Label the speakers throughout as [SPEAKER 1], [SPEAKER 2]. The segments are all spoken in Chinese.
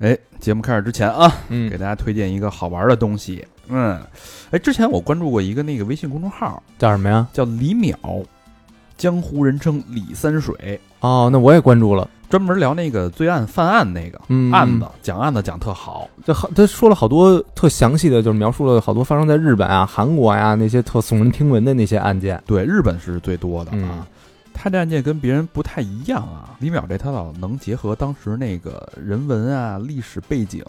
[SPEAKER 1] 哎，节目开始之前啊，
[SPEAKER 2] 嗯
[SPEAKER 1] 给大家推荐一个好玩的东西。嗯，哎，之前我关注过一个那个微信公众号，
[SPEAKER 2] 叫什么呀？
[SPEAKER 1] 叫李淼，江湖人称李三水，
[SPEAKER 2] 哦，那我也关注了。
[SPEAKER 1] 专门聊那个罪案犯案那个、
[SPEAKER 2] 嗯，
[SPEAKER 1] 案子，讲案子讲特好。
[SPEAKER 2] 这好，他说了好多特详细的，就是描述了好多发生在日本啊、韩国呀、那些特耸人听闻的那些案件。
[SPEAKER 1] 对，日本是最多的
[SPEAKER 2] 嗯
[SPEAKER 1] 啊。他这案件跟别人不太一样啊，李淼这他老能结合当时那个人文啊、历史背景，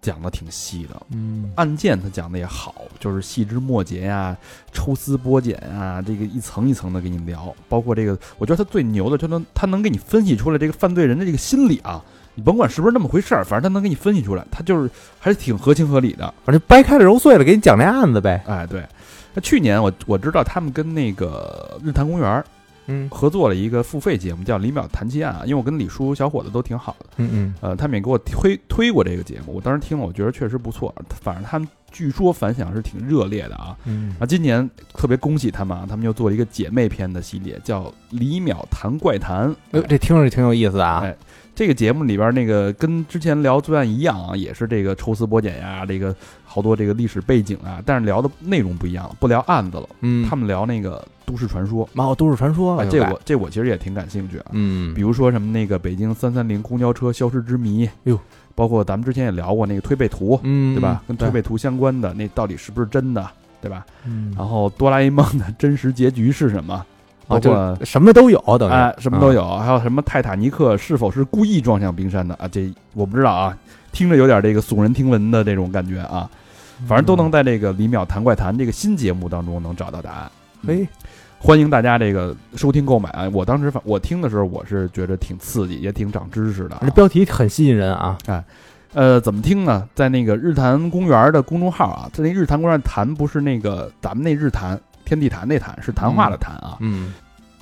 [SPEAKER 1] 讲的挺细的。
[SPEAKER 2] 嗯
[SPEAKER 1] 案件他讲的也好，就是细枝末节呀、抽丝剥茧啊，这个一层一层的给你聊，包括这个，我觉得他最牛的，就能他能给你分析出来这个犯罪人的这个心理啊，你甭管是不是那么回事儿，反正他能给你分析出来，他就是还是挺合情合理的。
[SPEAKER 2] 反正掰开了揉碎了，给你讲这案子呗。
[SPEAKER 1] 哎，对，那去年我我知道他们跟那个日坛公园
[SPEAKER 2] 嗯
[SPEAKER 1] 合作了一个付费节目，叫《李淼谈奇案》，因为我跟李叔小伙子都挺好的，
[SPEAKER 2] 嗯嗯，
[SPEAKER 1] 呃，他们也给我推推过这个节目，我当时听了，我觉得确实不错，反正他们据说反响是挺热烈的啊。
[SPEAKER 2] 嗯
[SPEAKER 1] 啊，今年特别恭喜他们啊，他们又做了一个姐妹篇的系列，叫《李淼谈怪谈》。
[SPEAKER 2] 哎呦，这听着挺有意思的啊
[SPEAKER 1] 哎。这个节目里边那个跟之前聊罪案一样啊，也是这个抽丝剥茧呀，这个好多这个历史背景啊，但是聊的内容不一样了，不聊案子了，
[SPEAKER 2] 嗯，哎
[SPEAKER 1] 他们聊那个都市传说。
[SPEAKER 2] 妈，我都市传说
[SPEAKER 1] 啊
[SPEAKER 2] 了，，
[SPEAKER 1] 这
[SPEAKER 2] 又改
[SPEAKER 1] 我这我其实也挺感兴趣啊，
[SPEAKER 2] 嗯，
[SPEAKER 1] 比如说什么那个北京三三零公交车消失之谜，
[SPEAKER 2] 呦，
[SPEAKER 1] 包括咱们之前也聊过那个推背图，
[SPEAKER 2] 嗯
[SPEAKER 1] 对吧？跟推背图相关的那到底是不是真的，对吧？
[SPEAKER 2] 嗯
[SPEAKER 1] 然后哆啦 A 梦的真实结局是什么？包
[SPEAKER 2] 啊，
[SPEAKER 1] 括
[SPEAKER 2] 就什么都有，啊等于
[SPEAKER 1] 哎，什么都
[SPEAKER 2] 有。
[SPEAKER 1] 有，还有什么泰坦尼克是否是故意撞向冰山的啊？这我不知道啊，听着有点这个耸人听闻的这种感觉啊，
[SPEAKER 2] 嗯
[SPEAKER 1] 反正都能在这个《李淼谈怪谈》这个新节目当中能找到答案。嗯
[SPEAKER 2] 嘿，
[SPEAKER 1] 欢迎大家这个收听购买啊！我当时反我听的时候，我是觉得挺刺激，也挺长知识的啊、
[SPEAKER 2] 哎这标题很吸引人啊。
[SPEAKER 1] 呃，怎么听呢？在那个日坛公园的公众号啊，它那日坛公园的坛不是那个咱们那日坛天地坛那坛，是谈话的谈啊。
[SPEAKER 2] 嗯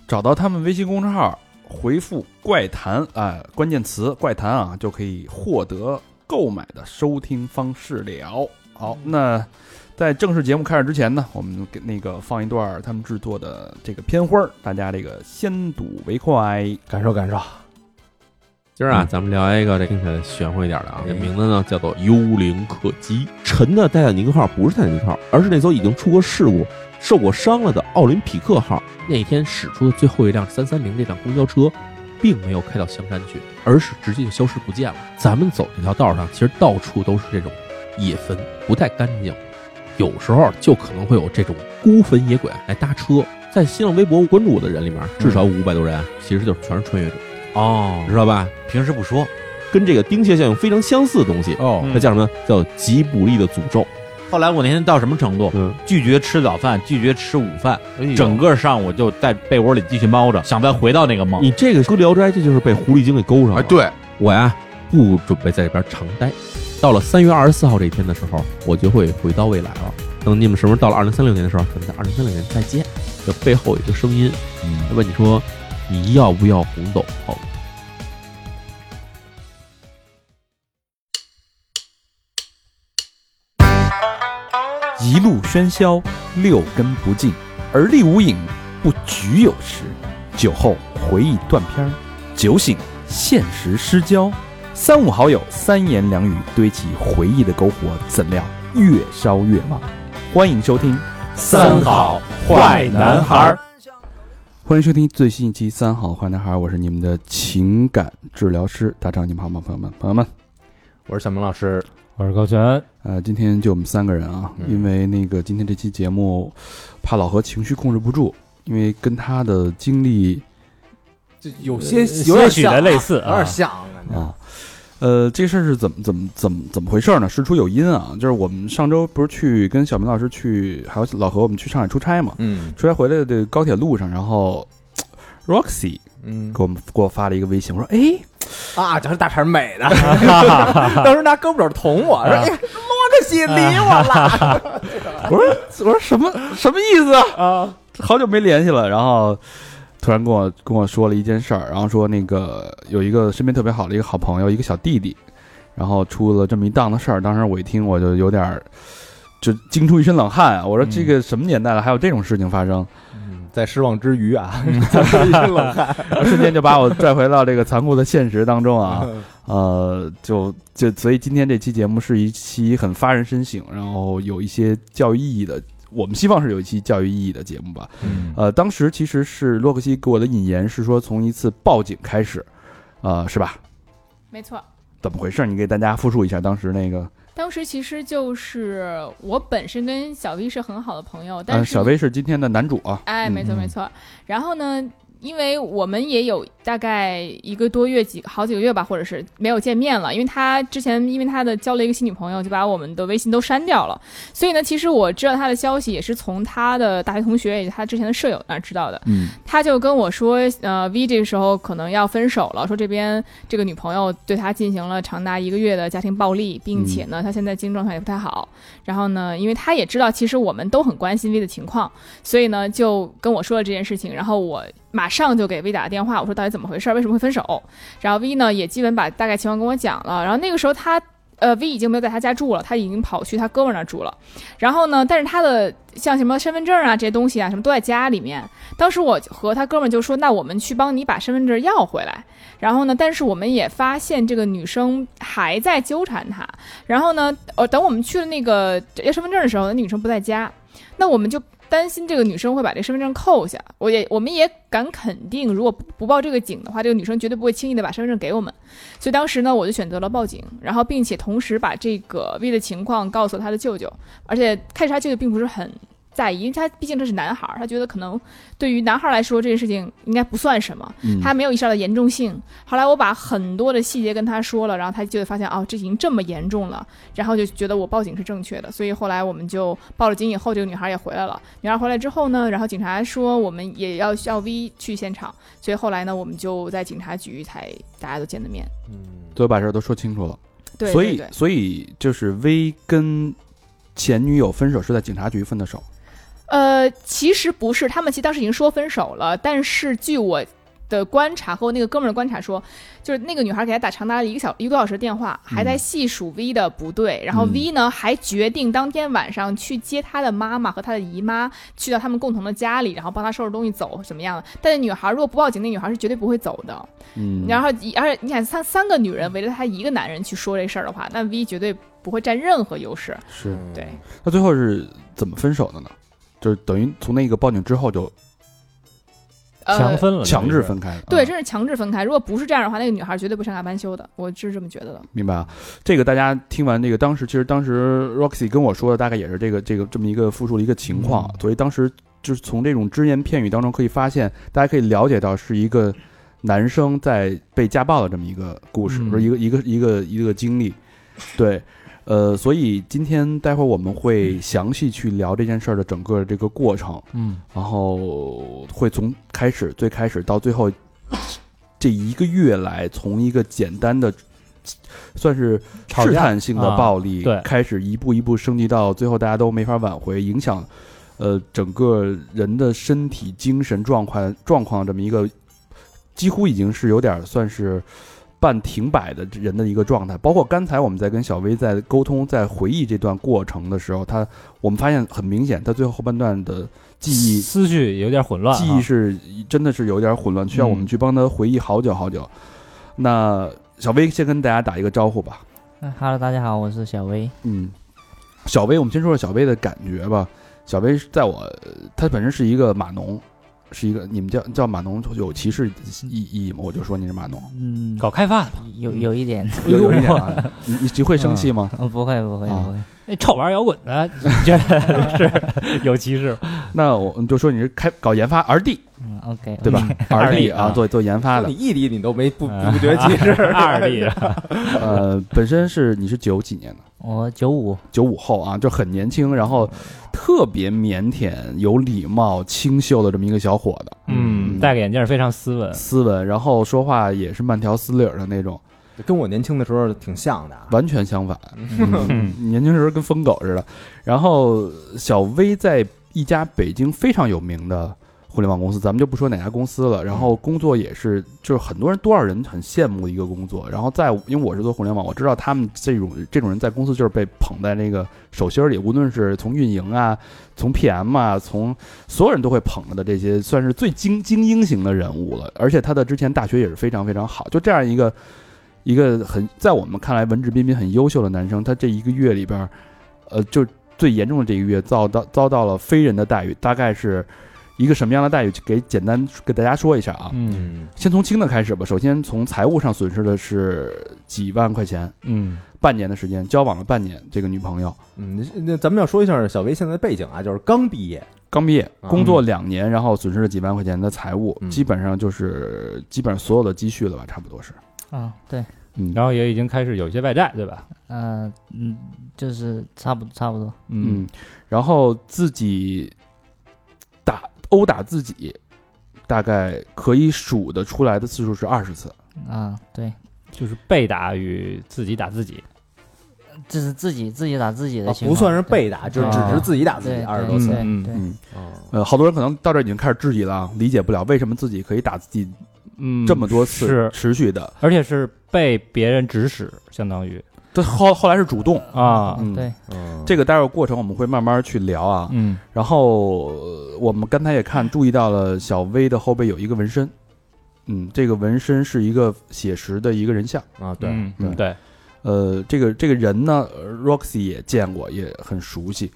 [SPEAKER 1] 找到他们微信公众号，回复“怪谈”啊、关键词“怪谈”啊，就可以获得购买的收听方式了。好，那在正式节目开始之前呢，我们给那个放一段他们制作的这个片花儿，大家这个先睹为快。
[SPEAKER 2] 感受感受。
[SPEAKER 3] 今
[SPEAKER 2] 嗯
[SPEAKER 3] 儿啊，
[SPEAKER 1] 嗯
[SPEAKER 3] 咱们聊一个这听起来玄乎一点的
[SPEAKER 4] 哎
[SPEAKER 3] 啊，这名字呢叫做幽灵客机。
[SPEAKER 5] 沉的泰坦尼克号不是泰坦尼克号，而是那艘已经出过事故、受过伤了的奥林匹克号。
[SPEAKER 3] 那天驶出的最后一辆三三零这辆公交车，并没有开到香山去，而是直接就消失不见了。咱们走这条道上，其实到处都是这种野坟，不太干净，有时候就可能会有这种孤坟野鬼来搭车。在新浪微博关注我的人里面，至少有
[SPEAKER 4] 嗯
[SPEAKER 3] 五百多人，其实就是全是穿越者，
[SPEAKER 2] 哦
[SPEAKER 3] 你知道吧？
[SPEAKER 4] 平时不说，
[SPEAKER 5] 跟这个丁蟹效应非常相似的东西，
[SPEAKER 2] 哦
[SPEAKER 5] 它叫什么？叫吉卜力的诅咒。
[SPEAKER 4] 后来我那天到什么程度？
[SPEAKER 5] 嗯
[SPEAKER 4] 拒绝吃早饭，拒绝吃午饭，
[SPEAKER 6] 哎
[SPEAKER 4] 整
[SPEAKER 3] 个
[SPEAKER 4] 个上午就在被窝里继续猫着，想再回到那个梦。
[SPEAKER 5] 你这个搁聊斋，这就是被狐狸精给勾上了。
[SPEAKER 6] 哎，，对，
[SPEAKER 3] 我呀，不准备在这边常待。到了三月二十四号这一天的时候，我就会回到未来了。等你们什么时候到了二零三六年的时候，咱们在二零三六年再见。这背后有一个声音，
[SPEAKER 4] 嗯
[SPEAKER 3] 他问你说，你要不要红豆哦泡泡？
[SPEAKER 1] 一路喧嚣，六根不净，而立无影，不局有时。酒后回忆断片儿，酒醒现实失焦。三五好友，三言两语堆起回忆的篝火，怎料越烧越旺。欢迎收听《
[SPEAKER 4] 三好坏男孩儿》。
[SPEAKER 1] 欢迎收听最新一期《三好坏男孩儿》，我是你们的情感治疗师大张，你们好吗，朋友们？朋友们，
[SPEAKER 2] 我是小明老师。
[SPEAKER 7] 我是高璇，
[SPEAKER 1] 呃，今天就我们三个人啊，
[SPEAKER 2] 嗯
[SPEAKER 1] 因为那个今天这期节目，怕老何情绪控制不住，因为跟他的经历
[SPEAKER 2] 有
[SPEAKER 7] 些有点像啊些许的类似啊有点
[SPEAKER 2] 像。嗯
[SPEAKER 1] 啊，呃，这事儿是怎么怎么怎么怎么回事呢？事出有因啊，就是我们上周不是去跟小明老师去，还有老何我们去上海出差嘛，
[SPEAKER 2] 嗯
[SPEAKER 1] 出差回来的高铁路上，然后 Roxy
[SPEAKER 2] 嗯
[SPEAKER 1] 给我们给我发了一个微信，我说哎，
[SPEAKER 2] 啊，就是大肠美 的， 当时拿胳膊肘捅我，
[SPEAKER 7] 啊
[SPEAKER 2] 说：“哎，罗个西理我 了。
[SPEAKER 1] 我说我说什么什么意思啊？好久没联系了，然后突然跟我跟我说了一件事儿，然后说那个有一个身边特别好的一个好朋友，一个小弟弟，然后出了这么一档子事儿。当时我一听我就有点儿就惊出一身冷汗啊！我说
[SPEAKER 2] 嗯
[SPEAKER 1] 这个什么年代了，还有这种事情发生？”
[SPEAKER 2] 在失望之嗯 余啊，一身冷汗。
[SPEAKER 1] 瞬间就把我拽回到这个残酷的现实当中啊！呃，就就所以今天这期节目是一期很发人深省，然后有一些教育意义的，我们希望是有一期教育意义的节目吧。
[SPEAKER 2] 嗯
[SPEAKER 1] 呃，当时其实是洛克希给我的引言是说，从一次报警开始，呃，是吧？
[SPEAKER 8] 没错。
[SPEAKER 1] 怎么回事？你给大家复述一下当时那个。呃
[SPEAKER 8] 当时其实就是我本身跟小 V 是很好的朋友，但
[SPEAKER 1] 呃，
[SPEAKER 8] 是、
[SPEAKER 1] 小，威是今天的男主啊。
[SPEAKER 8] 哎，没错
[SPEAKER 2] 啊嗯
[SPEAKER 8] 没错。然后呢，因为我们也有大概一个多月几好几个月吧，或者是没有见面了，因为他之前因为他的交了一个新女朋友，就把我们的微信都删掉了。所以呢，其实我知道他的消息也是从他的大学同学，也就是他之前的舍友那儿知道的。
[SPEAKER 1] 嗯，
[SPEAKER 8] 他就跟我说，呃，V 这个时候可能要分手了，说这边这个女朋友对他进行了长达一个月的家庭暴力，并且呢，他现在经济状况也不太好。然后呢，因为他也知道，其实我们都很关心 V 的情况，所以呢，就跟我说了这件事情。然后我马上就给 V 打了电话，我说到底怎么回事，为什么会分手？然后 V 呢也基本把大概情况跟我讲了。然后那个时候他。呃，V 已经没有在他家住了，他已经跑去他哥们儿那儿住了。然后呢，但是他的像什么身份证啊这些东西啊，什么都在家里面。当时我和他哥们儿就说：“那我们去帮你把身份证要回来。”然后呢，但是我们也发现这个女生还在纠缠他。然后呢，呃，等我们去了那个要身份证的时候，那女生不在家，那我们就担心这个女生会把这身份证扣下。我也我们也敢肯定，如果不不报这个警的话，这个女生绝对不会轻易的把身份证给我们。所以当时呢，我就选择了报警，然后并且同时把这个 V 的情况告诉了他的舅舅，而且开始他舅舅并不是很。在意，因为他毕竟这是男孩儿，他觉得可能对于男孩来说，这件事情应该不算什么，
[SPEAKER 1] 嗯
[SPEAKER 8] 他没有意识到的严重性。后来我把很多的细节跟他说了，然后他就发现哦，这已经这么严重了，然后就觉得我报警是正确的，所以后来我们就报了警以后，这个女孩也回来了。女孩回来之后呢，然后警察说我们也要需要 V 去现场，所以后来呢，我们就在警察局才大家都见的面。
[SPEAKER 2] 嗯
[SPEAKER 1] 都把事儿都说清楚了。
[SPEAKER 8] 对，
[SPEAKER 1] 所
[SPEAKER 8] 对
[SPEAKER 1] 以
[SPEAKER 8] 对
[SPEAKER 1] 所以就是 V 跟前女友分手是在警察局分的手。
[SPEAKER 8] 呃，其实不是，他们其实当时已经说分手了，但是据我的观察和我那个哥们儿的观察说，就是那个女孩给他打长达了一个小一个多小时的电话，还在细数 V 的不对，然后
[SPEAKER 1] 嗯
[SPEAKER 8] V 呢还决定当天晚上去接他的妈妈和他的姨妈，去到他们共同的家里，然后帮他收拾东西走怎么样的。但是女孩如果不报警，那女孩是绝对不会走的。
[SPEAKER 1] 嗯，
[SPEAKER 8] 然后一，而且你看三三个女人围着他一个男人去说这事儿的话，那 V 绝对不会占任何优势。
[SPEAKER 1] 是
[SPEAKER 8] 对，
[SPEAKER 1] 他最后是怎么分手的呢？就是等于从那个报警之后就
[SPEAKER 8] 呃，
[SPEAKER 7] 强分了，
[SPEAKER 1] 强制分开了。
[SPEAKER 8] 对，
[SPEAKER 1] 嗯
[SPEAKER 8] 这是强制分开。如果不是这样的话，那个女孩绝对不上下班休的，我是这么觉得的。
[SPEAKER 1] 明白啊，这个大家听完这个，当时其实当时 Roxy 跟我说的大概也是这个这个这么一个复述的一个情况，啊所以当时就是从这种只言片语当中可以发现，大家可以了解到是一个男生在被家暴的这么一个故事，
[SPEAKER 2] 嗯
[SPEAKER 1] 不是一个一个一个一个经历，对。呃，所以今天待会儿我们
[SPEAKER 7] 嗯
[SPEAKER 1] 会详细去聊这件事儿的整个这个过程，
[SPEAKER 2] 嗯，
[SPEAKER 1] 然后会从开始最开始到最后这一个月来，从一个简单的算是
[SPEAKER 7] 吵
[SPEAKER 1] 试
[SPEAKER 7] 架
[SPEAKER 1] 探性的
[SPEAKER 7] 啊
[SPEAKER 1] 暴力，
[SPEAKER 7] 对
[SPEAKER 1] 开始一步一步升级到最后，大家都没法挽回，影响呃整个人的身体、精神状况状况这么一个，几乎已经是有点算是。半停摆的人的一个状态，包括刚才我们在跟小薇在沟通、在回忆这段过程的时候，他我们发现很明显，他最后后半段的记忆
[SPEAKER 7] 思绪有点混乱啊，嗯
[SPEAKER 1] 记忆是真的是有点混乱，需要我们去帮他回忆好久好久。那小薇先跟大家打一个招呼吧。
[SPEAKER 9] 嗯，Hello，大家好，我是小薇。
[SPEAKER 1] 嗯，小薇，我们先说说小薇的感觉吧。小薇是在我，她本身是一个码农，是一个你们叫叫码农有歧视意意义吗？我就说你是码农，
[SPEAKER 9] 嗯，
[SPEAKER 7] 搞开饭，
[SPEAKER 9] 有有一点，
[SPEAKER 1] 有有一点啊，你你你会生气吗？
[SPEAKER 9] 哦不会不会
[SPEAKER 1] 啊
[SPEAKER 9] 不会，
[SPEAKER 7] 那哎臭玩摇滚 的，你觉得是有歧视？
[SPEAKER 1] 那我们就说你是开搞研发 R D
[SPEAKER 9] 嗯，OK，
[SPEAKER 1] 对吧？R D 啊，
[SPEAKER 7] 啊
[SPEAKER 1] 做做研发的
[SPEAKER 2] 你，异地你都没不
[SPEAKER 7] 啊
[SPEAKER 2] 不觉得歧视
[SPEAKER 7] 二啊弟，
[SPEAKER 1] 呃，本身是你是九几年的。
[SPEAKER 9] 我九五，
[SPEAKER 1] 九五后啊，就很年轻，然后特别腼腆、有礼貌、清秀的这么一个小伙子，
[SPEAKER 7] 嗯，戴个眼镜非常斯文，
[SPEAKER 1] 斯文，然后说话也是慢条斯理儿的那种，
[SPEAKER 2] 跟我年轻的时候挺像的啊。
[SPEAKER 1] 完全相反。嗯 年轻时候跟疯狗似的。然后小薇在一家北京非常有名的互联网公司，咱们就不说哪家公司了。然后工作也是，就是很多人多少人很羡慕的一个工作。然后在因为我是做互联网，我知道他们这种这种人在公司就是被捧在那个手心儿里，无论是从运营啊，从 PM 啊，从所有人都会捧着的这些，算是最精精英型的人物了。而且他的之前大学也是非常非常好，就这样一个。一个很在我们看来文质彬彬、很优秀的男生，他这一个月里边儿，呃，就最严重的这一个月遭到遭到了非人的待遇，大概是一个什么样的待遇？给简单给大家说一下啊。
[SPEAKER 2] 嗯
[SPEAKER 1] 先从轻的开始吧。首先从财务上损失的是几万块钱，
[SPEAKER 2] 嗯
[SPEAKER 1] 半年的时间，交往了半年，这个女朋友
[SPEAKER 2] 嗯，那那咱们要说一下小维现在的背景啊，就是刚毕业，
[SPEAKER 1] 刚毕业，
[SPEAKER 2] 啊
[SPEAKER 1] 工作两年，然后损失了几万块钱的财务，
[SPEAKER 2] 嗯
[SPEAKER 1] 基本上就是基本上所有的积蓄了吧，差不多是。
[SPEAKER 9] 啊，对，
[SPEAKER 1] 嗯
[SPEAKER 7] 然后也已经开始有一些外债，对吧？
[SPEAKER 9] 呃，嗯，就是差不多差不多，
[SPEAKER 1] 嗯，然后自己打殴打自己，大概可以数得出来的次数是二十次。
[SPEAKER 9] 啊，对，
[SPEAKER 7] 就是被打与自己打自己，
[SPEAKER 9] 这是自己自己打自己的
[SPEAKER 2] 啊
[SPEAKER 9] 情况，
[SPEAKER 2] 不算是
[SPEAKER 9] 对
[SPEAKER 2] 被打，就是只
[SPEAKER 1] 啊
[SPEAKER 2] 是自己打自己
[SPEAKER 9] 对
[SPEAKER 2] 二十多次。
[SPEAKER 9] 对
[SPEAKER 1] 嗯
[SPEAKER 9] 对
[SPEAKER 1] 嗯，呃，好多人可能到这儿已经开始质疑了，啊，理解不了为什么自己可以打自己
[SPEAKER 7] 嗯
[SPEAKER 1] 这么多次
[SPEAKER 7] 是，
[SPEAKER 1] 持续的。
[SPEAKER 7] 而且是被别人指使，相当于
[SPEAKER 1] 这后后来是主动，
[SPEAKER 7] 啊，
[SPEAKER 1] 嗯
[SPEAKER 9] 对，
[SPEAKER 1] 这个待会儿过程我们会慢慢去聊啊。
[SPEAKER 7] 嗯，
[SPEAKER 1] 然后呃我们刚才也看注意到了小薇的后背有一个纹身，嗯，这个纹身是一个写实的一个人像。
[SPEAKER 2] 啊，对，
[SPEAKER 7] 嗯
[SPEAKER 1] 对
[SPEAKER 7] 对，
[SPEAKER 1] 呃，这个这个人呢呃，Roxy 也见过，也很熟悉。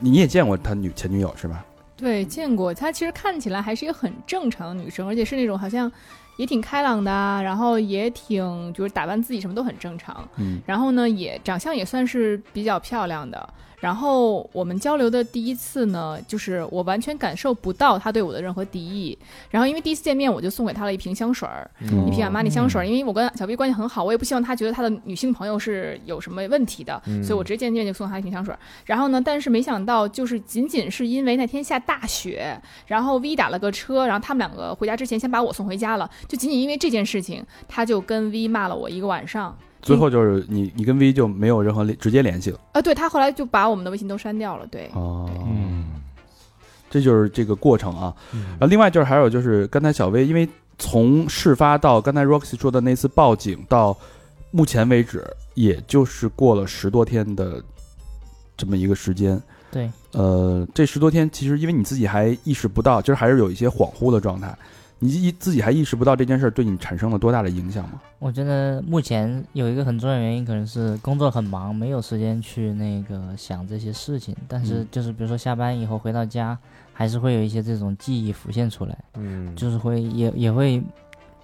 [SPEAKER 1] 你也见过他女前女友是吧？
[SPEAKER 8] 对，见过她，其实看起来还是一个很正常的女生，而且是那种好像也挺开朗的啊，然后也挺就是打扮自己什么都很正常，
[SPEAKER 1] 嗯，
[SPEAKER 8] 然后呢也长相也算是比较漂亮的。然后我们交流的第一次呢，就是我完全感受不到她对我的任何敌意。然后因为第一次见面，我就送给她了一瓶香水儿，
[SPEAKER 2] 嗯
[SPEAKER 7] 啊
[SPEAKER 8] 一瓶阿玛尼香水儿，因为我跟小 B 关系很好，我也不希望她觉得她的女性朋友是有什么问题的，
[SPEAKER 2] 嗯
[SPEAKER 8] 所以我直接见面就送她一瓶香水儿。然后呢，但是没想到，就是仅仅是因为那天下大雪，然后 V 打了个车，然后他们两个回家之前先把我送回家了，就仅仅因为这件事情，他就跟 V 骂了我一个晚上。
[SPEAKER 1] 最后就是你你跟 V 就没有任何联直接联系了
[SPEAKER 8] 啊，对他后来就把我们的微信都删掉了，对，
[SPEAKER 1] 哦
[SPEAKER 7] 嗯
[SPEAKER 1] 这就是这个过程啊。然后另外就是还有就是刚才小薇，因为从事发到刚才 Roxy 说的那次报警到目前为止，也就是过了十多天的这么一个时间。
[SPEAKER 9] 对，
[SPEAKER 1] 呃，这十多天其实因为你自己还意识不到，就是还是有一些恍惚的状态，你意自己还意识不到这件事儿对你产生了多大的影响吗？
[SPEAKER 9] 我觉得目前有一个很重要的原因，可能是工作很忙，没有时间去那个想这些事情。但是
[SPEAKER 1] 嗯
[SPEAKER 9] 就是比如说下班以后回到家，还是会有一些这种记忆浮现出来，
[SPEAKER 2] 嗯，
[SPEAKER 9] 就是会也也会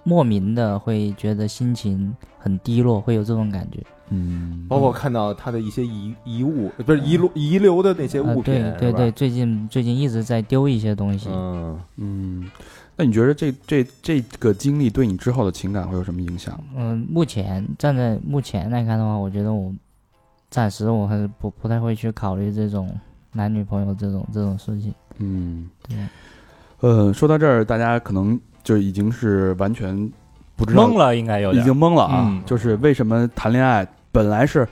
[SPEAKER 9] 莫名的会觉得心情很低落，会有这种感觉。
[SPEAKER 1] 嗯
[SPEAKER 2] 包括看到他的一些遗遗物，不是遗留遗留的那些
[SPEAKER 9] 啊
[SPEAKER 2] 物，品，
[SPEAKER 9] 对对
[SPEAKER 2] 是吧
[SPEAKER 9] 对，，最近最近一直在丢一些东西。
[SPEAKER 2] 嗯，
[SPEAKER 1] 嗯，那你觉得这这这个经历对你之后的情感会有什么影响吗？
[SPEAKER 9] 嗯，目前站在目前来看的话，我觉得我暂时我还是不不太会去考虑这种男女朋友这种这种事情。
[SPEAKER 1] 嗯，
[SPEAKER 9] 对，
[SPEAKER 1] 呃，说到这儿，大家可能就已经是完全不知道
[SPEAKER 7] 懵了应该有
[SPEAKER 1] 已
[SPEAKER 7] 点
[SPEAKER 1] 经懵了啊！
[SPEAKER 7] 嗯
[SPEAKER 1] 就是为什么谈恋爱本来是，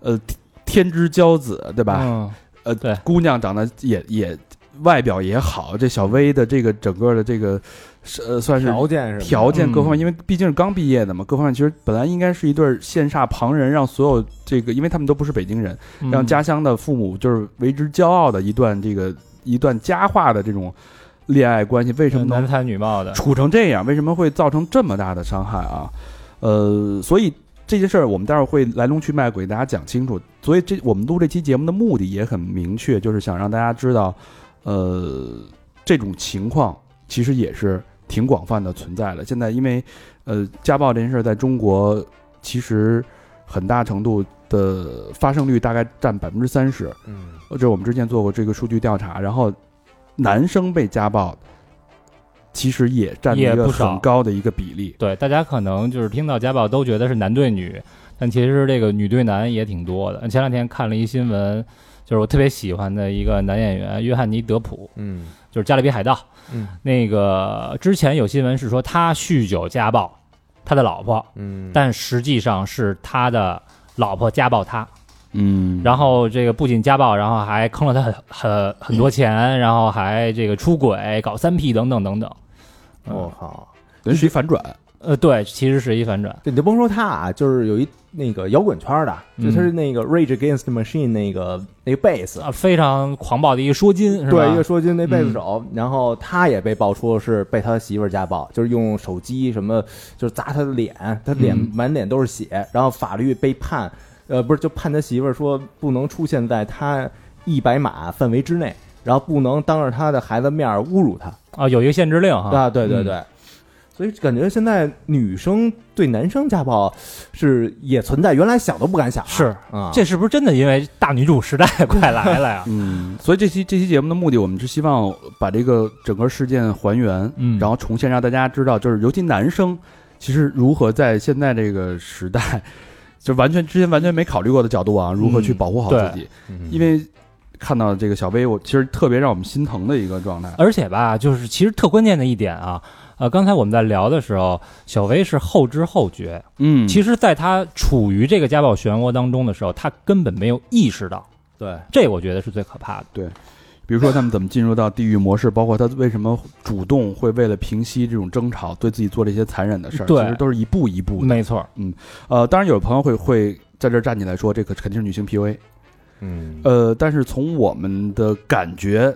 [SPEAKER 1] 呃，天天之骄子，对吧？
[SPEAKER 7] 嗯
[SPEAKER 1] 呃，
[SPEAKER 7] 对
[SPEAKER 1] 姑娘长得也也外表也好，这小薇的这个整个的这个是呃算是
[SPEAKER 2] 条件是吧
[SPEAKER 1] 条件各方面，
[SPEAKER 7] 嗯
[SPEAKER 1] 因为毕竟是刚毕业的嘛，各方面其实本来应该是一对儿羡煞旁人，让所有这个，因为他们都不是北京人，
[SPEAKER 7] 嗯
[SPEAKER 1] 让家乡的父母就是为之骄傲的一段这个一段佳话的这种恋爱关系，为什么能
[SPEAKER 7] 男才女貌的，
[SPEAKER 1] 处成这样？为什么会造成这么大的伤害啊？呃，所以这件事儿我们待会儿会来龙去脉给大家讲清楚。所以这我们录这期节目的目的也很明确，就是想让大家知道，呃，这种情况其实也是挺广泛的存在的。现在因为呃家暴这件事儿在中国其实很大程度的发生率大概占百分之三十，
[SPEAKER 2] 嗯
[SPEAKER 1] 呃这我们之前做过这个数据调查，然后男生被家暴，其实也占一
[SPEAKER 7] 也
[SPEAKER 1] 个
[SPEAKER 7] 不少
[SPEAKER 1] 很高的一个比例。
[SPEAKER 7] 对，大家可能就是听到家暴都觉得是男对女，但其实这个女对男也挺多的。前两天看了一新闻，就是我特别喜欢的一个男演员约翰尼·德普，
[SPEAKER 2] 嗯
[SPEAKER 7] 就是《加勒比海盗》。
[SPEAKER 2] 嗯，
[SPEAKER 7] 那个之前有新闻是说他酗酒家暴他的老婆，
[SPEAKER 2] 嗯，
[SPEAKER 7] 但实际上是他的老婆家暴他。
[SPEAKER 1] 嗯
[SPEAKER 7] 然后这个不仅家暴，然后还坑了他很很很多钱，然后还这个出轨、搞三 P 等等等等。嗯
[SPEAKER 2] 我靠，
[SPEAKER 1] 等于是一反转，
[SPEAKER 7] 呃，对，其实是一反转。
[SPEAKER 2] 对你就甭说他啊，就是有一那个摇滚圈的，就他
[SPEAKER 9] 嗯
[SPEAKER 2] 是那个 Rage Against the Machine 那个那个贝斯，
[SPEAKER 7] 啊，非常狂暴的一个说金是吧？
[SPEAKER 2] 对，一个说军那贝斯手，然后他也被爆出是被他媳妇儿家暴，就是用手机什么，就是砸他的脸，他脸、满脸都是血，然后法律被判，呃，不是就判他媳妇儿说不能出现在他一百码范围之内，然后不能当着他的孩子面儿侮辱他
[SPEAKER 7] 啊，有一个限制令哈，
[SPEAKER 2] 啊，对对对。所以感觉现在女生对男生家暴是也存在，原来想都不敢想啊。
[SPEAKER 7] 是
[SPEAKER 2] 啊，
[SPEAKER 7] 这是不是真的因为大女主时代 快来了呀？
[SPEAKER 1] 嗯，所以这期这期节目的目的，我们是希望把这个整个事件还原，
[SPEAKER 7] 嗯
[SPEAKER 1] 然后重现，让大家知道，就是尤其男生，其实如何在现在这个时代， 就完全之前完全没考虑过的角度啊，如何
[SPEAKER 7] 嗯
[SPEAKER 1] 去保护好自己，因为看到这个小薇，我其实特别让我们心疼的一个状态。
[SPEAKER 7] 而且吧，就是其实特关键的一点啊，呃，刚才我们在聊的时候，小薇是后知后觉，
[SPEAKER 1] 嗯
[SPEAKER 7] 其
[SPEAKER 1] 实
[SPEAKER 7] 实在她处于这个家暴漩涡当中的时候，她根本没有意识到，
[SPEAKER 1] 对，
[SPEAKER 7] 这我觉得是最可怕的。
[SPEAKER 1] 比如说他们怎么进入到地狱模式，包括他为什么主动会为了平息这种争吵，对自己做这些残忍的事儿，嗯
[SPEAKER 7] 对
[SPEAKER 1] 其实都是一步一步的。
[SPEAKER 7] 没错，
[SPEAKER 1] 呃，当然有朋友会会在这儿站起来说，这个肯定是女性 PUA。
[SPEAKER 2] 嗯
[SPEAKER 1] 呃，但是从我们的感觉，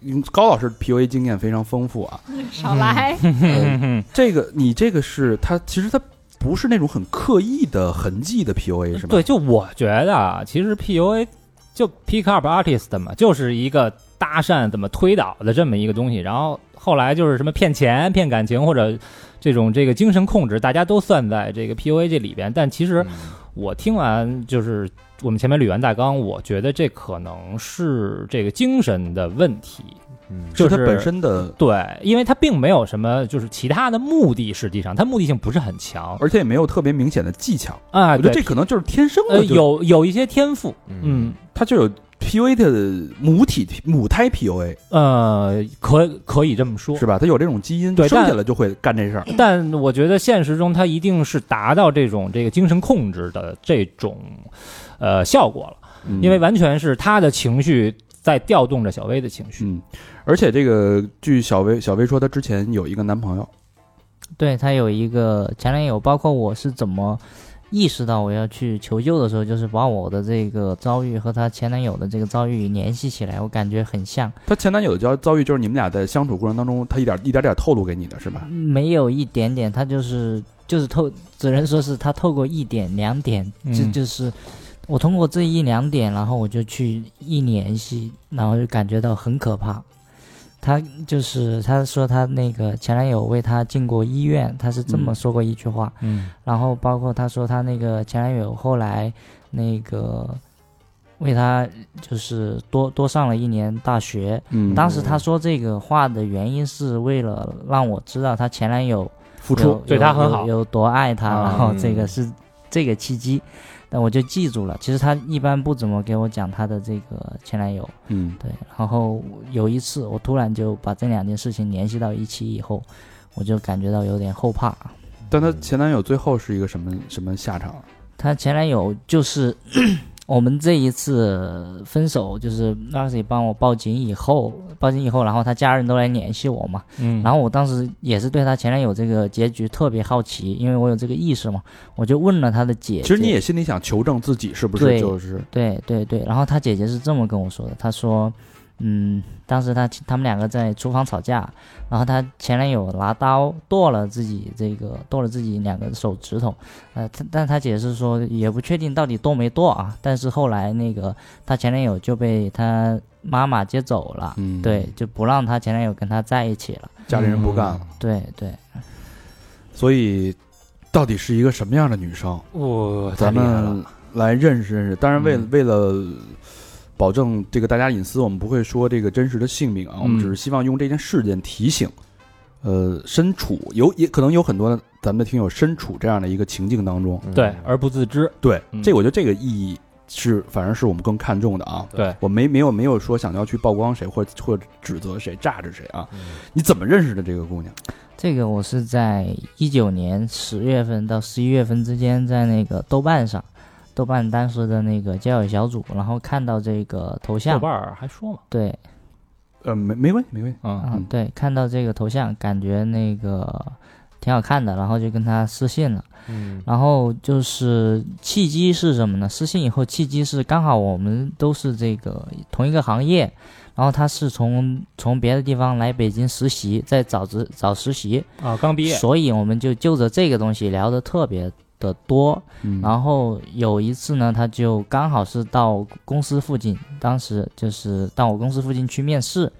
[SPEAKER 1] 嗯高老师 PUA 经验非常丰富 啊。
[SPEAKER 8] 少来，
[SPEAKER 1] 呃这个你这个是他其实他不是那种很刻意的痕迹的 PUA 是吧？
[SPEAKER 7] 对，，就我觉得啊，其实 PUA 就 pick up artist 嘛，就是一个搭讪怎么推导的这么一个东西，然后后来就是什么骗钱、骗感情或者这种这个精神控制，大家都算在这个 PUA 这里边。但其
[SPEAKER 1] 嗯
[SPEAKER 7] 实我听完就是我们前面捋完大纲，我觉得这可能是这个精神的问题，
[SPEAKER 2] 嗯
[SPEAKER 1] 就是他本身的，
[SPEAKER 7] 对，因为他并没有什么就是其他的目的，实际上他目的性不是很强
[SPEAKER 1] 而且也没有特别明显的技巧。
[SPEAKER 7] 啊。
[SPEAKER 1] 我觉得
[SPEAKER 7] 对
[SPEAKER 1] 这可能就是天生
[SPEAKER 7] 呃
[SPEAKER 1] 的，就，
[SPEAKER 7] 有有一些天赋，嗯。
[SPEAKER 1] 他就有 PUA 的母体母胎 PUA
[SPEAKER 7] 呃，可可以这么说
[SPEAKER 1] 是，吧？他有这种基因，
[SPEAKER 7] 对
[SPEAKER 1] 生下
[SPEAKER 7] 但
[SPEAKER 1] 来就会干这事儿。
[SPEAKER 7] 但我觉得现实中他一定是达到这种这个精神控制的这种呃效果了，
[SPEAKER 1] 嗯
[SPEAKER 7] 因为完全是他的情绪在调动着小薇的情绪。
[SPEAKER 1] 嗯，而且这个据小薇小薇说，她之前有一个男朋友，
[SPEAKER 9] 对他有一个前男友，包括我是怎么意识到我要去求救的时候，就是把我的这个遭遇和她前男友的这个遭遇联系起来，我感觉很像，
[SPEAKER 1] 她前男友的遭遭遇就是你们俩在相处过程当中，他一点一点点透露给你的是吧？
[SPEAKER 9] 没有一点点，他就是就是透，只能说是他透过一点两点，这、
[SPEAKER 7] 嗯
[SPEAKER 9] 就是我通过这一两点，然后我就去一联系，然后就感觉到很可怕。他就是他说他那个前男友为他进过医院，他是这么
[SPEAKER 1] 嗯
[SPEAKER 9] 说过一句话，
[SPEAKER 7] 嗯
[SPEAKER 9] 然后包括他说他那个前男友后来那个为他就是多多上了一年大学。
[SPEAKER 1] 嗯
[SPEAKER 9] 当时他说这个话的原因是为了让我知道他前男友
[SPEAKER 1] 付
[SPEAKER 9] 有
[SPEAKER 1] 出
[SPEAKER 7] 对
[SPEAKER 9] 有
[SPEAKER 7] 他很
[SPEAKER 9] 有
[SPEAKER 7] 好
[SPEAKER 9] 有多爱他，
[SPEAKER 7] 啊
[SPEAKER 9] 然后这
[SPEAKER 1] 嗯
[SPEAKER 9] 个是这个契机，但我就记住了。其实他一般不怎么给我讲他的这个前男友，
[SPEAKER 1] 嗯
[SPEAKER 9] 对。然后有一次我突然就把这两件事情联系到一起以后，我就感觉到有点后怕。
[SPEAKER 1] 但她前男友最后是一个什么什么下场？
[SPEAKER 9] 她前男友就是 我们这一次分手，就是 Lucy 帮我报警以后，报警以后，然后她家人都来联系我嘛，
[SPEAKER 7] 嗯
[SPEAKER 9] 然后我当时也是对她前男友这个结局特别好奇，因为我有这个意识嘛，我就问了她的姐姐。
[SPEAKER 1] 其实你也心里想求证自己是不是
[SPEAKER 9] 对
[SPEAKER 1] 就是
[SPEAKER 9] 对对对，然后她姐姐是这么跟我说的，她说，嗯，当时她他们两个在厨房吵架，然后她前男友拿刀剁了自己这个剁了自己两个手指头，呃，她但她姐是说也不确定到底剁没剁啊，但是后来那个她前男友就被她妈妈接走了，
[SPEAKER 1] 嗯
[SPEAKER 9] 对，就不让她前男友跟她在一起了，
[SPEAKER 1] 家里人不干了，
[SPEAKER 7] 嗯
[SPEAKER 9] 对对，
[SPEAKER 1] 所以到底是一个什么样的女生？
[SPEAKER 7] 我
[SPEAKER 1] 咱们来认识认识。当然为，为了保证这个大家隐私，我们不会说这个真实的姓名啊，我们只是希望用这件事件提醒，呃，身处有也可能有很多咱们的听友身处这样的一个情境当中。
[SPEAKER 7] 对
[SPEAKER 2] 嗯
[SPEAKER 7] 而不自知，
[SPEAKER 1] 对，
[SPEAKER 7] 嗯
[SPEAKER 1] 这我觉得这个意义是，反而是我们更看重的啊。
[SPEAKER 7] 对，
[SPEAKER 1] 我没没有没有说想要去曝光谁或或指责谁、榨着谁啊？你怎么认识的这个姑娘？
[SPEAKER 9] 这个我是在一九年十月份到十一月份之间，在那个豆瓣上，豆瓣当时的那个交友小组，然后看到这个头
[SPEAKER 7] 豆
[SPEAKER 9] 像，
[SPEAKER 7] 瓣儿还说嘛，
[SPEAKER 9] 对，啊
[SPEAKER 1] 呃，没没问题，没问题。
[SPEAKER 7] 嗯
[SPEAKER 9] 嗯，对，看到这个头像，感觉那个挺好看的，然后就跟他私信了。
[SPEAKER 2] 嗯
[SPEAKER 9] 然后就是契机是什么呢？私信以后契机是刚好我们都是这个同一个行业，然后他是从从别的地方来北京实习，在找职找实习，
[SPEAKER 7] 啊，刚毕业，
[SPEAKER 9] 所以我们就就着这个东西聊得特别的多。
[SPEAKER 10] 嗯
[SPEAKER 9] 然后有一次呢，他就刚好是到公司附近，当时就是到我公司附近去面试，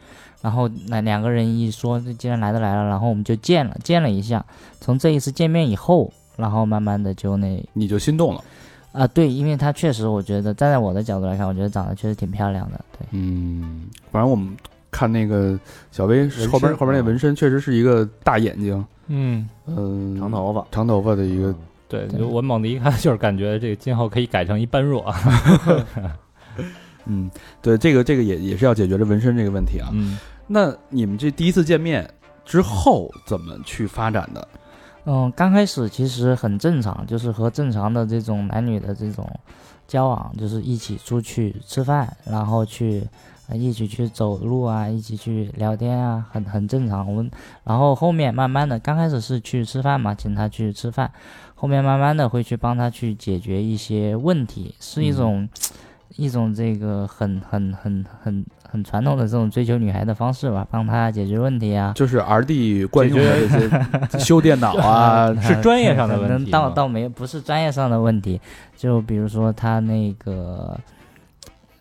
[SPEAKER 9] 然后那两个人一说，既然来都来了，然后我们就见了，见了一下。从这一次见面以后，然后慢慢的就那
[SPEAKER 10] 你就心动了，
[SPEAKER 9] 啊、对，因为她确实，我觉得站在我的角度来看，我觉得长得确实挺漂亮的，对，
[SPEAKER 10] 嗯，反正我们看那个小薇
[SPEAKER 2] 身
[SPEAKER 10] 后边后边那纹身，确实是一个大眼睛，
[SPEAKER 7] 嗯，
[SPEAKER 10] 嗯、
[SPEAKER 2] 长头发，
[SPEAKER 10] 长头发的一个，
[SPEAKER 7] 对，
[SPEAKER 9] 对
[SPEAKER 7] 就我猛的一看就是感觉这个今后可以改成一般弱，啊
[SPEAKER 10] 嗯，对，这个这个也也是要解决这纹身这个问题啊。
[SPEAKER 7] 嗯。
[SPEAKER 10] 那你们这第一次见面之后怎么去发展的？
[SPEAKER 9] 嗯，刚开始其实很正常，就是和正常的这种男女的这种交往，就是一起出去吃饭，然后去、呃一起去走路啊，一起去聊天啊，很很正常。我们然后后面慢慢的，刚开始是去吃饭嘛，请他去吃饭，后面慢慢的会去帮他去解决一些问题，是一种、一种这个很很很很很传统的这种追求女孩的方式吧，帮她解决问题啊，
[SPEAKER 10] 就是 R D 惯用的这些修电脑啊，
[SPEAKER 9] 嗯
[SPEAKER 7] 是专业上的问题
[SPEAKER 9] 倒
[SPEAKER 7] 吗
[SPEAKER 9] 倒没有，不是专业上的问题，就比如说他那个，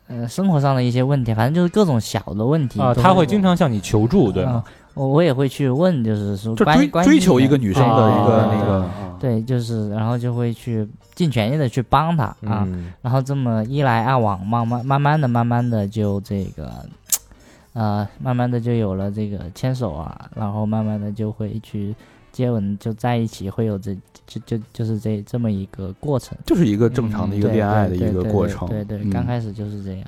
[SPEAKER 9] 呃，生活上的一些问题，反正就是各种小的问题
[SPEAKER 7] 啊，
[SPEAKER 9] 都
[SPEAKER 7] 他会经常向你求助，对吗
[SPEAKER 9] 啊？我我也会去问，就是说
[SPEAKER 10] 就
[SPEAKER 9] 关于
[SPEAKER 10] 追
[SPEAKER 9] 关于
[SPEAKER 10] 追求
[SPEAKER 9] 你
[SPEAKER 10] 一个女生的一个
[SPEAKER 9] 啊
[SPEAKER 10] 那个，
[SPEAKER 9] 对，就是然后就会去尽全力的去帮他啊，
[SPEAKER 2] 嗯
[SPEAKER 9] 然后这么一来二往，慢慢慢慢的慢慢的就这个。呃，慢慢的就有了这个牵手啊，然后慢慢的就会去接吻，就在一起，会有这就就就是这这么一个过程。
[SPEAKER 10] 就是一个正常的一个
[SPEAKER 9] 对
[SPEAKER 10] 啊恋爱的
[SPEAKER 9] 嗯对对
[SPEAKER 10] 一个
[SPEAKER 9] 对
[SPEAKER 10] 过
[SPEAKER 9] 对
[SPEAKER 10] 程。
[SPEAKER 9] 对对，
[SPEAKER 10] 嗯
[SPEAKER 9] 刚开始就是这样。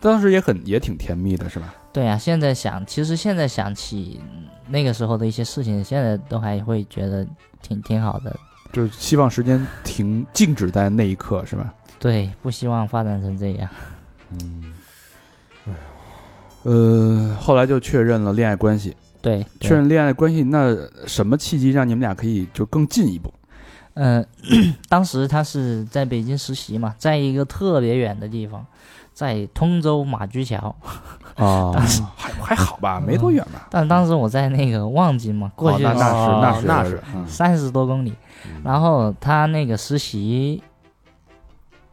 [SPEAKER 10] 当时也很也挺甜蜜的，是吧？
[SPEAKER 9] 对啊，现在想，其实现在想起那个时候的一些事情，现在都还会觉得挺挺好的。
[SPEAKER 10] 就是希望时间停静止在那一刻，是吧？
[SPEAKER 9] 对，不希望发展成这样。
[SPEAKER 10] 嗯，呃，后来就确认了恋爱关系，
[SPEAKER 9] 对，对
[SPEAKER 10] 确认恋爱关系，那什么契机让你们俩可以就更进一步？
[SPEAKER 9] 嗯， 当时他是在北京实习嘛，在一个特别远的地方，在通州马驹桥，
[SPEAKER 10] 啊，还还好吧，没多远吧？
[SPEAKER 9] 但当时我在那个望京嘛，过
[SPEAKER 10] 哦，
[SPEAKER 9] 去
[SPEAKER 10] 那那是
[SPEAKER 2] 哦
[SPEAKER 10] 那是
[SPEAKER 2] 那
[SPEAKER 10] 是，嗯
[SPEAKER 9] 三十多公里，然后他那个实习，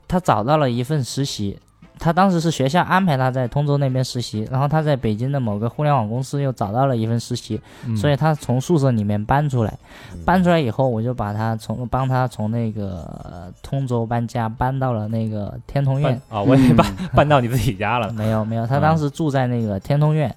[SPEAKER 9] 他找到了一份实习，他当时是学校安排他在通州那边实习，然后他在北京的某个互联网公司又找到了一份实习，
[SPEAKER 10] 嗯
[SPEAKER 7] 嗯
[SPEAKER 9] 所以他从宿舍里面搬出来，搬出来以后，我就把他从帮他从那个、呃通州搬家搬到了那个天通苑
[SPEAKER 7] 办，啊，我
[SPEAKER 1] 嗯
[SPEAKER 7] 也办
[SPEAKER 10] 嗯
[SPEAKER 7] 办到你自己家了，嗯
[SPEAKER 9] 没有没有，他当时住在那个天通苑，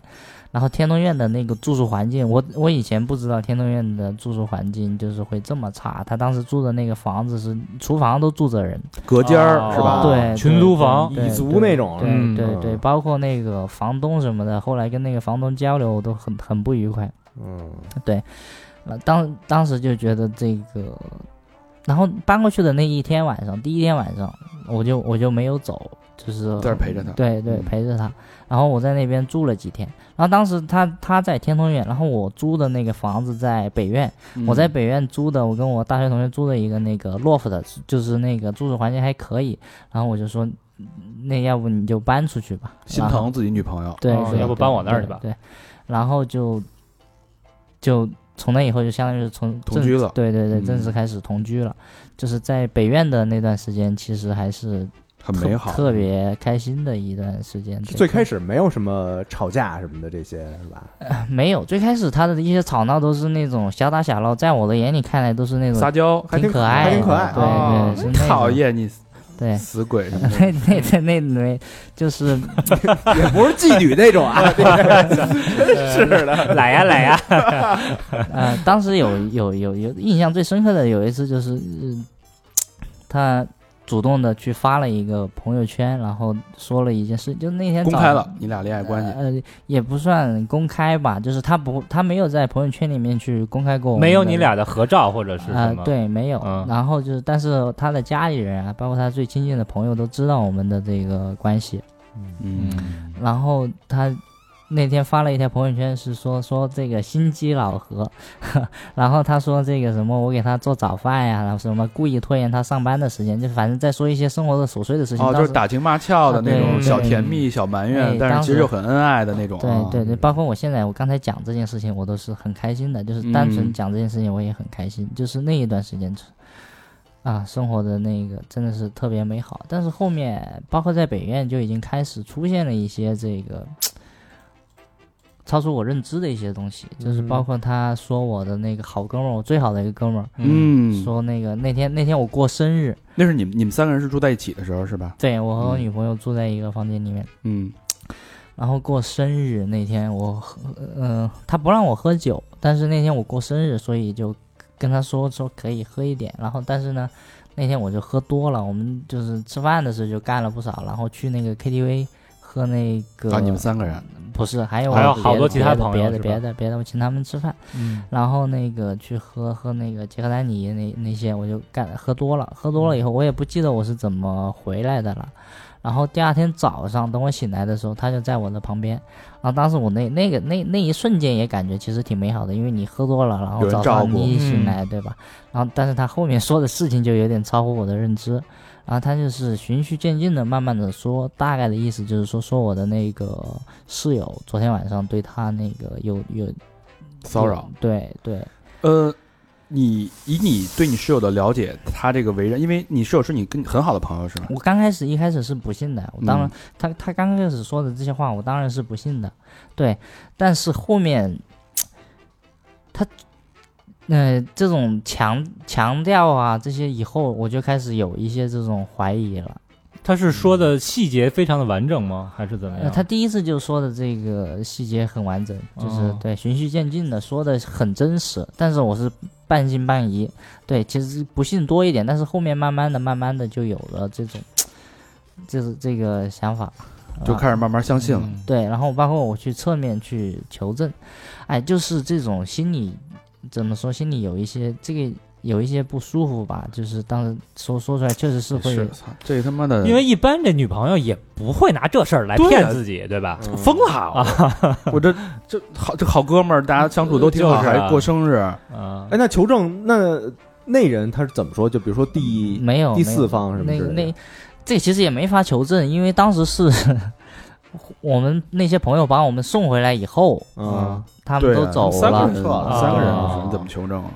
[SPEAKER 9] 然后天通苑的那个住宿环境，我我以前不知道天通苑的住宿环境就是会这么差。他当时住的那个房子是厨房都住着人，
[SPEAKER 10] 隔间儿
[SPEAKER 7] 哦
[SPEAKER 10] 是吧？
[SPEAKER 9] 对，
[SPEAKER 7] 群
[SPEAKER 9] 对
[SPEAKER 7] 租房
[SPEAKER 9] 对
[SPEAKER 2] 蚁族
[SPEAKER 9] 对
[SPEAKER 2] 那种
[SPEAKER 9] 对
[SPEAKER 7] 嗯
[SPEAKER 9] 对
[SPEAKER 2] 嗯
[SPEAKER 9] 对，包括那个房东什么的，后来跟那个房东交流都很很不愉快。
[SPEAKER 2] 嗯，
[SPEAKER 9] 对，呃当当时就觉得这个，然后搬过去的那一天晚上，第一天晚上我就我就没有走，就是
[SPEAKER 10] 在这儿陪着他
[SPEAKER 9] 对对，
[SPEAKER 10] 嗯
[SPEAKER 9] 陪着他。然后我在那边住了几天，然后当时他他在天通苑，然后我租的那个房子在北苑，
[SPEAKER 10] 嗯
[SPEAKER 9] 我在北苑租的，我跟我大学同学租的一个那个 loft，就是那个住宿环境还可以。然后我就说，嗯那要不你就搬出去吧，
[SPEAKER 10] 心
[SPEAKER 9] 然后
[SPEAKER 10] 疼自己女朋友，
[SPEAKER 9] 对，
[SPEAKER 7] 哦
[SPEAKER 9] 对
[SPEAKER 7] 要不
[SPEAKER 9] 对
[SPEAKER 7] 搬我那儿去吧
[SPEAKER 9] 对，对然后就就从那以后就相当于是从
[SPEAKER 10] 同
[SPEAKER 9] 正
[SPEAKER 10] 居了
[SPEAKER 9] 对对对，
[SPEAKER 10] 嗯
[SPEAKER 9] 正式开始同居了。就是在北院的那段时间，其实还是
[SPEAKER 10] 很
[SPEAKER 9] 特
[SPEAKER 10] 美好，嗯
[SPEAKER 9] 特别开心的一段时间。
[SPEAKER 2] 最开始没有什么吵架什么的这些是吧？
[SPEAKER 9] 呃没有，最开始他的一些吵闹都是那种小打小闹，在我的眼里看来都是那
[SPEAKER 10] 撒
[SPEAKER 9] 种
[SPEAKER 10] 娇，还
[SPEAKER 9] 挺可爱
[SPEAKER 2] 还
[SPEAKER 9] 的，
[SPEAKER 2] 挺可爱
[SPEAKER 9] 对
[SPEAKER 10] 哦
[SPEAKER 9] 对，是那种
[SPEAKER 10] 讨，厌你
[SPEAKER 9] 对。
[SPEAKER 10] 死鬼什么的。
[SPEAKER 9] 那那那那，就是
[SPEAKER 2] 也不是妓女那种 啊，
[SPEAKER 7] 来呀来呀，
[SPEAKER 9] 呃，当时有有有有印象最深刻的有一次就是，呃他主动的去发了一个朋友圈，然后说了一件事，就那天
[SPEAKER 10] 公
[SPEAKER 9] 早
[SPEAKER 10] 开了你俩恋爱关系，
[SPEAKER 9] 呃，也不算公开吧，就是他不他没有在朋友圈里面去公开过我们的，
[SPEAKER 7] 没有你俩的合照或者是
[SPEAKER 9] 啊、
[SPEAKER 7] 什么？，
[SPEAKER 9] 对，没有。
[SPEAKER 7] 嗯
[SPEAKER 9] 然后就是，但是他的家里人啊，包括他最亲近的朋友都知道我们的这个关系。
[SPEAKER 10] 嗯，
[SPEAKER 9] 然后他那天发了一条朋友圈，是说说这个心机老何， 然后他说这个什么，我给他做早饭呀，然后什么故意拖延他上班的时间，就反正在说一些生活的琐碎的事情。
[SPEAKER 10] 哦，就
[SPEAKER 9] 当
[SPEAKER 10] 是
[SPEAKER 9] 时
[SPEAKER 10] 打情骂俏的那
[SPEAKER 9] 啊
[SPEAKER 10] 种
[SPEAKER 9] 嗯对
[SPEAKER 10] 小甜蜜、小埋怨
[SPEAKER 9] 对，
[SPEAKER 10] 但是
[SPEAKER 9] 当
[SPEAKER 10] 其实
[SPEAKER 9] 时
[SPEAKER 10] 又很恩爱的那种。啊
[SPEAKER 9] 对对对，包括我现在，我刚才讲这件事情，我都是很开心的，就是单纯
[SPEAKER 10] 嗯
[SPEAKER 9] 讲这件事情，我也很开心。就是那一段时间，啊，生活的那个真的是特别美好。但是后面，包括在北院，就已经开始出现了一些这个超出我认知的一些东西，就是包括他说我的那个好哥们儿，我最好的一个哥们儿，
[SPEAKER 10] 嗯，
[SPEAKER 9] 说那个那天那天我过生日，
[SPEAKER 10] 那是你们你们三个人是住在一起的时候是吧？
[SPEAKER 9] 对我和我
[SPEAKER 10] 嗯
[SPEAKER 9] 女朋友住在一个房间里面。
[SPEAKER 10] 嗯
[SPEAKER 9] 然后过生日那天我喝，嗯、他不让我喝酒，但是那天我过生日，所以就跟他说说可以喝一点。然后但是呢，那天我就喝多了，我们就是吃饭的时候就干了不少，然后去那个 KTV 喝那个
[SPEAKER 10] 啊，你们三个人，
[SPEAKER 9] 不是还有
[SPEAKER 7] 还有
[SPEAKER 9] 别
[SPEAKER 7] 好
[SPEAKER 9] 的
[SPEAKER 7] 多其
[SPEAKER 9] 别
[SPEAKER 7] 他
[SPEAKER 9] 的
[SPEAKER 7] 朋
[SPEAKER 9] 别
[SPEAKER 7] 友
[SPEAKER 9] 的
[SPEAKER 7] 是
[SPEAKER 9] 别
[SPEAKER 7] 吧
[SPEAKER 9] 的别的，我请他们吃饭，
[SPEAKER 7] 嗯，
[SPEAKER 9] 然后那个去喝喝那个杰克丹尼那那些，我就干喝多了，喝多了以后我也不记得我是怎么回来的了。然后第二天早上，等我醒来的时候，他就在我的旁边。然后当时我那那个那那一瞬间也感觉其实挺美好的，因为你喝多了，然后
[SPEAKER 10] 有人
[SPEAKER 9] 早
[SPEAKER 10] 照
[SPEAKER 9] 上
[SPEAKER 10] 顾
[SPEAKER 9] 你一
[SPEAKER 7] 嗯
[SPEAKER 9] 醒来，对吧？然后但是他后面说的事情就有点超乎我的认知。然后他就是循序渐进的，慢慢的说，大概的意思就是说，说我的那个室友昨天晚上对他那个有有
[SPEAKER 10] 骚扰，
[SPEAKER 9] 对对，嗯
[SPEAKER 10] 呃，你以你对你室友的了解，他这个为人，因为你室友是你跟你很好的朋友是吗？
[SPEAKER 9] 我刚开始一开始是不信的，我当然、
[SPEAKER 10] 嗯
[SPEAKER 9] 他他刚开始说的这些话，我当然是不信的，对。但是后面他呃这种强强调啊这些以后，我就开始有一些这种怀疑了。
[SPEAKER 7] 他是说的细节非常的完整吗？还是怎么
[SPEAKER 9] 呃，
[SPEAKER 7] 样？
[SPEAKER 9] 他第一次就说的这个细节很完整，就是、
[SPEAKER 7] 哦
[SPEAKER 9] 对循序渐进的说的很真实，但是我是半信半疑，对，其实不信多一点，但是后面慢慢的、慢慢的就有了这种。就是这个想法，
[SPEAKER 10] 就
[SPEAKER 9] 啊
[SPEAKER 10] 开始慢慢相信了。
[SPEAKER 9] 对，然后包括我去侧面去求证，哎，就是这种心理怎么说，心里有一些这个有一些不舒服吧，就是当时说说出来确实是会
[SPEAKER 10] 是，操这他妈的，
[SPEAKER 7] 因为一般这女朋友也不会拿这事儿来骗自己，对吧？
[SPEAKER 10] 疯了啊！我这这好这好哥们儿，大家相处都挺好，
[SPEAKER 7] 就是啊
[SPEAKER 10] 还过生日，
[SPEAKER 7] 啊
[SPEAKER 2] 哎，，那求证那那人他是怎么说？就比如说第
[SPEAKER 9] 没有
[SPEAKER 2] 第
[SPEAKER 9] 嗯哦没
[SPEAKER 2] 四
[SPEAKER 9] 有
[SPEAKER 10] 啊
[SPEAKER 2] 方什么
[SPEAKER 9] 那
[SPEAKER 2] 之类
[SPEAKER 9] 那
[SPEAKER 2] 的，
[SPEAKER 9] 这其实也没法求证，因为当时是我们那些朋友把我们送回来以后，
[SPEAKER 2] 啊，
[SPEAKER 9] 他们
[SPEAKER 10] 对
[SPEAKER 9] 都
[SPEAKER 10] 啊，
[SPEAKER 9] 走
[SPEAKER 10] 三个
[SPEAKER 9] 了
[SPEAKER 10] 人，
[SPEAKER 2] 撤了
[SPEAKER 10] 三个人
[SPEAKER 7] 啊
[SPEAKER 10] 你怎么求证啊？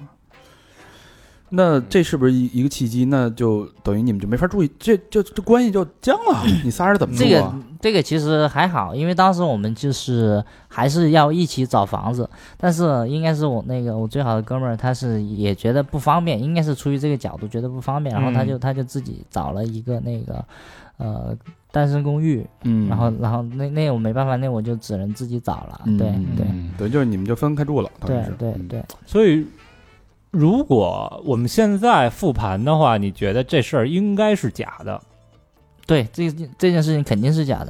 [SPEAKER 10] 那这是不是一一个契机？那就等于你们就没法注意，这这这关系就僵了。你仨人怎么
[SPEAKER 9] 这
[SPEAKER 10] 住
[SPEAKER 9] 个
[SPEAKER 10] 啊？
[SPEAKER 9] 这个其实还好，因为当时我们就是还是要一起找房子，但是应该是我那个我最好的哥们儿，他是也觉得不方便，应该是出于这个角度觉得不方便，然后他
[SPEAKER 10] 嗯
[SPEAKER 9] 就、他就自己找了一个那个呃单身公寓，
[SPEAKER 10] 嗯，
[SPEAKER 9] 然后然后那那我没办法，那我就只能自己找了，
[SPEAKER 10] 嗯
[SPEAKER 9] 对
[SPEAKER 10] 嗯
[SPEAKER 9] 对
[SPEAKER 10] 等于就是你们就分开住了，当时
[SPEAKER 9] 对
[SPEAKER 10] 是
[SPEAKER 9] 对
[SPEAKER 10] 嗯
[SPEAKER 9] 对，
[SPEAKER 7] 所以如果我们现在复盘的话，你觉得这事儿应该是假的？
[SPEAKER 9] 对这这件事情肯定是假的，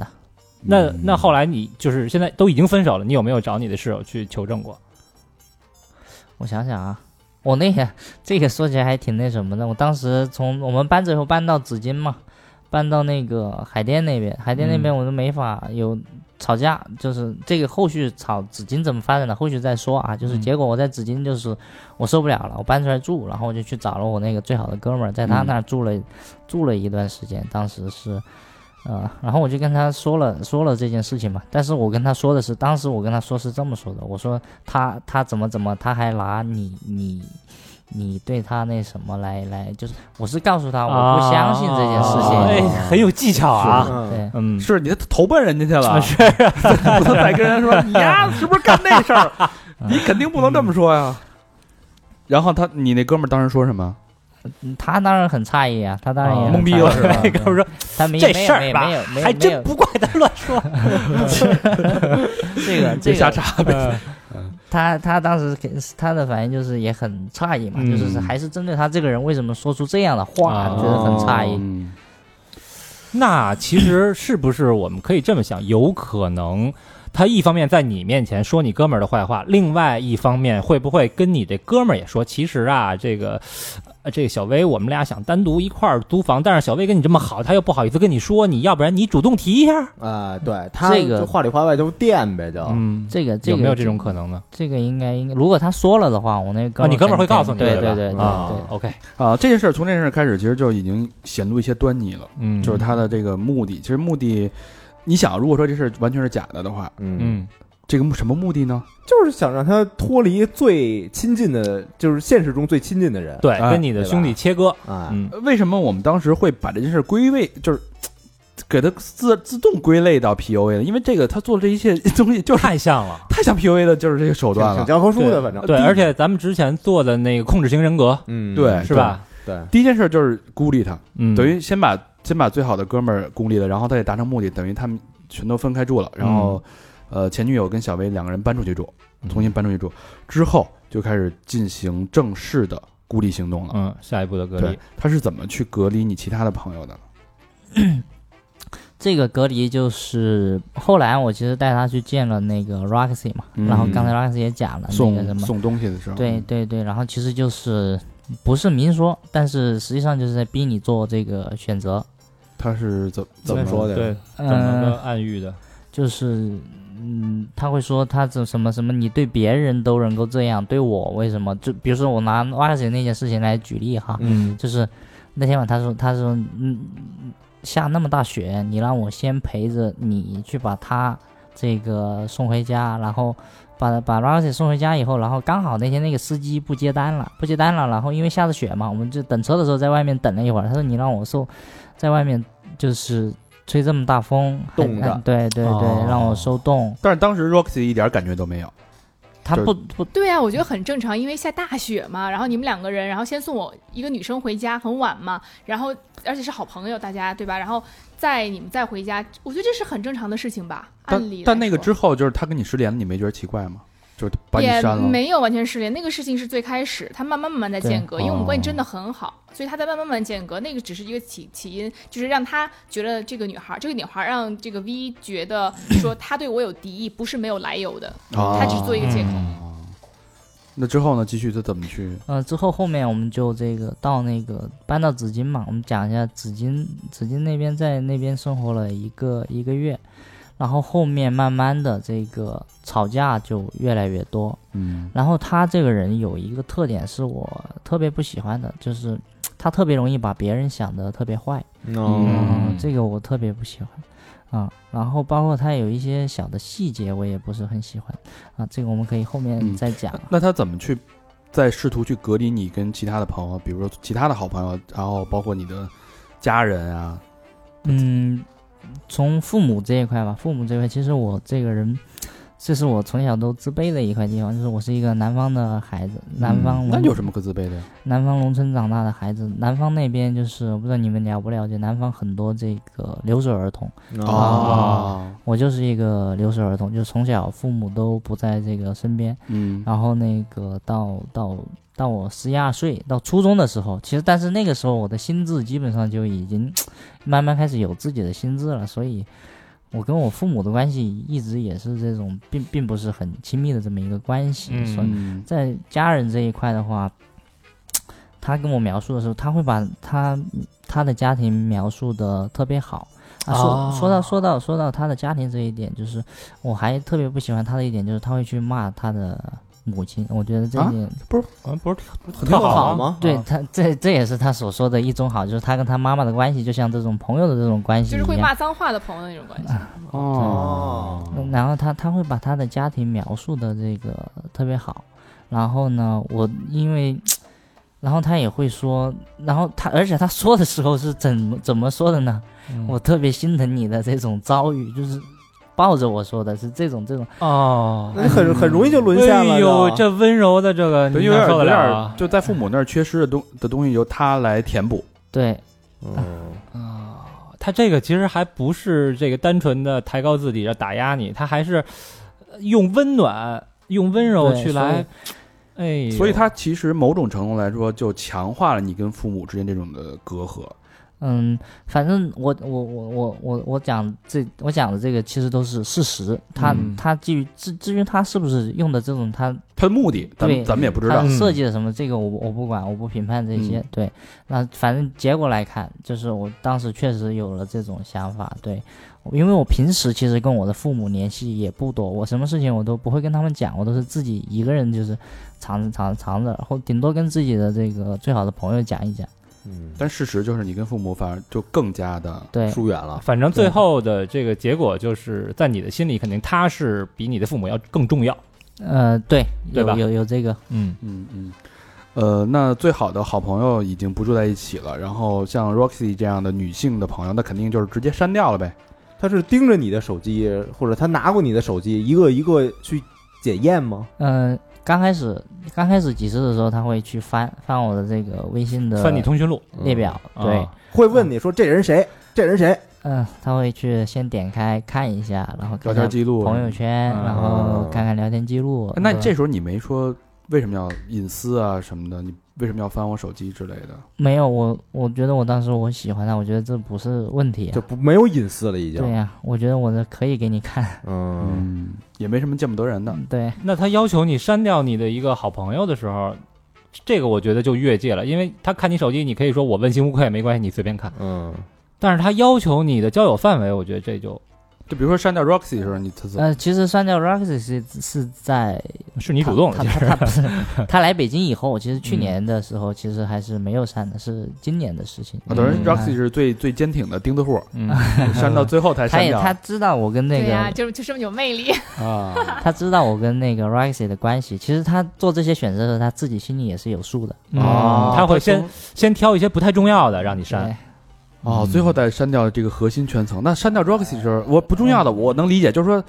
[SPEAKER 1] 嗯
[SPEAKER 7] 那那后来你就是现在都已经分手了，你有没有找你的室友去求证过？
[SPEAKER 9] 我想想啊。我那个这个说起来还挺那什么的，我当时从我们搬走以后搬到紫金嘛，搬到那个海淀那边，海淀那边我都没法有吵架，就是这个后续吵紫金怎么发展的，后续再说啊。就是
[SPEAKER 7] 嗯
[SPEAKER 9] 结果我在紫金就是我受不了了，我搬出来住，然后我就去找了我那个最好的哥们儿，在他那儿住了、住了一段时间，当时是。呃，然后我就跟他说了说了这件事情嘛，但是我跟他说的是，当时我跟他说是这么说的，我说他他怎么怎么，他还拿你你你对他那什么来来，就是我是告诉他啊我不相信这件事情，
[SPEAKER 7] 啊哎，很有技巧啊。
[SPEAKER 2] 嗯
[SPEAKER 9] 对，
[SPEAKER 7] 嗯，
[SPEAKER 10] 是你投奔人家去了，
[SPEAKER 7] 啊是
[SPEAKER 10] 不能再跟人说你呀是不是干那事儿？你肯定不能这么说呀。然后他，你那哥们儿当时说什么？
[SPEAKER 9] 嗯他当然很诧异啊，他当然也
[SPEAKER 7] 啊
[SPEAKER 9] 很
[SPEAKER 10] 懵逼
[SPEAKER 9] 诧异
[SPEAKER 10] 了是吧
[SPEAKER 9] 对
[SPEAKER 7] 哥们儿说
[SPEAKER 9] 他没
[SPEAKER 7] 这
[SPEAKER 9] 没有
[SPEAKER 7] 事
[SPEAKER 9] 没
[SPEAKER 7] 儿
[SPEAKER 9] 有
[SPEAKER 7] 吧
[SPEAKER 9] 没有没，有
[SPEAKER 7] 还
[SPEAKER 9] 哎没
[SPEAKER 7] 真
[SPEAKER 9] 有
[SPEAKER 7] 不怪他乱说。
[SPEAKER 9] 这个这
[SPEAKER 10] 别瞎
[SPEAKER 9] 个，
[SPEAKER 10] 插呗。
[SPEAKER 7] 嗯
[SPEAKER 9] 他他当时给他的反应就是也很诧异嘛，
[SPEAKER 7] 嗯
[SPEAKER 9] 就是还是针对他这个人为什么说出这样的话，
[SPEAKER 7] 啊
[SPEAKER 9] 觉 得很
[SPEAKER 1] 哦
[SPEAKER 9] 诧异。
[SPEAKER 10] 嗯
[SPEAKER 7] 那其实是不是我们可以这么想？有可能他一方面在你面前说你哥们儿的坏话，另外一方面会不会跟你这哥们儿也说，其实啊，这个，呃，这个小薇，我们俩想单独一块儿租房，但是小薇跟你这么好，他又不好意思跟你说，你要不然你主动提一下，
[SPEAKER 2] 啊，对他
[SPEAKER 9] 这个
[SPEAKER 2] 就话里话外就垫呗，就
[SPEAKER 7] 嗯，
[SPEAKER 9] 这个这
[SPEAKER 7] 有
[SPEAKER 9] 个
[SPEAKER 7] 没有这种可能呢？
[SPEAKER 9] 这个应该应该，如果他说了的话，我那哥
[SPEAKER 7] 啊，你哥们儿会
[SPEAKER 9] 肯定
[SPEAKER 7] 告诉你对
[SPEAKER 9] 对对
[SPEAKER 7] 吧
[SPEAKER 9] 对对
[SPEAKER 7] 啊
[SPEAKER 9] 对。
[SPEAKER 7] ，OK，
[SPEAKER 1] 啊，这件事儿从这件事儿开始，其实就已经显露一些端倪了，
[SPEAKER 7] 嗯，
[SPEAKER 1] 就是他的这个目的。其实目的，你想，如果说这事儿完全是假的的话，
[SPEAKER 2] 嗯，
[SPEAKER 7] 嗯，
[SPEAKER 1] 这个什么目的呢？
[SPEAKER 2] 就是想让他脱离最亲近的，就是现实中最亲近的人
[SPEAKER 7] 对，
[SPEAKER 1] 哎
[SPEAKER 7] 跟你的兄弟切割，
[SPEAKER 2] 啊，
[SPEAKER 7] 嗯
[SPEAKER 1] 呃为什么我们当时会把这件事归位，就是给它自自动归类到 PUA 呢？因为这个他做这一切东西就是
[SPEAKER 7] 太像了。
[SPEAKER 1] 太像 PUA 的，就是这个手
[SPEAKER 2] 挺
[SPEAKER 1] 段
[SPEAKER 2] 挺
[SPEAKER 1] 了。
[SPEAKER 2] 教科书的，反
[SPEAKER 1] 呃
[SPEAKER 2] 正
[SPEAKER 7] 对，而且咱们之前做的那个控制型人格
[SPEAKER 2] 嗯，
[SPEAKER 1] 对
[SPEAKER 7] 是吧？
[SPEAKER 2] 对，
[SPEAKER 1] 第一件事就是孤立他，
[SPEAKER 7] 嗯，
[SPEAKER 1] 等于先把先把最好的哥们儿孤立了，然后他也达成目的，等于他们全都分开住了。然后，呃，前女友跟小薇两个人搬出去住，重新搬出去住之后，就开始进行正式的孤立行动了。
[SPEAKER 7] 嗯，下一步的隔离
[SPEAKER 1] 对，，他是怎么去隔离你其他的朋友的？
[SPEAKER 9] 这个隔离就是后来我其实带他去见了那个 Roxy 嘛，
[SPEAKER 1] 嗯
[SPEAKER 9] 然后刚才 Roxy 也讲了那个什
[SPEAKER 1] 送
[SPEAKER 9] 么，
[SPEAKER 1] 送嗯东西的时候，
[SPEAKER 9] 对对对，然后其实就是不是明说，但是实际上就是在逼你做这个选择，
[SPEAKER 1] 他是怎
[SPEAKER 2] 怎么说的？
[SPEAKER 7] 对，怎么
[SPEAKER 9] 嗯
[SPEAKER 7] 个，暗喻的？
[SPEAKER 9] 就是嗯，他会说他怎什么什么，你对别人都能够这样，对我为什么？就比如说我拿 Roxy 那件事情来举例哈，
[SPEAKER 2] 嗯
[SPEAKER 9] 就是那天晚上他说他说嗯下那么大雪，你让我先陪着你去把他这个送回家，然后把把 Rosie 送回家以后，然后刚好那天那个司机不接单了，不接单了，然后因为下着雪嘛，我们就等车的时候在外面等了一会儿，他说你让我受在外面就是吹这么大风，还
[SPEAKER 2] 冻着
[SPEAKER 9] 嗯对对对，
[SPEAKER 7] 哦
[SPEAKER 9] 让我受冻，
[SPEAKER 1] 但是当时 Roxy 一点感觉都没有，
[SPEAKER 9] 他
[SPEAKER 1] 就是
[SPEAKER 9] 不不
[SPEAKER 8] 对啊呀、我觉得很正常，因为下大雪嘛，然后你们两个人，然后先送我一个女生回家，很晚嘛，然后而且是好朋友，大家对吧？然后再你们再回家，我觉得这是很正常的事情吧，按理来
[SPEAKER 1] 但
[SPEAKER 8] 说
[SPEAKER 1] 但那个之后，就是他跟你失联了，你没觉得奇怪吗？就是把你
[SPEAKER 8] 也
[SPEAKER 1] 删了，
[SPEAKER 8] 没有完全失联，那个事情是最开始，他慢慢慢慢在间隔，
[SPEAKER 1] 对
[SPEAKER 8] 因为我们关系真的很好，所以他在慢慢慢慢间隔，那个只是一个起起因，就是让他觉得这个女孩，这个女孩让这个 V 觉得说他对我有敌意，不是没有来由的，
[SPEAKER 1] 哦
[SPEAKER 8] 他只是做一个借口。
[SPEAKER 1] 那之后呢？继续他怎么去？
[SPEAKER 9] 呃，之后后面我们就这个到那个搬到紫金嘛，我们讲一下紫金，紫金那边在那边生活了一个一个月，然后后面慢慢的这个吵架就越来越多。
[SPEAKER 1] 嗯
[SPEAKER 9] 然后他这个人有一个特点是我特别不喜欢的，就是他特别容易把别人想的特别坏，呃
[SPEAKER 1] 嗯
[SPEAKER 9] 这个我特别不喜欢。啊，然后包括他有一些小的细节，我也不是很喜欢啊，这个我们可以后面
[SPEAKER 1] 嗯
[SPEAKER 9] 再讲。啊
[SPEAKER 1] 那他怎么去在试图去隔离你跟其他的朋友，比如说其他的好朋友，然后包括你的家人啊？
[SPEAKER 9] 嗯，从父母这一块吧，父母这一块，其实我这个人，这是我从小都自卑的一块地方，就是我是一个南方的孩子，南方、
[SPEAKER 1] 嗯那有什么？可自卑的呀？
[SPEAKER 9] 南方农村长大的孩子，南方那边就是我不知道你们了不了解，南方很多这个留守儿童，
[SPEAKER 1] 哦，
[SPEAKER 9] 我就是一个留守儿童，就是从小父母都不在这个身边，
[SPEAKER 1] 嗯，
[SPEAKER 9] 然后那个到到到我十一二岁到初中的时候，其实但是那个时候我的心智基本上就已经慢慢开始有自己的心智了，所以我跟我父母的关系一直也是这种并并不是很亲密的这么一个关系，
[SPEAKER 7] 嗯
[SPEAKER 9] 所以
[SPEAKER 1] 嗯
[SPEAKER 9] 在家人这一块的话，他跟我描述的时候，他会把他他的家庭描述的特别好。啊，说、
[SPEAKER 7] 哦
[SPEAKER 9] 说到说到说到他的家庭这一点，就是我还特别不喜欢他的一点，就是他会去骂他的母亲。我觉得这一
[SPEAKER 1] 啊
[SPEAKER 9] 点，
[SPEAKER 7] 嗯，不是
[SPEAKER 2] 挺好吗？
[SPEAKER 9] 对他这这也是他所说的一种好，就是他跟他妈妈的关系，就像这种朋友的这种关系一
[SPEAKER 8] 就
[SPEAKER 9] 样。
[SPEAKER 8] 是会骂脏话的朋友那种关系，
[SPEAKER 1] 嗯
[SPEAKER 2] 哦，
[SPEAKER 9] 嗯然后他他会把他的家庭描述的这个特别好，然后呢，我因为，然后他也会说，然后他而且他说的时候是怎么怎么说的呢？我特别心疼你的这种遭遇，就是抱着我说的是这种这种，
[SPEAKER 7] 哦，
[SPEAKER 2] 那很很容易就沦陷了
[SPEAKER 7] 哎呦，
[SPEAKER 2] 就，
[SPEAKER 7] 这温柔的这个，
[SPEAKER 1] 对
[SPEAKER 7] 你
[SPEAKER 1] 有点
[SPEAKER 7] 能受得
[SPEAKER 1] 有
[SPEAKER 7] 了
[SPEAKER 1] 点
[SPEAKER 7] 啊？
[SPEAKER 1] 就在父母那儿缺失的东的东西由他来填补。
[SPEAKER 9] 对，
[SPEAKER 2] 嗯
[SPEAKER 7] 哦他这个其实还不是这个单纯的抬高自己要打压你，他还是呃用温暖、用温柔去
[SPEAKER 9] 对所以
[SPEAKER 7] 来，哎呦，
[SPEAKER 1] 所以他其实某种程度来说，就强化了你跟父母之间这种的隔阂。
[SPEAKER 9] 嗯，反正我我我我我我讲这我讲的这个其实都是事实，他、
[SPEAKER 10] 嗯
[SPEAKER 9] 他基于至至于他是不是用的这种他
[SPEAKER 10] 他的目的，咱们
[SPEAKER 9] 对
[SPEAKER 10] 咱们也不知道
[SPEAKER 9] 他。
[SPEAKER 7] 嗯
[SPEAKER 9] 设计的什么，这个我我不管，我不评判这些。
[SPEAKER 10] 嗯
[SPEAKER 9] 对，那反正结果来看，就是我当时确实有了这种想法。对，因为我平时其实跟我的父母联系也不多，我什么事情我都不会跟他们讲，我都是自己一个人就是藏藏藏着，或顶多跟自己的这个最好的朋友讲一讲。
[SPEAKER 2] 嗯，
[SPEAKER 10] 但事实就是，你跟父母反而就更加的
[SPEAKER 9] 对，
[SPEAKER 2] 疏远了，
[SPEAKER 7] 反正最后的这个结果就是在你的心里，肯定他是比你的父母要更重要。
[SPEAKER 9] 呃，对，
[SPEAKER 7] 对
[SPEAKER 9] 有
[SPEAKER 7] 吧
[SPEAKER 9] 有有这个，
[SPEAKER 7] 嗯，
[SPEAKER 10] 嗯嗯，呃，那最好的好朋友已经不住在一起了，然后像 Roxy 这样的女性的朋友，那肯定就是直接删掉了呗。
[SPEAKER 2] 他是盯着你的手机，或者他拿过你的手机，一个一个去检验吗？
[SPEAKER 9] 嗯，刚开始刚开始几次的时候，他会去翻翻我的这个微信的
[SPEAKER 7] 翻你通讯录，
[SPEAKER 9] 列表，对，
[SPEAKER 7] 啊
[SPEAKER 2] 会问你说这人谁？这人谁？
[SPEAKER 9] 嗯、他会去先点开看一下，然后
[SPEAKER 10] 聊
[SPEAKER 9] 看
[SPEAKER 10] 天
[SPEAKER 9] 看
[SPEAKER 10] 记录，
[SPEAKER 9] 朋友圈，
[SPEAKER 10] 嗯
[SPEAKER 9] 然后看看聊天记录。
[SPEAKER 10] 哎那
[SPEAKER 9] 对吧
[SPEAKER 10] 这时候你没说为什么要隐私啊什么的，你为什么要翻我手机之类的？
[SPEAKER 9] 没有我，我觉得我当时我喜欢他，我觉得这不是问题、啊
[SPEAKER 2] 就。不没有隐私了，已经。
[SPEAKER 9] 对呀、我觉得我的可以给你看。
[SPEAKER 2] 嗯，
[SPEAKER 10] 嗯，也没什么见不得人的。
[SPEAKER 9] 对，
[SPEAKER 7] 那他要求你删掉你的一个好朋友的时候，这个我觉得就越界了，因为他看你手机，你可以说我问心无愧，没关系，你随便看。
[SPEAKER 2] 嗯，
[SPEAKER 7] 但是他要求你的交友范围，我觉得这就
[SPEAKER 10] 就比如说删掉 Roxy 的时候，你他怎么？
[SPEAKER 9] 呃，其实删掉 Roxy 是是在
[SPEAKER 7] 是你主动
[SPEAKER 9] 他
[SPEAKER 7] 的，
[SPEAKER 9] 他
[SPEAKER 7] 就是
[SPEAKER 9] 他他不 是他来北京以后，其实去年的时候其实还是没有删的，是今年的事情。
[SPEAKER 10] 啊，等于
[SPEAKER 9] 嗯
[SPEAKER 10] Roxy 是最最坚挺的钉子户，
[SPEAKER 7] 嗯，
[SPEAKER 10] 删到最后才
[SPEAKER 9] 他
[SPEAKER 10] 删
[SPEAKER 9] 也
[SPEAKER 10] 掉
[SPEAKER 9] 他知道我跟那
[SPEAKER 8] 对啊
[SPEAKER 9] 个
[SPEAKER 8] 呀、就是就这么有魅力。
[SPEAKER 10] 啊。
[SPEAKER 9] 他知道我跟那个 Roxy 的关系，其实他做这些选择的时候，他自己心里也是有数的。
[SPEAKER 7] 嗯
[SPEAKER 10] 哦
[SPEAKER 7] 他会先先挑一些不太重要的
[SPEAKER 10] 啊
[SPEAKER 7] 让你删。
[SPEAKER 9] 对，
[SPEAKER 10] 哦，最后再删掉这个核心圈层。那删掉 Roxy 的时候，我不重要的，我能理解，就是说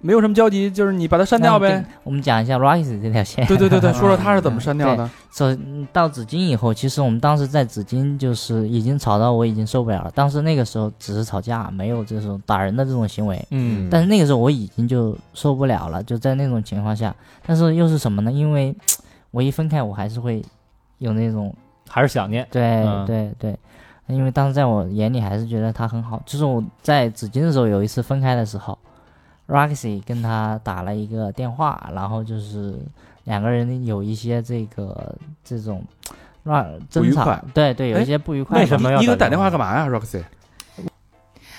[SPEAKER 10] 没有什么交集，就是你把它删掉
[SPEAKER 9] 那
[SPEAKER 10] 呗
[SPEAKER 9] 跟。我们讲一下 Roxy 这 条线。
[SPEAKER 10] 对对对对，说说他是怎么删掉 的。
[SPEAKER 9] 所以嗯到紫金以后，其实我们当时在紫金就是已经吵到我已经受不了了。当时那个时候只是吵架，没有这种打人的这种行为。
[SPEAKER 7] 嗯
[SPEAKER 9] 但是那个时候我已经就受不了了，就在那种情况下。但是又是什么呢？因为我一分开，我还是会有那种
[SPEAKER 7] 还是想念。
[SPEAKER 9] 对、
[SPEAKER 7] 嗯
[SPEAKER 9] 对对，因为当时在我眼里还是觉得他很好。就是我在紫金的时候，有一次分开的时候，Roxy 跟他打了一个电话，然后就是两个人有一些这个这种乱
[SPEAKER 10] 不
[SPEAKER 9] 争
[SPEAKER 10] 愉
[SPEAKER 9] 吵
[SPEAKER 10] 快，
[SPEAKER 9] 对对，有
[SPEAKER 10] 哎
[SPEAKER 9] 一些不愉快嘛。
[SPEAKER 7] 为什么要
[SPEAKER 10] 你给他打
[SPEAKER 7] 打
[SPEAKER 10] 电
[SPEAKER 7] 电
[SPEAKER 10] 话
[SPEAKER 7] 话
[SPEAKER 10] 干嘛呀，Roxy？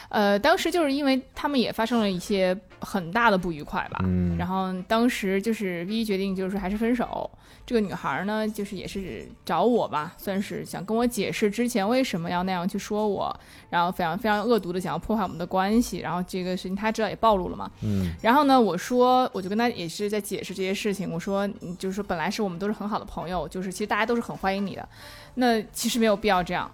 [SPEAKER 8] 呃，当时就是因为他们也发生了一些很大的不愉快吧，
[SPEAKER 2] 嗯
[SPEAKER 8] 然后当时就是 V 决定就是还是分手。这个女孩儿呢，就是也是找我吧，算是想跟我解释之前为什么要那样去说我，然后非常非常恶毒的想要破坏我们的关系，然后这个事情她知道也暴露了嘛。
[SPEAKER 2] 嗯
[SPEAKER 8] 然后呢，我说我就跟她也是在解释这些事情，我说嗯就是说本来是我们都是很好的朋友，就是其实大家都是很欢迎你的，那其实没有必要这样。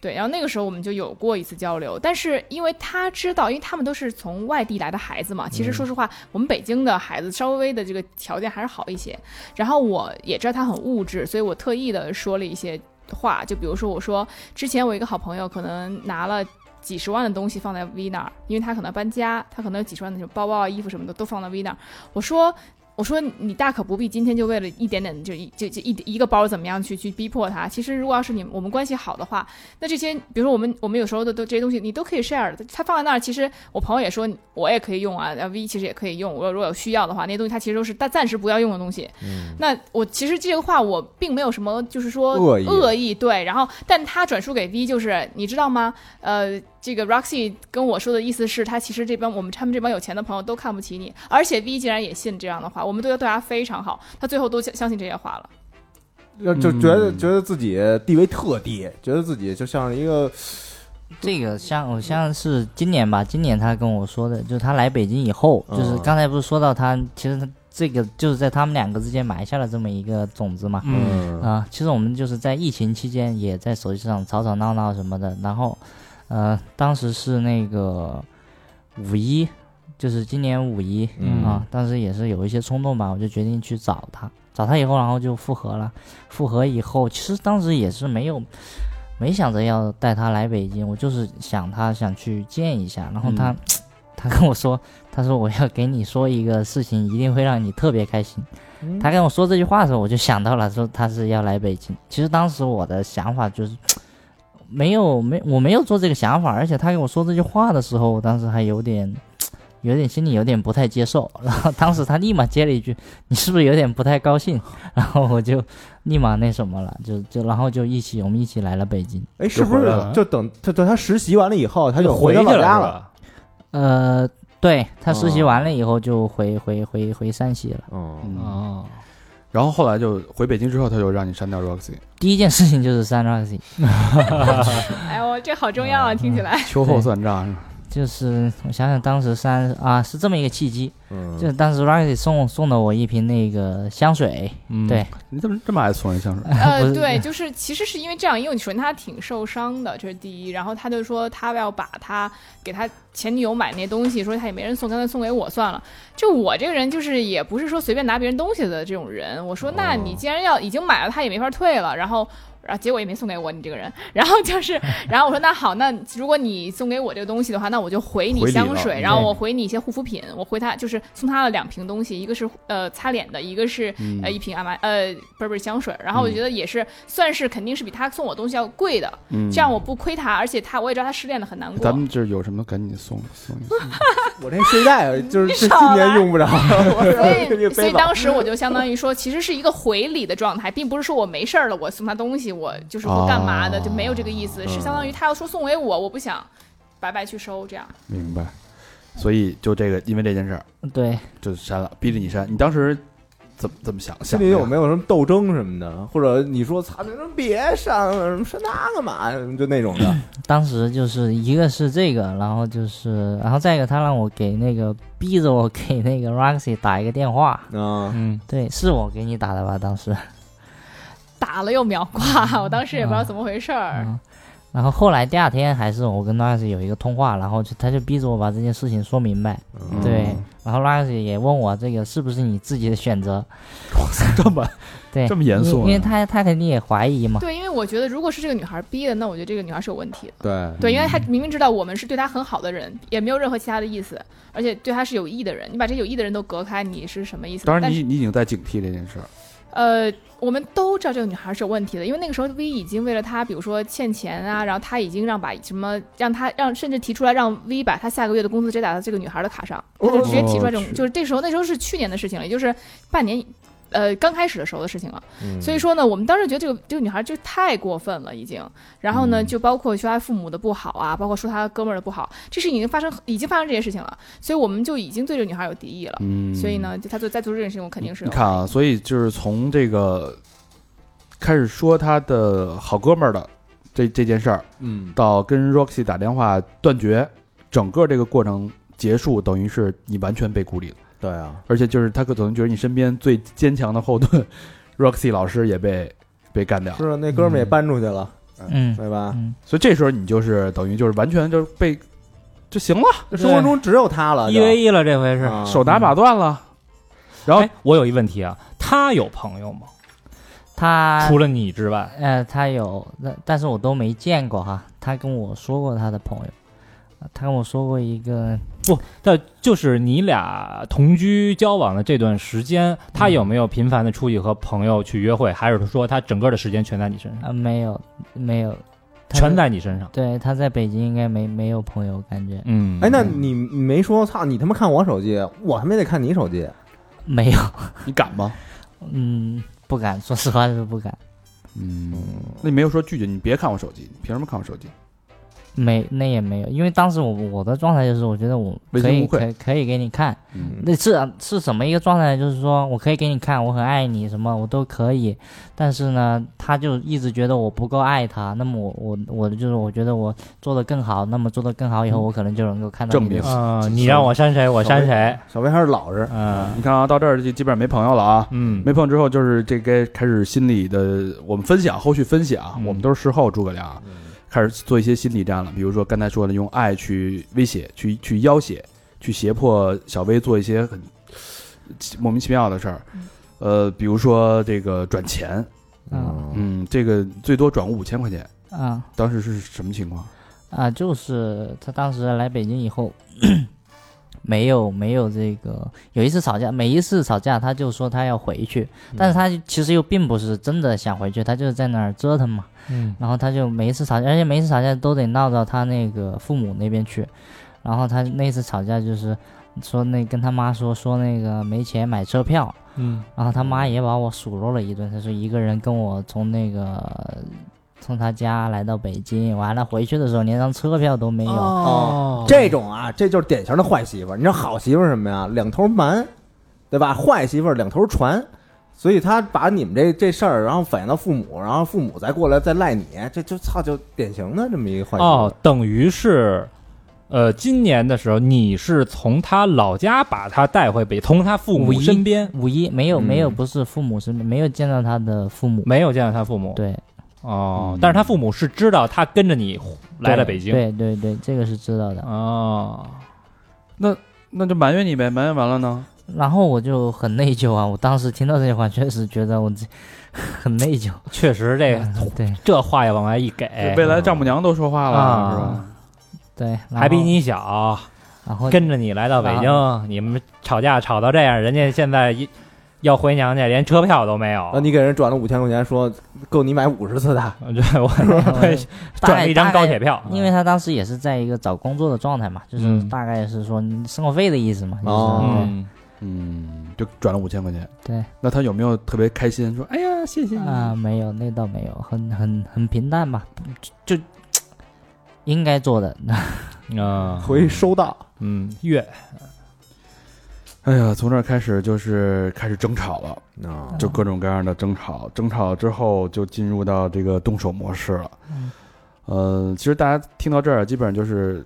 [SPEAKER 8] 对，然后那个时候我们就有过一次交流，但是因为他知道，因为他们都是从外地来的孩子嘛，其实
[SPEAKER 2] 嗯
[SPEAKER 8] 说实话，我们北京的孩子稍微的这个条件还是好一些。然后我也知道他很物质，所以我特意的说了一些话，就比如说我说之前我一个好朋友可能拿了。几十万的东西放在 V 那儿，因为他可能搬家，他可能有几十万的那种包包啊、衣服什么的都放到 V 那儿。我说，我说你大可不必今天就为了一点点就一就就一一个包怎么样去去逼迫他。其实如果要是你我们关系好的话，那这些，比如说我们我们有时候的都这些东西，你都可以 share 的。它放在那儿，其实我朋友也说我也可以用啊呃，V 其实也可以用。我如果有需要的话，那些东西它其实都是暂暂时不要用的东西。
[SPEAKER 2] 嗯
[SPEAKER 8] 那我其实这个话我并没有什么，就是说
[SPEAKER 2] 恶意
[SPEAKER 8] 对。然后，但他转述给 V 就是，你知道吗？呃，这个 Roxy 跟我说的意思是，他其实这帮我们他们这帮有钱的朋友都看不起你，而且 V 竟然也信这样的话，我们对他对他非常好，他最后都相相信这些话了。
[SPEAKER 2] 就觉得
[SPEAKER 10] 嗯
[SPEAKER 2] 觉得自己地位特低，觉得自己就像是一个
[SPEAKER 9] 这个像我像是今年吧，今年他跟我说的，就是他来北京以后，
[SPEAKER 2] 嗯
[SPEAKER 9] 就是刚才不是说到他，其实他这个就是在他们两个之间埋下了这么一个种子嘛。
[SPEAKER 2] 嗯
[SPEAKER 9] 啊、其实我们就是在疫情期间也在手机上吵吵闹闹什么的，然后，呃，当时是那个五一，就是今年五一
[SPEAKER 2] 嗯
[SPEAKER 9] 啊、当时也是有一些冲动吧，我就决定去找他，找他以后，然后就复合了，复合以后，其实当时也是没有。没想着要带他来北京，我就是想他想去见一下，然后他，他跟我说，他说我要给你说一个事情，一定会让你特别开心。他跟我说这句话的时候，我就想到了，说他是要来北京。其实当时我的想法就是，没有没我没有做这个想法，而且他给我说这句话的时候，我当时还有点。有点心里有点不太接受，然后当时他立马接了一句：“你是不是有点不太高兴？” 然后我就立马那什么了，就就然后就一起我们一起来了北京。
[SPEAKER 2] 哎，是不
[SPEAKER 7] 回
[SPEAKER 2] 是
[SPEAKER 7] 来了
[SPEAKER 2] 就等他等他实习完了以后，他就
[SPEAKER 7] 回
[SPEAKER 2] 到
[SPEAKER 7] 去
[SPEAKER 2] 老
[SPEAKER 7] 了
[SPEAKER 2] 家
[SPEAKER 7] 是
[SPEAKER 2] 了？
[SPEAKER 7] 吧？
[SPEAKER 9] 呃，对他实习
[SPEAKER 2] 哦
[SPEAKER 9] 完了以后就回回回回山西了。
[SPEAKER 2] 哦
[SPEAKER 9] 嗯，
[SPEAKER 7] 哦，
[SPEAKER 1] 然后后来就回北京之后，他就让你删掉 Roxy。
[SPEAKER 9] 第一件事情就是三 Roxy，
[SPEAKER 8] 哎呦，这好重要
[SPEAKER 2] 嗯
[SPEAKER 8] 啊，听起来。
[SPEAKER 1] 秋后算账是吧？
[SPEAKER 9] 就是我想想当时三啊是这么一个契机，
[SPEAKER 2] 嗯
[SPEAKER 9] 就是当时 Roxy 送送了我一瓶那个香水，
[SPEAKER 1] 嗯
[SPEAKER 9] 对，
[SPEAKER 1] 你怎么这么爱送人香 水？
[SPEAKER 9] 不
[SPEAKER 8] 呃，
[SPEAKER 9] 是
[SPEAKER 8] 对，就是其实是因为这样，因为你首先他挺受伤的，这是第一。然后他就说他要把他给他前女友买那些东西，说他也没人送，干脆送给我算了。就我这个人就是也不是说随便拿别人东西的这种人。我说那你既然要已经买了，他也没法退了，然后。然后结果也没送给我，你这个人。然后就是，然后我说那好，那如果你送给我这个东西的话，那我就回你
[SPEAKER 1] 回礼
[SPEAKER 8] 香
[SPEAKER 1] 了
[SPEAKER 8] 水，
[SPEAKER 1] 嗯
[SPEAKER 8] 然后我回你一些护肤品，我回他就是送他了两瓶东西，一个是呃擦脸的，一个是
[SPEAKER 1] 嗯
[SPEAKER 8] 呃一瓶阿玛呃不是不是香水，然后我觉得也是、算是肯定是比他送我东西要贵的，
[SPEAKER 1] 嗯
[SPEAKER 8] 这样我不亏他，而且他我也知道他失恋了很难过
[SPEAKER 1] 咱。们这有什么赶紧送送一送。
[SPEAKER 2] 我这睡 袋就是
[SPEAKER 8] 你
[SPEAKER 2] 这
[SPEAKER 8] 少
[SPEAKER 2] 今年
[SPEAKER 8] 来
[SPEAKER 2] 用不着，
[SPEAKER 8] 所
[SPEAKER 2] 这
[SPEAKER 8] 以，
[SPEAKER 2] 个
[SPEAKER 8] 所以
[SPEAKER 2] 背包
[SPEAKER 8] 当时我就相当于说，其实是一个回礼的状态，并不是说我没事儿了，我送他东西，我就是我干嘛的，就没有这个意
[SPEAKER 1] 哦
[SPEAKER 8] 思，是相当于他要说送给我，我不想白白去收这样。
[SPEAKER 1] 明白。所以就这个，因为这件事儿
[SPEAKER 9] 对，
[SPEAKER 1] 就删了，逼着你删。你当时怎么怎么想？
[SPEAKER 2] 心
[SPEAKER 1] 想
[SPEAKER 2] 里
[SPEAKER 1] 的呀
[SPEAKER 2] 有没有什么斗争什么的，或者你说操，那别删了，什么删那干嘛呀？就那种 的。
[SPEAKER 9] 当时就是一个是这个，然后就是然后再一个他让我给那个逼着我给那个 Roxy 打一个电话，
[SPEAKER 2] 嗯，
[SPEAKER 7] 嗯，
[SPEAKER 9] 对，是我给你打的吧？当时，
[SPEAKER 8] 打了又秒挂，我当时也不知道
[SPEAKER 1] 啊
[SPEAKER 8] 怎么回事儿。
[SPEAKER 9] 嗯，然后后来第二天还是我跟 Roxy 有一个通话，然后就他就逼着我把这件事情说明白，
[SPEAKER 1] 嗯
[SPEAKER 9] 对，然后 Roxy 也问我这个是不是你自己的选择，
[SPEAKER 1] 这么
[SPEAKER 9] 对，
[SPEAKER 1] 这么严肃
[SPEAKER 9] 因
[SPEAKER 1] 啊
[SPEAKER 9] 为因为他他肯定也怀疑嘛，
[SPEAKER 8] 对，因为我觉得如果是这个女孩逼的，那我觉得这个女孩是有问题的。
[SPEAKER 2] 对，
[SPEAKER 8] 对，
[SPEAKER 1] 嗯
[SPEAKER 8] 因为他明明知道我们是对他很好的人，也没有任何其他的意思，而且对他是有意的人，你把这有意的人都隔开，你是什么意思呢？
[SPEAKER 1] 当然
[SPEAKER 8] 但
[SPEAKER 1] 你
[SPEAKER 8] 是
[SPEAKER 1] 你已经在警惕这件事儿，
[SPEAKER 8] 呃，我们都知道这个女孩是有问题的，因为那个时候 V 已经为了她，比如说欠钱啊，然后他已经让把什么让她让甚至提出来让 V 把她下个月的工资直接打到这个女孩的卡上，他就直接提出来
[SPEAKER 1] 哦
[SPEAKER 8] 这种，就是这时候那时候是去年的事情了，也就是半年。呃，刚开始的时候的事情了，所以说呢，我们当时觉得这个这个女孩就太过分了，已经。然后呢，
[SPEAKER 1] 嗯
[SPEAKER 8] 就包括说她父母的不好啊，包括说她哥们儿的不好，这事已经发生，已经发生这些事情了，所以我们就已经对这个女孩有敌意了。
[SPEAKER 1] 嗯
[SPEAKER 8] 啊所以，呢，就她做再做这件事情，我肯定是
[SPEAKER 1] 你
[SPEAKER 8] 有
[SPEAKER 1] 看啊，所以就是从这个开始说他的好哥们儿的这这件事儿，
[SPEAKER 2] 嗯，
[SPEAKER 1] 到跟 Roxy 打电话断绝，整个这个过程结束，等于是你完全被孤立了，
[SPEAKER 2] 对啊，
[SPEAKER 1] 而且就是他可能觉得你身边最坚强的后盾 Roxy 老师也被被干掉了
[SPEAKER 2] 是，啊，那哥们儿也搬出去了，
[SPEAKER 9] 嗯
[SPEAKER 2] 对吧？
[SPEAKER 9] 嗯，
[SPEAKER 1] 所以这时候你就是等于就是完全就是被就行了，
[SPEAKER 2] 这生活中只有他
[SPEAKER 9] 啊
[SPEAKER 2] 了，啊
[SPEAKER 7] 一 v 一了这回是。
[SPEAKER 2] 是
[SPEAKER 1] 手拿把攥了，然后
[SPEAKER 7] 嗯哎，我有一问题啊，他有朋友吗？
[SPEAKER 9] 他
[SPEAKER 7] 除了你之外，
[SPEAKER 9] 呃他有，但但是我都没见过哈，他跟我说过他的朋友，呃他跟我说过一个，
[SPEAKER 7] 但就是你俩同居交往的这段时间，他有没有频繁的出去和朋友去约会，还是说他整个的时间全在你身上，
[SPEAKER 9] 呃没有没有，他
[SPEAKER 7] 全在你身上？
[SPEAKER 9] 对他在北京应该没没有朋友感觉
[SPEAKER 7] 嗯，
[SPEAKER 2] 哎，那你你没说，操，你他妈看我手机，我他妈也得看你手机。
[SPEAKER 9] 没有，
[SPEAKER 1] 你敢吗？
[SPEAKER 9] 嗯不敢，说实话是不敢，
[SPEAKER 1] 嗯，那你没有说拒绝，你别看我手机，你凭什么看我手机？
[SPEAKER 9] 没那也没有，因为当时我我的状态就是我觉得我
[SPEAKER 1] 问
[SPEAKER 9] 可
[SPEAKER 1] 心
[SPEAKER 9] 以
[SPEAKER 1] 无愧
[SPEAKER 9] 可以可以给你看，
[SPEAKER 1] 嗯，
[SPEAKER 9] 那是啊是什么一个状态呢？就是说我可以给你看，我很爱你，什么我都可以，但是呢，他就一直觉得我不够爱他。那么我我我就是我觉得我做的更好，那么做的更好以后，我可能就能够看到
[SPEAKER 1] 证
[SPEAKER 9] 你的
[SPEAKER 1] 明
[SPEAKER 7] 啊、你让我删谁，我删谁。
[SPEAKER 2] 小薇还是老实，
[SPEAKER 7] 嗯
[SPEAKER 1] 你看啊，到这儿就基本上没朋友了啊。
[SPEAKER 7] 嗯，
[SPEAKER 1] 没朋友之后，就是这该开始心理的，我们分享后续分享，
[SPEAKER 7] 嗯
[SPEAKER 1] 我们都是事后诸葛亮，啊开始做一些心理战了。比如说刚才说的，用爱去威胁、去去要挟、去胁迫小薇做一些很莫名其妙的事儿，呃，比如说这个转钱，
[SPEAKER 9] 啊
[SPEAKER 1] 嗯，这个最多转过五千块钱，
[SPEAKER 9] 啊
[SPEAKER 1] 当时是什么情况？
[SPEAKER 9] 啊！就是他当时来北京以后，没有没有这个，有一次吵架，每一次吵架他就说他要回去，
[SPEAKER 7] 嗯
[SPEAKER 9] 但是他其实又并不是真的想回去，他就是在那儿折腾嘛。
[SPEAKER 7] 嗯，
[SPEAKER 9] 然后他就每一次吵架，而且每一次吵架都得闹到他那个父母那边去。然后他那次吵架就是说那跟他妈说说那个没钱买车票，
[SPEAKER 7] 嗯，
[SPEAKER 9] 然后他妈也把我数落了一顿，他说一个人跟我从那个从他家来到北京，完了回去的时候连张车票都没有。
[SPEAKER 8] 哦，
[SPEAKER 2] 这种啊，这就是典型的坏媳妇儿。你知道好媳妇儿是什么呀？两头瞒，对吧？坏媳妇儿两头传，所以他把你们这这事儿，然后反映到父母，然后父母再过来再赖你，这就操就典型的这么一个坏媳妇儿。
[SPEAKER 7] 哦，等于是，呃，今年的时候你是从他老家把他带回北，从他父母
[SPEAKER 9] 五一
[SPEAKER 7] 身边，
[SPEAKER 9] 五一没有
[SPEAKER 1] 嗯
[SPEAKER 9] 没有，不是父母身边没有见到他的父母。
[SPEAKER 7] 没有见到他父母。，
[SPEAKER 9] 对，
[SPEAKER 7] 哦，但是他父母是知道他跟着你来了北京。，
[SPEAKER 9] 对对对，这个是知道的。
[SPEAKER 7] 哦，
[SPEAKER 1] 嗯那就埋怨你呗，埋怨完了呢？
[SPEAKER 9] 然后我就很内疚啊，我当时听到这句话，确实觉得我自 很内疚。
[SPEAKER 7] 确实这 个。
[SPEAKER 9] 嗯对
[SPEAKER 7] 这话也往外一给，
[SPEAKER 1] 未来丈母娘都说话了，
[SPEAKER 7] 啊
[SPEAKER 1] 是吧？
[SPEAKER 9] 对，然后
[SPEAKER 7] 还比，你小，
[SPEAKER 9] 然后
[SPEAKER 7] 跟着你来到北京，你们吵架吵到这样，人家现在一要回娘家，连车票都没有。
[SPEAKER 2] 啊，你给人转了五千块钱，说够你买五十次的，
[SPEAKER 7] 对我我 转了一张高铁票，
[SPEAKER 9] 因为他当时也是在一个找工作的状态嘛，就是
[SPEAKER 7] 嗯
[SPEAKER 9] 大概是说你生活费的意思嘛，就是、
[SPEAKER 2] 哦
[SPEAKER 7] 嗯，
[SPEAKER 1] 嗯，就转了五千块钱。
[SPEAKER 9] 对
[SPEAKER 1] 那他有没有特别开心？说哎呀，谢谢你。
[SPEAKER 9] 啊、没有，那倒没有，很很很平淡吧，就就应该做的。
[SPEAKER 7] 啊，
[SPEAKER 1] 嗯
[SPEAKER 2] 回收到。
[SPEAKER 7] 嗯月
[SPEAKER 1] 哎呀，从这儿开始就是开始争吵了，
[SPEAKER 2] 啊，
[SPEAKER 1] 就各种各样的争吵。争吵之后就进入到这个动手模式了。
[SPEAKER 9] 嗯
[SPEAKER 1] 呃，其实大家听到这儿，基本上就是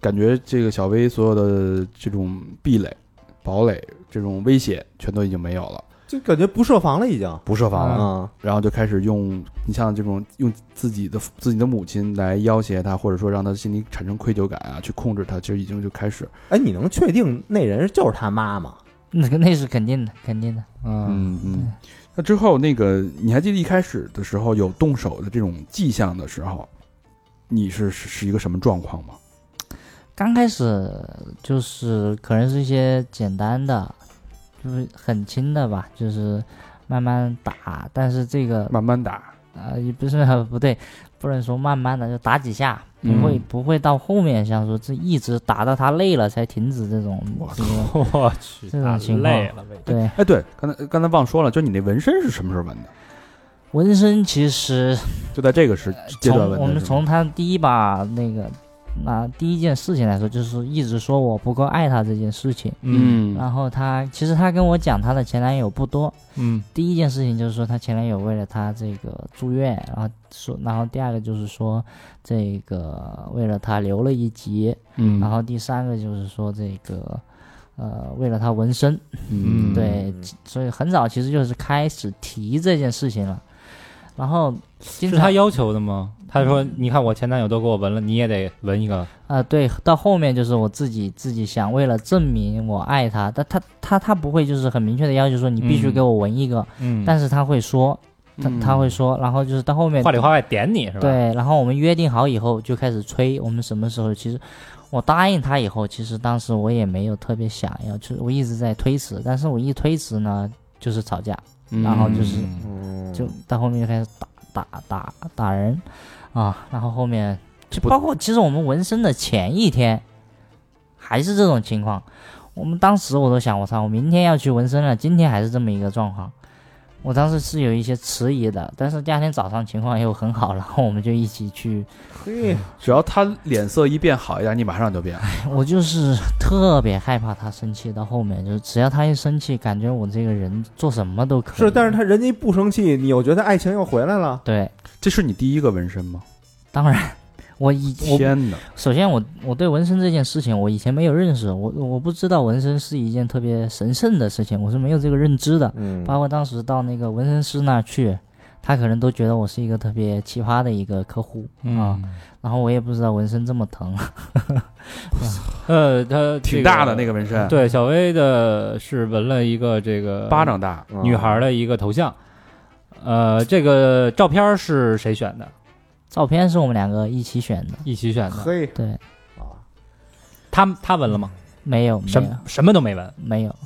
[SPEAKER 1] 感觉这个小薇所有的这种壁垒、堡垒、这种威胁全都已经没有了，
[SPEAKER 2] 就感觉不设防了，已经
[SPEAKER 1] 不设防了。
[SPEAKER 2] 啊，
[SPEAKER 1] 然后就开始用你像这种用自己的自己的母亲来要挟他，或者说让他心里产生愧疚感啊，去控制他，其实已经就开始，
[SPEAKER 2] 哎，你能确定那人就是他妈吗？
[SPEAKER 9] 那个那是肯定的，肯定的。
[SPEAKER 1] 嗯嗯。那之后那个你还记得一开始的时候有动手的这种迹象的时候，你是是是一个什么状况吗？
[SPEAKER 9] 刚开始就是可能是一些简单的，就是很轻的吧，就是慢慢打，但是这个
[SPEAKER 1] 慢慢打，
[SPEAKER 9] 呃也不是不对，不能说慢慢的就打几下，不会、
[SPEAKER 1] 嗯
[SPEAKER 9] 不会到后面像说这一直打到他累了才停止这种
[SPEAKER 1] 我
[SPEAKER 9] 这种
[SPEAKER 7] 我去，
[SPEAKER 9] 这种
[SPEAKER 7] 打
[SPEAKER 9] 情况
[SPEAKER 7] 累了呗。
[SPEAKER 9] 对。
[SPEAKER 1] 哎，对，刚才刚才忘说了，就你那纹身是什么时候纹的？
[SPEAKER 9] 纹身其实
[SPEAKER 1] 就在这个时阶段纹
[SPEAKER 9] 从
[SPEAKER 1] 的。
[SPEAKER 9] 我们
[SPEAKER 1] 是吗
[SPEAKER 9] 从他第一把那个啊第一件事情来说，就是一直说我不够爱他这件事情。
[SPEAKER 1] 嗯
[SPEAKER 9] 然后他其实他跟我讲他的前男友不多，
[SPEAKER 7] 嗯
[SPEAKER 9] 第一件事情就是说她前男友为了她这个住院，然后说，然后第二个就是说这个为了她留了一集，
[SPEAKER 1] 嗯，
[SPEAKER 9] 然后第三个就是说这个呃为了她纹身，
[SPEAKER 1] 嗯
[SPEAKER 9] 对，所以很早其实就是开始提这件事情了，然后经
[SPEAKER 7] 是
[SPEAKER 9] 常
[SPEAKER 7] 他要求的吗？他说：“你看我前男友都给我纹了，你也得纹一个。
[SPEAKER 9] 啊、对，到后面就是我自己自己想，为了证明我爱他，但他他他不会就是很明确的要求说你必须
[SPEAKER 7] 嗯
[SPEAKER 9] 给我纹一个，”
[SPEAKER 7] 嗯，
[SPEAKER 9] 但是他会说。他他会说，然后就是到后面
[SPEAKER 7] 话里话外点你是吧？，
[SPEAKER 9] 对，然后我们约定好以后就开始催我们什么时候。其实我答应他以后，其实当时我也没有特别想要，就是我一直在推迟，但是我一推迟呢，就是吵架，然后
[SPEAKER 7] 嗯
[SPEAKER 9] 就是就
[SPEAKER 2] 嗯
[SPEAKER 9] 到后面就开始打打打打人啊，然后后面就包括其实我们纹身的前一天还是这种情况，我们当时我都想，我操，我明天要去纹身了，今天还是这么一个状况。我当时是有一些迟疑的，但是第二天早上情况又很好，然后我们就一起去。
[SPEAKER 2] 嘿，
[SPEAKER 1] 只要他脸色一变好一点，你马上就变了。
[SPEAKER 9] 我就是特别害怕他生气，到后面就是只要他一生气，感觉我这个人做什么都可以。
[SPEAKER 2] 是，但是他人家一不生气，你又觉得爱情又回来了。
[SPEAKER 9] 对，
[SPEAKER 1] 这是你第一个纹身吗？
[SPEAKER 9] 当然我以我
[SPEAKER 1] 天哪！
[SPEAKER 9] 首先我我对纹身这件事情，我以前没有认识，我我不知道纹身是一件特别神圣的事情，我是没有这个认知的。
[SPEAKER 2] 嗯
[SPEAKER 9] 包括当时到那个纹身师那儿去，他可能都觉得我是一个特别奇葩的一个客户啊、
[SPEAKER 7] 嗯
[SPEAKER 9] 然后我也不知道纹身这么疼，
[SPEAKER 7] 呃，他
[SPEAKER 1] 挺大的那
[SPEAKER 7] 个。
[SPEAKER 1] 个纹身，，
[SPEAKER 7] 对，小薇的是纹了一个这个
[SPEAKER 1] 嗯巴掌啊大。
[SPEAKER 7] 女孩的一个头像。呃，这个照片是谁选的？
[SPEAKER 9] 照片是我们两个一起选的，
[SPEAKER 7] 一起选的。
[SPEAKER 2] 嘿
[SPEAKER 9] 对，
[SPEAKER 2] 啊，
[SPEAKER 7] 他他纹了吗？
[SPEAKER 9] 没有没
[SPEAKER 7] 什
[SPEAKER 9] 有
[SPEAKER 7] 什么都没闻。
[SPEAKER 9] 没有，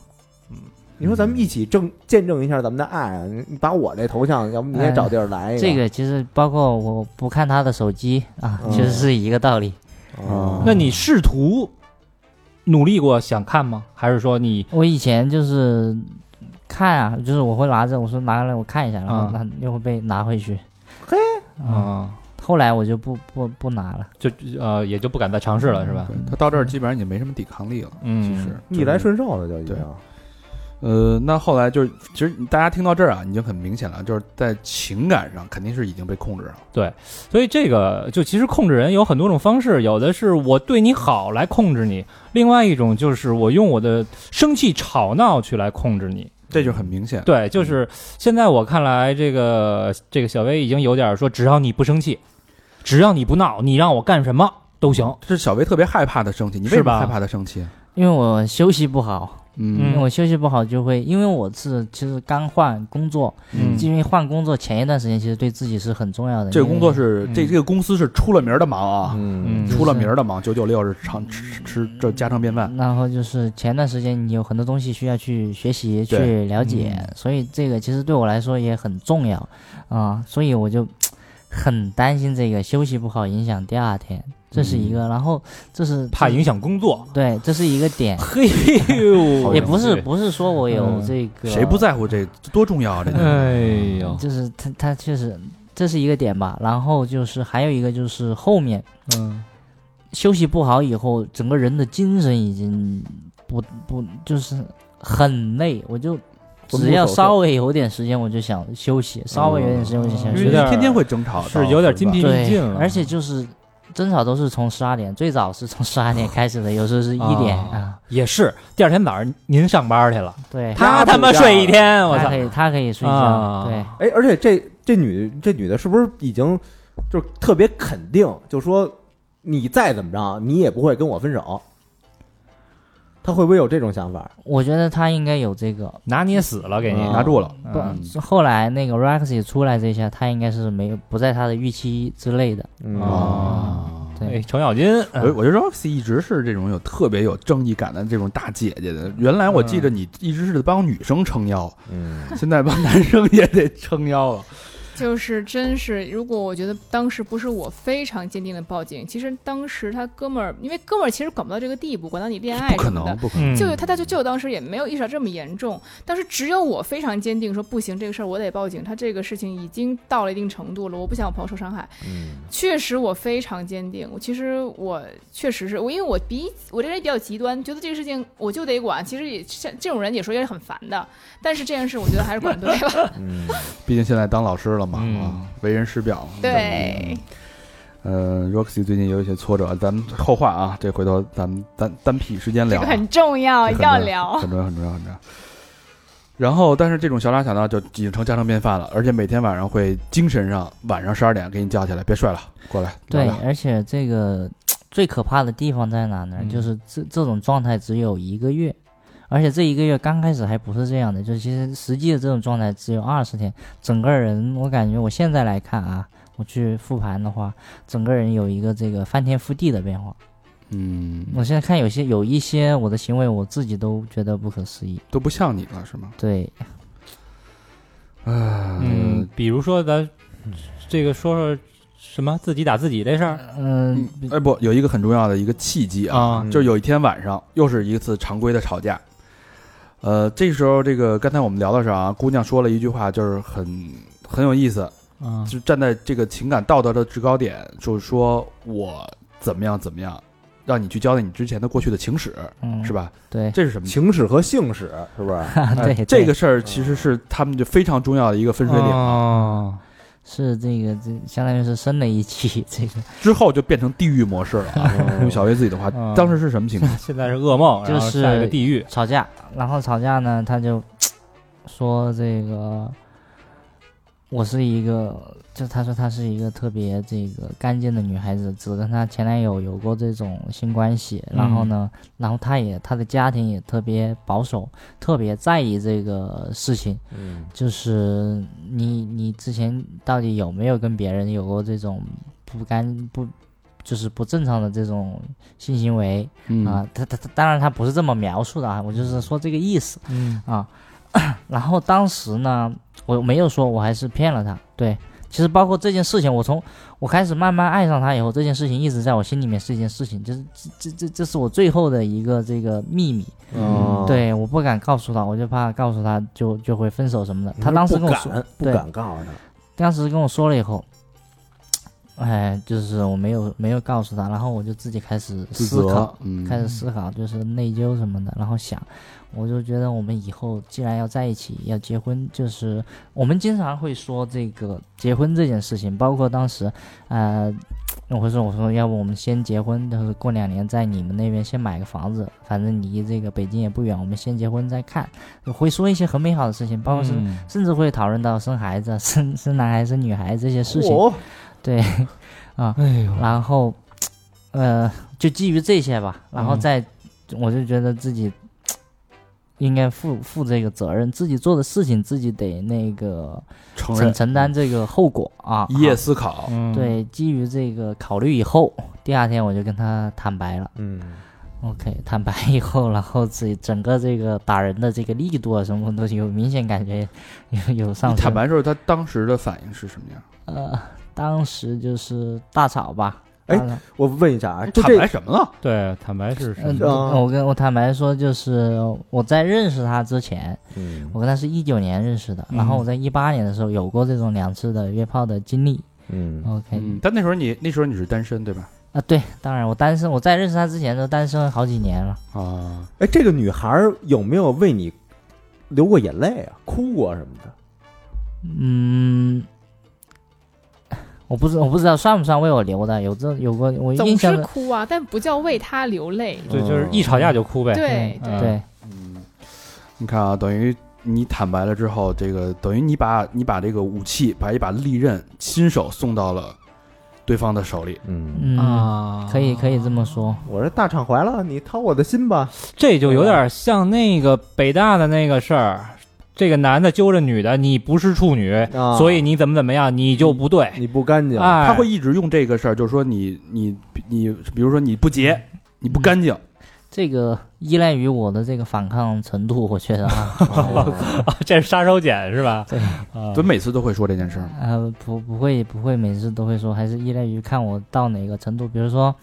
[SPEAKER 2] 你说咱
[SPEAKER 1] 嗯
[SPEAKER 2] 们一起证见证一下咱们的爱啊，你你把我这头像，要不你也找地儿来一
[SPEAKER 9] 哎这个其实包括我不看他的手机啊，
[SPEAKER 2] 嗯
[SPEAKER 9] 其实是一个道理。
[SPEAKER 2] 哦
[SPEAKER 7] 那你试图努力过想看吗？还是说你
[SPEAKER 9] 我以前就是看啊，就是我会拿着，我说拿来我看一下，然后
[SPEAKER 7] 嗯
[SPEAKER 9] 拿、又会被拿回去。
[SPEAKER 1] 嗯
[SPEAKER 9] 嗯
[SPEAKER 7] 啊、
[SPEAKER 9] 后来我就不不不拿了，
[SPEAKER 7] 就呃也就不敢再尝试了，是吧？
[SPEAKER 1] 对他到这儿基本上已经没什么抵抗力了。
[SPEAKER 7] 嗯，
[SPEAKER 1] 其实
[SPEAKER 2] 逆来顺受了就已经啊
[SPEAKER 1] 对。呃，那后来就是，其实大家听到这儿啊，已经很明显了，就是在情感上肯定是已经被控制了。
[SPEAKER 7] 所以这个就其实控制人有很多种方式，有的是我对你好来控制你，另外一种就是我用我的生气吵闹去来控制你。
[SPEAKER 1] 这就很明显。
[SPEAKER 7] 对，就是现在我看来，这个这个小薇已经有点说，只要你不生气，只要你不闹，你让我干什么都行。
[SPEAKER 1] 这是小薇特别害怕的生气，你为
[SPEAKER 7] 是
[SPEAKER 1] 什么
[SPEAKER 7] 吧
[SPEAKER 1] 害怕的生气？
[SPEAKER 9] 因为我休息不好，因
[SPEAKER 1] 嗯
[SPEAKER 9] 为我休息不好就会，因为我是其实刚换工作，
[SPEAKER 7] 嗯
[SPEAKER 9] 因为换工作前一段时间其实对自己是很重要的。
[SPEAKER 1] 这个
[SPEAKER 9] 因为
[SPEAKER 1] 工作是这
[SPEAKER 7] 嗯
[SPEAKER 1] 这个公司是出了名儿的忙啊，
[SPEAKER 2] 嗯，
[SPEAKER 7] 嗯，
[SPEAKER 1] 出了名儿的忙，九九六是常吃吃这家常
[SPEAKER 7] 啊
[SPEAKER 1] 便饭。
[SPEAKER 9] 然后就是前段时间你有很多东西需要去学习、去了解，
[SPEAKER 7] 嗯
[SPEAKER 9] 所以这个其实对我来说也很重要啊、所以我就很担心这个休息不好影响第二天，这是一个，然后这是
[SPEAKER 7] 嗯怕影响工作。，
[SPEAKER 9] 对，这是一个点
[SPEAKER 7] 嘿呦，
[SPEAKER 9] 也不是不是说我有
[SPEAKER 7] 嗯
[SPEAKER 9] 这个，
[SPEAKER 1] 谁不在乎这多重要啊？这
[SPEAKER 7] 哎呦，
[SPEAKER 9] 就是他他确实这是一个点吧，然后就是还有一个就是后面
[SPEAKER 7] 嗯
[SPEAKER 9] 休息不好以后，整个人的精神已经不不就是很累，我就
[SPEAKER 2] 魂不
[SPEAKER 9] 只要
[SPEAKER 2] 守舍
[SPEAKER 9] 稍微有点时间我就想休息，稍微有点时间我就想
[SPEAKER 7] 嗯
[SPEAKER 1] 因
[SPEAKER 9] 休息
[SPEAKER 1] 为
[SPEAKER 7] 有，点
[SPEAKER 1] 天天会争吵，
[SPEAKER 7] 是有点筋疲力
[SPEAKER 9] 对
[SPEAKER 7] 尽了，，
[SPEAKER 9] 而且就是争吵都是从十二点，最早是从十二点开始的，有时候是一点啊，
[SPEAKER 7] 也是第二天早上您上班去了，
[SPEAKER 9] 对，
[SPEAKER 7] 他他妈睡一天，我
[SPEAKER 9] 他
[SPEAKER 7] 操
[SPEAKER 9] 可！以他可以睡
[SPEAKER 7] 啊
[SPEAKER 9] 觉，对，
[SPEAKER 2] 哎，而且这这女这女的是不是已经就是特别肯定，就说你再怎么着，你也不会跟我分手。她会不会有这种想法？
[SPEAKER 9] 我觉得他应该有这个。
[SPEAKER 7] 拿捏死了给你，
[SPEAKER 1] 拿住了。
[SPEAKER 7] 嗯
[SPEAKER 9] 不，后来那个 Roxy 出来这一下，他应该是没有不在他的预期之内的。
[SPEAKER 2] 嗯
[SPEAKER 1] 啊，
[SPEAKER 9] 对
[SPEAKER 7] 哎，程咬金，
[SPEAKER 8] 嗯
[SPEAKER 1] 我我觉得 Roxy 一直是这种有特别有正义感的这种大姐姐的。原来我记
[SPEAKER 8] 嗯
[SPEAKER 1] 得你一直是帮女生撑腰，
[SPEAKER 2] 嗯，
[SPEAKER 1] 现在帮男生也得撑腰了。
[SPEAKER 8] 就是真是，如果我觉得当时不是我非常坚定的报警，其实当时他哥们儿，因为哥们儿其实管不到这个地步，管到你恋爱
[SPEAKER 1] 不可
[SPEAKER 8] 什么
[SPEAKER 1] 能，
[SPEAKER 8] 的。
[SPEAKER 1] 不可能。
[SPEAKER 7] 嗯
[SPEAKER 8] 就他他就就当时也没有意识到这么严重，当时只有我非常坚定说不行，这个事儿我得报警，他这个事情已经到了一定程度了，我不想我朋友受伤害。确实我非常坚定，我其实我确实是我，因为我比我这人比较极端，觉得这个事情我就得管。其实也像这种人也说也是很烦的，但是这件事我觉得还是管对吧？
[SPEAKER 2] 嗯
[SPEAKER 1] 毕竟现在当老师了嘛，
[SPEAKER 7] 嗯
[SPEAKER 1] 啊，为人师表。嗯
[SPEAKER 8] 对，
[SPEAKER 1] 呃，Roxy 最近有一些挫折，咱们后话啊，这回头咱们单单辟时间
[SPEAKER 8] 这
[SPEAKER 1] 聊
[SPEAKER 8] 个
[SPEAKER 1] 啊。
[SPEAKER 8] 很重要，
[SPEAKER 1] 这很重
[SPEAKER 8] 要聊。
[SPEAKER 1] 很重要，很重要，很重要。然后，但是这种小打小闹就已经成家常便饭了，而且每天晚上会精神上晚上十二点给你叫起来，别睡了，过来。
[SPEAKER 9] 对
[SPEAKER 1] 聊聊，
[SPEAKER 9] 而且这个最可怕的地方在哪呢？
[SPEAKER 7] 嗯
[SPEAKER 9] 就是这这种状态只有一个月，而且这一个月刚开始还不是这样的，就是其实实际的这种状态只有二十天，整个人我感觉我现在来看啊，我去复盘的话，整个人有一个这个翻天覆地的变化。
[SPEAKER 1] 嗯，
[SPEAKER 9] 我现在看有些有一些我的行为，我自己都觉得不可思议。
[SPEAKER 1] 都不像你了，是吗？
[SPEAKER 9] 对，
[SPEAKER 1] 啊，
[SPEAKER 7] 嗯，比如说咱这个说说什么自己打自己这事
[SPEAKER 1] 啊
[SPEAKER 7] 儿，
[SPEAKER 9] 嗯，
[SPEAKER 1] 哎不，有一个很重要的一个契机啊，
[SPEAKER 7] 啊
[SPEAKER 1] 就是有一天晚上又是一次常规的吵架。呃，这时候这个刚才我们聊的时候啊，姑娘说了一句话，就是很很有意思，
[SPEAKER 7] 啊
[SPEAKER 1] 就站在这个情感道德的制高点，就是说我怎么样怎么样，让你去交代你之前的过去的情史，
[SPEAKER 9] 嗯，
[SPEAKER 1] 是？吧？
[SPEAKER 9] 对，
[SPEAKER 1] 这是什么？
[SPEAKER 2] 情史和性史是不是？
[SPEAKER 9] 对
[SPEAKER 1] 哎
[SPEAKER 9] 对
[SPEAKER 1] 这个事儿其实是他们就非常重要的一个分水岭，
[SPEAKER 7] 啊，
[SPEAKER 9] 是这个这相当于是生了一期这个。
[SPEAKER 1] 之后就变成地狱模式了
[SPEAKER 2] 嗯
[SPEAKER 1] 啊。用小薇自己的话
[SPEAKER 7] 哦，
[SPEAKER 1] 当时是什么情况？
[SPEAKER 7] 现在是噩梦，
[SPEAKER 9] 就
[SPEAKER 7] 然后
[SPEAKER 9] 是
[SPEAKER 7] 下一个地狱，
[SPEAKER 9] 吵架，然后吵架呢，他就说这个我是一个，就他说她是一个特别这个干净的女孩子，只跟她前男友有过这种性关系。然后呢，然后她也她的家庭也特别保守，特别在意这个事情，
[SPEAKER 2] 嗯
[SPEAKER 9] 就是你你之前到底有没有跟别人有过这种不干不就是不正常的这种性行为
[SPEAKER 1] 嗯
[SPEAKER 9] 啊，他他他当然他不是这么描述的啊，我就是说这个意思
[SPEAKER 1] 嗯
[SPEAKER 9] 啊。 然后当时呢，我没有说我还是骗了他，对。其实包括这件事情，我从我开始慢慢爱上他以后，这件事情一直在我心里面是一件事情，就是这这这这是我最后的一个这个秘密，
[SPEAKER 2] 哦，
[SPEAKER 9] 对，我不敢告诉他，我就怕告诉他就就会分手什
[SPEAKER 2] 嗯
[SPEAKER 9] 么的。他当时跟我说，
[SPEAKER 2] 不
[SPEAKER 9] 对
[SPEAKER 2] 敢告诉他，
[SPEAKER 9] 当时跟我说了以后，哎，就是我没有没有告诉他，然后我就自己开始
[SPEAKER 1] 自
[SPEAKER 9] 思考
[SPEAKER 1] 责，，嗯，
[SPEAKER 9] 开始思考，就是内疚什么的，然后想，我就觉得我们以后既然要在一起，要结婚，就是我们经常会说这个结婚这件事情，包括当时，呃，我会说我说要不我们先结婚，就是过两年在你们那边先买个房子，反正离这个北京也不远，我们先结婚再看，会说一些很美好的事情，包括是、
[SPEAKER 7] 嗯
[SPEAKER 9] 甚至会讨论到生孩子啊、生生男孩、生女孩这些事情。
[SPEAKER 2] 哦
[SPEAKER 9] 对，啊，然后，呃，就基于这些吧，
[SPEAKER 1] 嗯
[SPEAKER 9] 然后再，我就觉得自己应该负负这个责任，自己做的事情自己得那个
[SPEAKER 1] 承
[SPEAKER 9] 承
[SPEAKER 1] 认
[SPEAKER 9] 承担这个后果啊。
[SPEAKER 1] 一夜思考，
[SPEAKER 9] 啊对，
[SPEAKER 1] 嗯
[SPEAKER 9] 基于这个考虑以后，第二天我就跟他坦白了。
[SPEAKER 2] 嗯，
[SPEAKER 9] OK，坦白以后，然后自己整个这个打人的这个力度啊，什么都有明显感觉有有上
[SPEAKER 1] 你
[SPEAKER 9] 升。
[SPEAKER 1] 坦白说，他当时的反应是什么样？
[SPEAKER 9] 呃，当时就是大吵吧。
[SPEAKER 2] 哎
[SPEAKER 9] 当然
[SPEAKER 2] 我问一下啊，就
[SPEAKER 1] 坦
[SPEAKER 2] 这
[SPEAKER 1] 白什么了？
[SPEAKER 7] 对，坦白是
[SPEAKER 9] 嗯，
[SPEAKER 2] 是啊
[SPEAKER 9] 我跟我坦白说，就是我在认识他之前，
[SPEAKER 2] 嗯
[SPEAKER 9] 我跟他是一九年认识的，然后我在一八年的时候有过这种两次的约炮的经历。
[SPEAKER 2] 嗯
[SPEAKER 9] OK，、
[SPEAKER 1] 嗯，但那时候你那时候你是单身对吧？
[SPEAKER 9] 啊，对，当然我单身，我在认识他之前都单身了好几年了。
[SPEAKER 1] 啊，
[SPEAKER 2] 哎，这个女孩儿有没有为你流过眼泪啊，哭过什么的？
[SPEAKER 9] 嗯，我不知我不知道算不算为我留的，有这有过我印
[SPEAKER 8] 总
[SPEAKER 9] 象
[SPEAKER 8] 是
[SPEAKER 9] 的
[SPEAKER 8] 哭啊，但不叫为他流泪。
[SPEAKER 7] 对，就是一吵架就哭呗。
[SPEAKER 8] 对
[SPEAKER 7] 嗯
[SPEAKER 9] 对，
[SPEAKER 1] 嗯，你看啊，等于你坦白了之后，这个等于你把你把这个武器，把一把利刃亲手送到了对方的手里。
[SPEAKER 2] 嗯，
[SPEAKER 9] 嗯，
[SPEAKER 7] 啊
[SPEAKER 9] 可以可以这么说。
[SPEAKER 2] 我说大敞怀了，你掏我的心吧。
[SPEAKER 7] 这就有点像那个北大的那个事儿，这个男的揪着女的，你不是处女，
[SPEAKER 2] 啊嗯
[SPEAKER 7] 所以你怎么怎么样，你就不对。
[SPEAKER 2] 你不干净，
[SPEAKER 7] 哎，
[SPEAKER 1] 他会一直用这个事儿，就是说你你你，比如说你不洁，你不干净，
[SPEAKER 9] 这个依赖于我的这个反抗程度，我觉得啊，
[SPEAKER 7] 这是杀手锏是吧？
[SPEAKER 9] 对，
[SPEAKER 1] 怎么每次都会说这件事儿？
[SPEAKER 9] 呃，不，不会，不会，每次都会说，还是依赖于看我到哪个程度。比如说，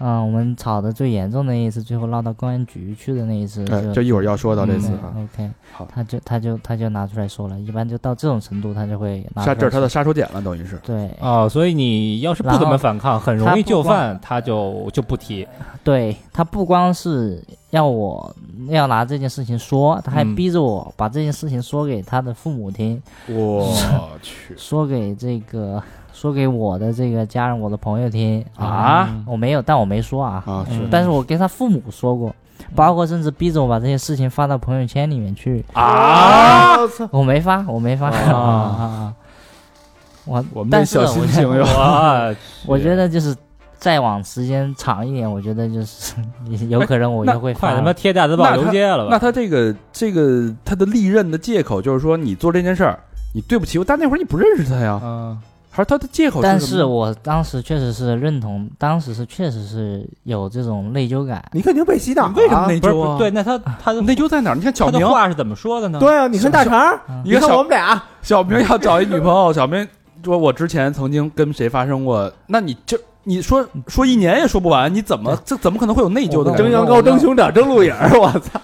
[SPEAKER 9] 嗯、我们吵得最严重的那一次，最后闹到公安局去的那一次，
[SPEAKER 1] 哎，
[SPEAKER 9] 就
[SPEAKER 1] 这一会儿要说到这次
[SPEAKER 9] 嗯
[SPEAKER 1] 啊。
[SPEAKER 9] OK，
[SPEAKER 1] 好
[SPEAKER 9] 他就他就他就拿出来说了，一般就到这种程度，他就会拿出
[SPEAKER 1] 杀
[SPEAKER 9] 来
[SPEAKER 1] 这是他的
[SPEAKER 9] 说
[SPEAKER 1] 杀手锏了，等于是。
[SPEAKER 9] 对啊
[SPEAKER 7] 哦，所以你要是不
[SPEAKER 9] 然后
[SPEAKER 7] 怎么反抗，很容易就范
[SPEAKER 9] 他，
[SPEAKER 7] 他就就不提。
[SPEAKER 9] 对，他不光是要我要拿这件事情说，他还
[SPEAKER 7] 嗯
[SPEAKER 9] 逼着我把这件事情说给他的父母听，
[SPEAKER 1] 我去
[SPEAKER 9] 说给这个说给我的这个家人、我的朋友听嗯
[SPEAKER 1] 啊
[SPEAKER 9] 我没有，但我没说啊
[SPEAKER 1] 啊！
[SPEAKER 7] 嗯
[SPEAKER 9] 但是我跟他父母说过，
[SPEAKER 1] 嗯
[SPEAKER 9] 包括甚至逼着我把这些事情发到朋友圈里面去，
[SPEAKER 1] 啊！
[SPEAKER 2] 我操！
[SPEAKER 9] 我没发，我没发
[SPEAKER 7] 啊。
[SPEAKER 9] 我
[SPEAKER 1] 我们
[SPEAKER 9] 但
[SPEAKER 1] 这小
[SPEAKER 9] 是
[SPEAKER 1] 心
[SPEAKER 9] 我觉
[SPEAKER 1] 情
[SPEAKER 9] 得
[SPEAKER 1] 哟，
[SPEAKER 7] 我
[SPEAKER 9] 我觉得就是再往时间长一点，我觉得就是 有可能我
[SPEAKER 1] 那
[SPEAKER 9] 就会发
[SPEAKER 7] 快
[SPEAKER 9] 了。
[SPEAKER 7] 他妈贴大字报
[SPEAKER 1] 那他
[SPEAKER 7] 游街了
[SPEAKER 1] 那
[SPEAKER 7] 吧？
[SPEAKER 1] 他这个这个他的利刃的借口就是说你做这件事儿，你对不起我，但那会儿你不认识他呀，
[SPEAKER 7] 嗯，
[SPEAKER 1] 还是他的借口？
[SPEAKER 9] 但是我当时确实是认同，当时是确实是有这种内疚感。
[SPEAKER 2] 你肯定被洗脑啊，
[SPEAKER 1] 你为什么内
[SPEAKER 7] 不是不
[SPEAKER 1] 疚
[SPEAKER 7] 是
[SPEAKER 1] 啊？
[SPEAKER 7] 对，，那他他的
[SPEAKER 1] 内疚在哪儿？你看小
[SPEAKER 7] 他
[SPEAKER 1] 明
[SPEAKER 7] 的，话是怎么说的呢？
[SPEAKER 2] 对啊，你看大
[SPEAKER 9] 嗯
[SPEAKER 2] 肠，你看我啊们俩，
[SPEAKER 1] 小明要找一女朋友，小明说我之前曾经跟谁发生过，那你这你说说一年也说不完，你怎么这怎么可能会有内疚的感
[SPEAKER 9] 我
[SPEAKER 2] 蒸
[SPEAKER 1] 觉？
[SPEAKER 2] 羊
[SPEAKER 9] 我
[SPEAKER 2] 羔、蒸熊掌、蒸鹿眼 儿，我操！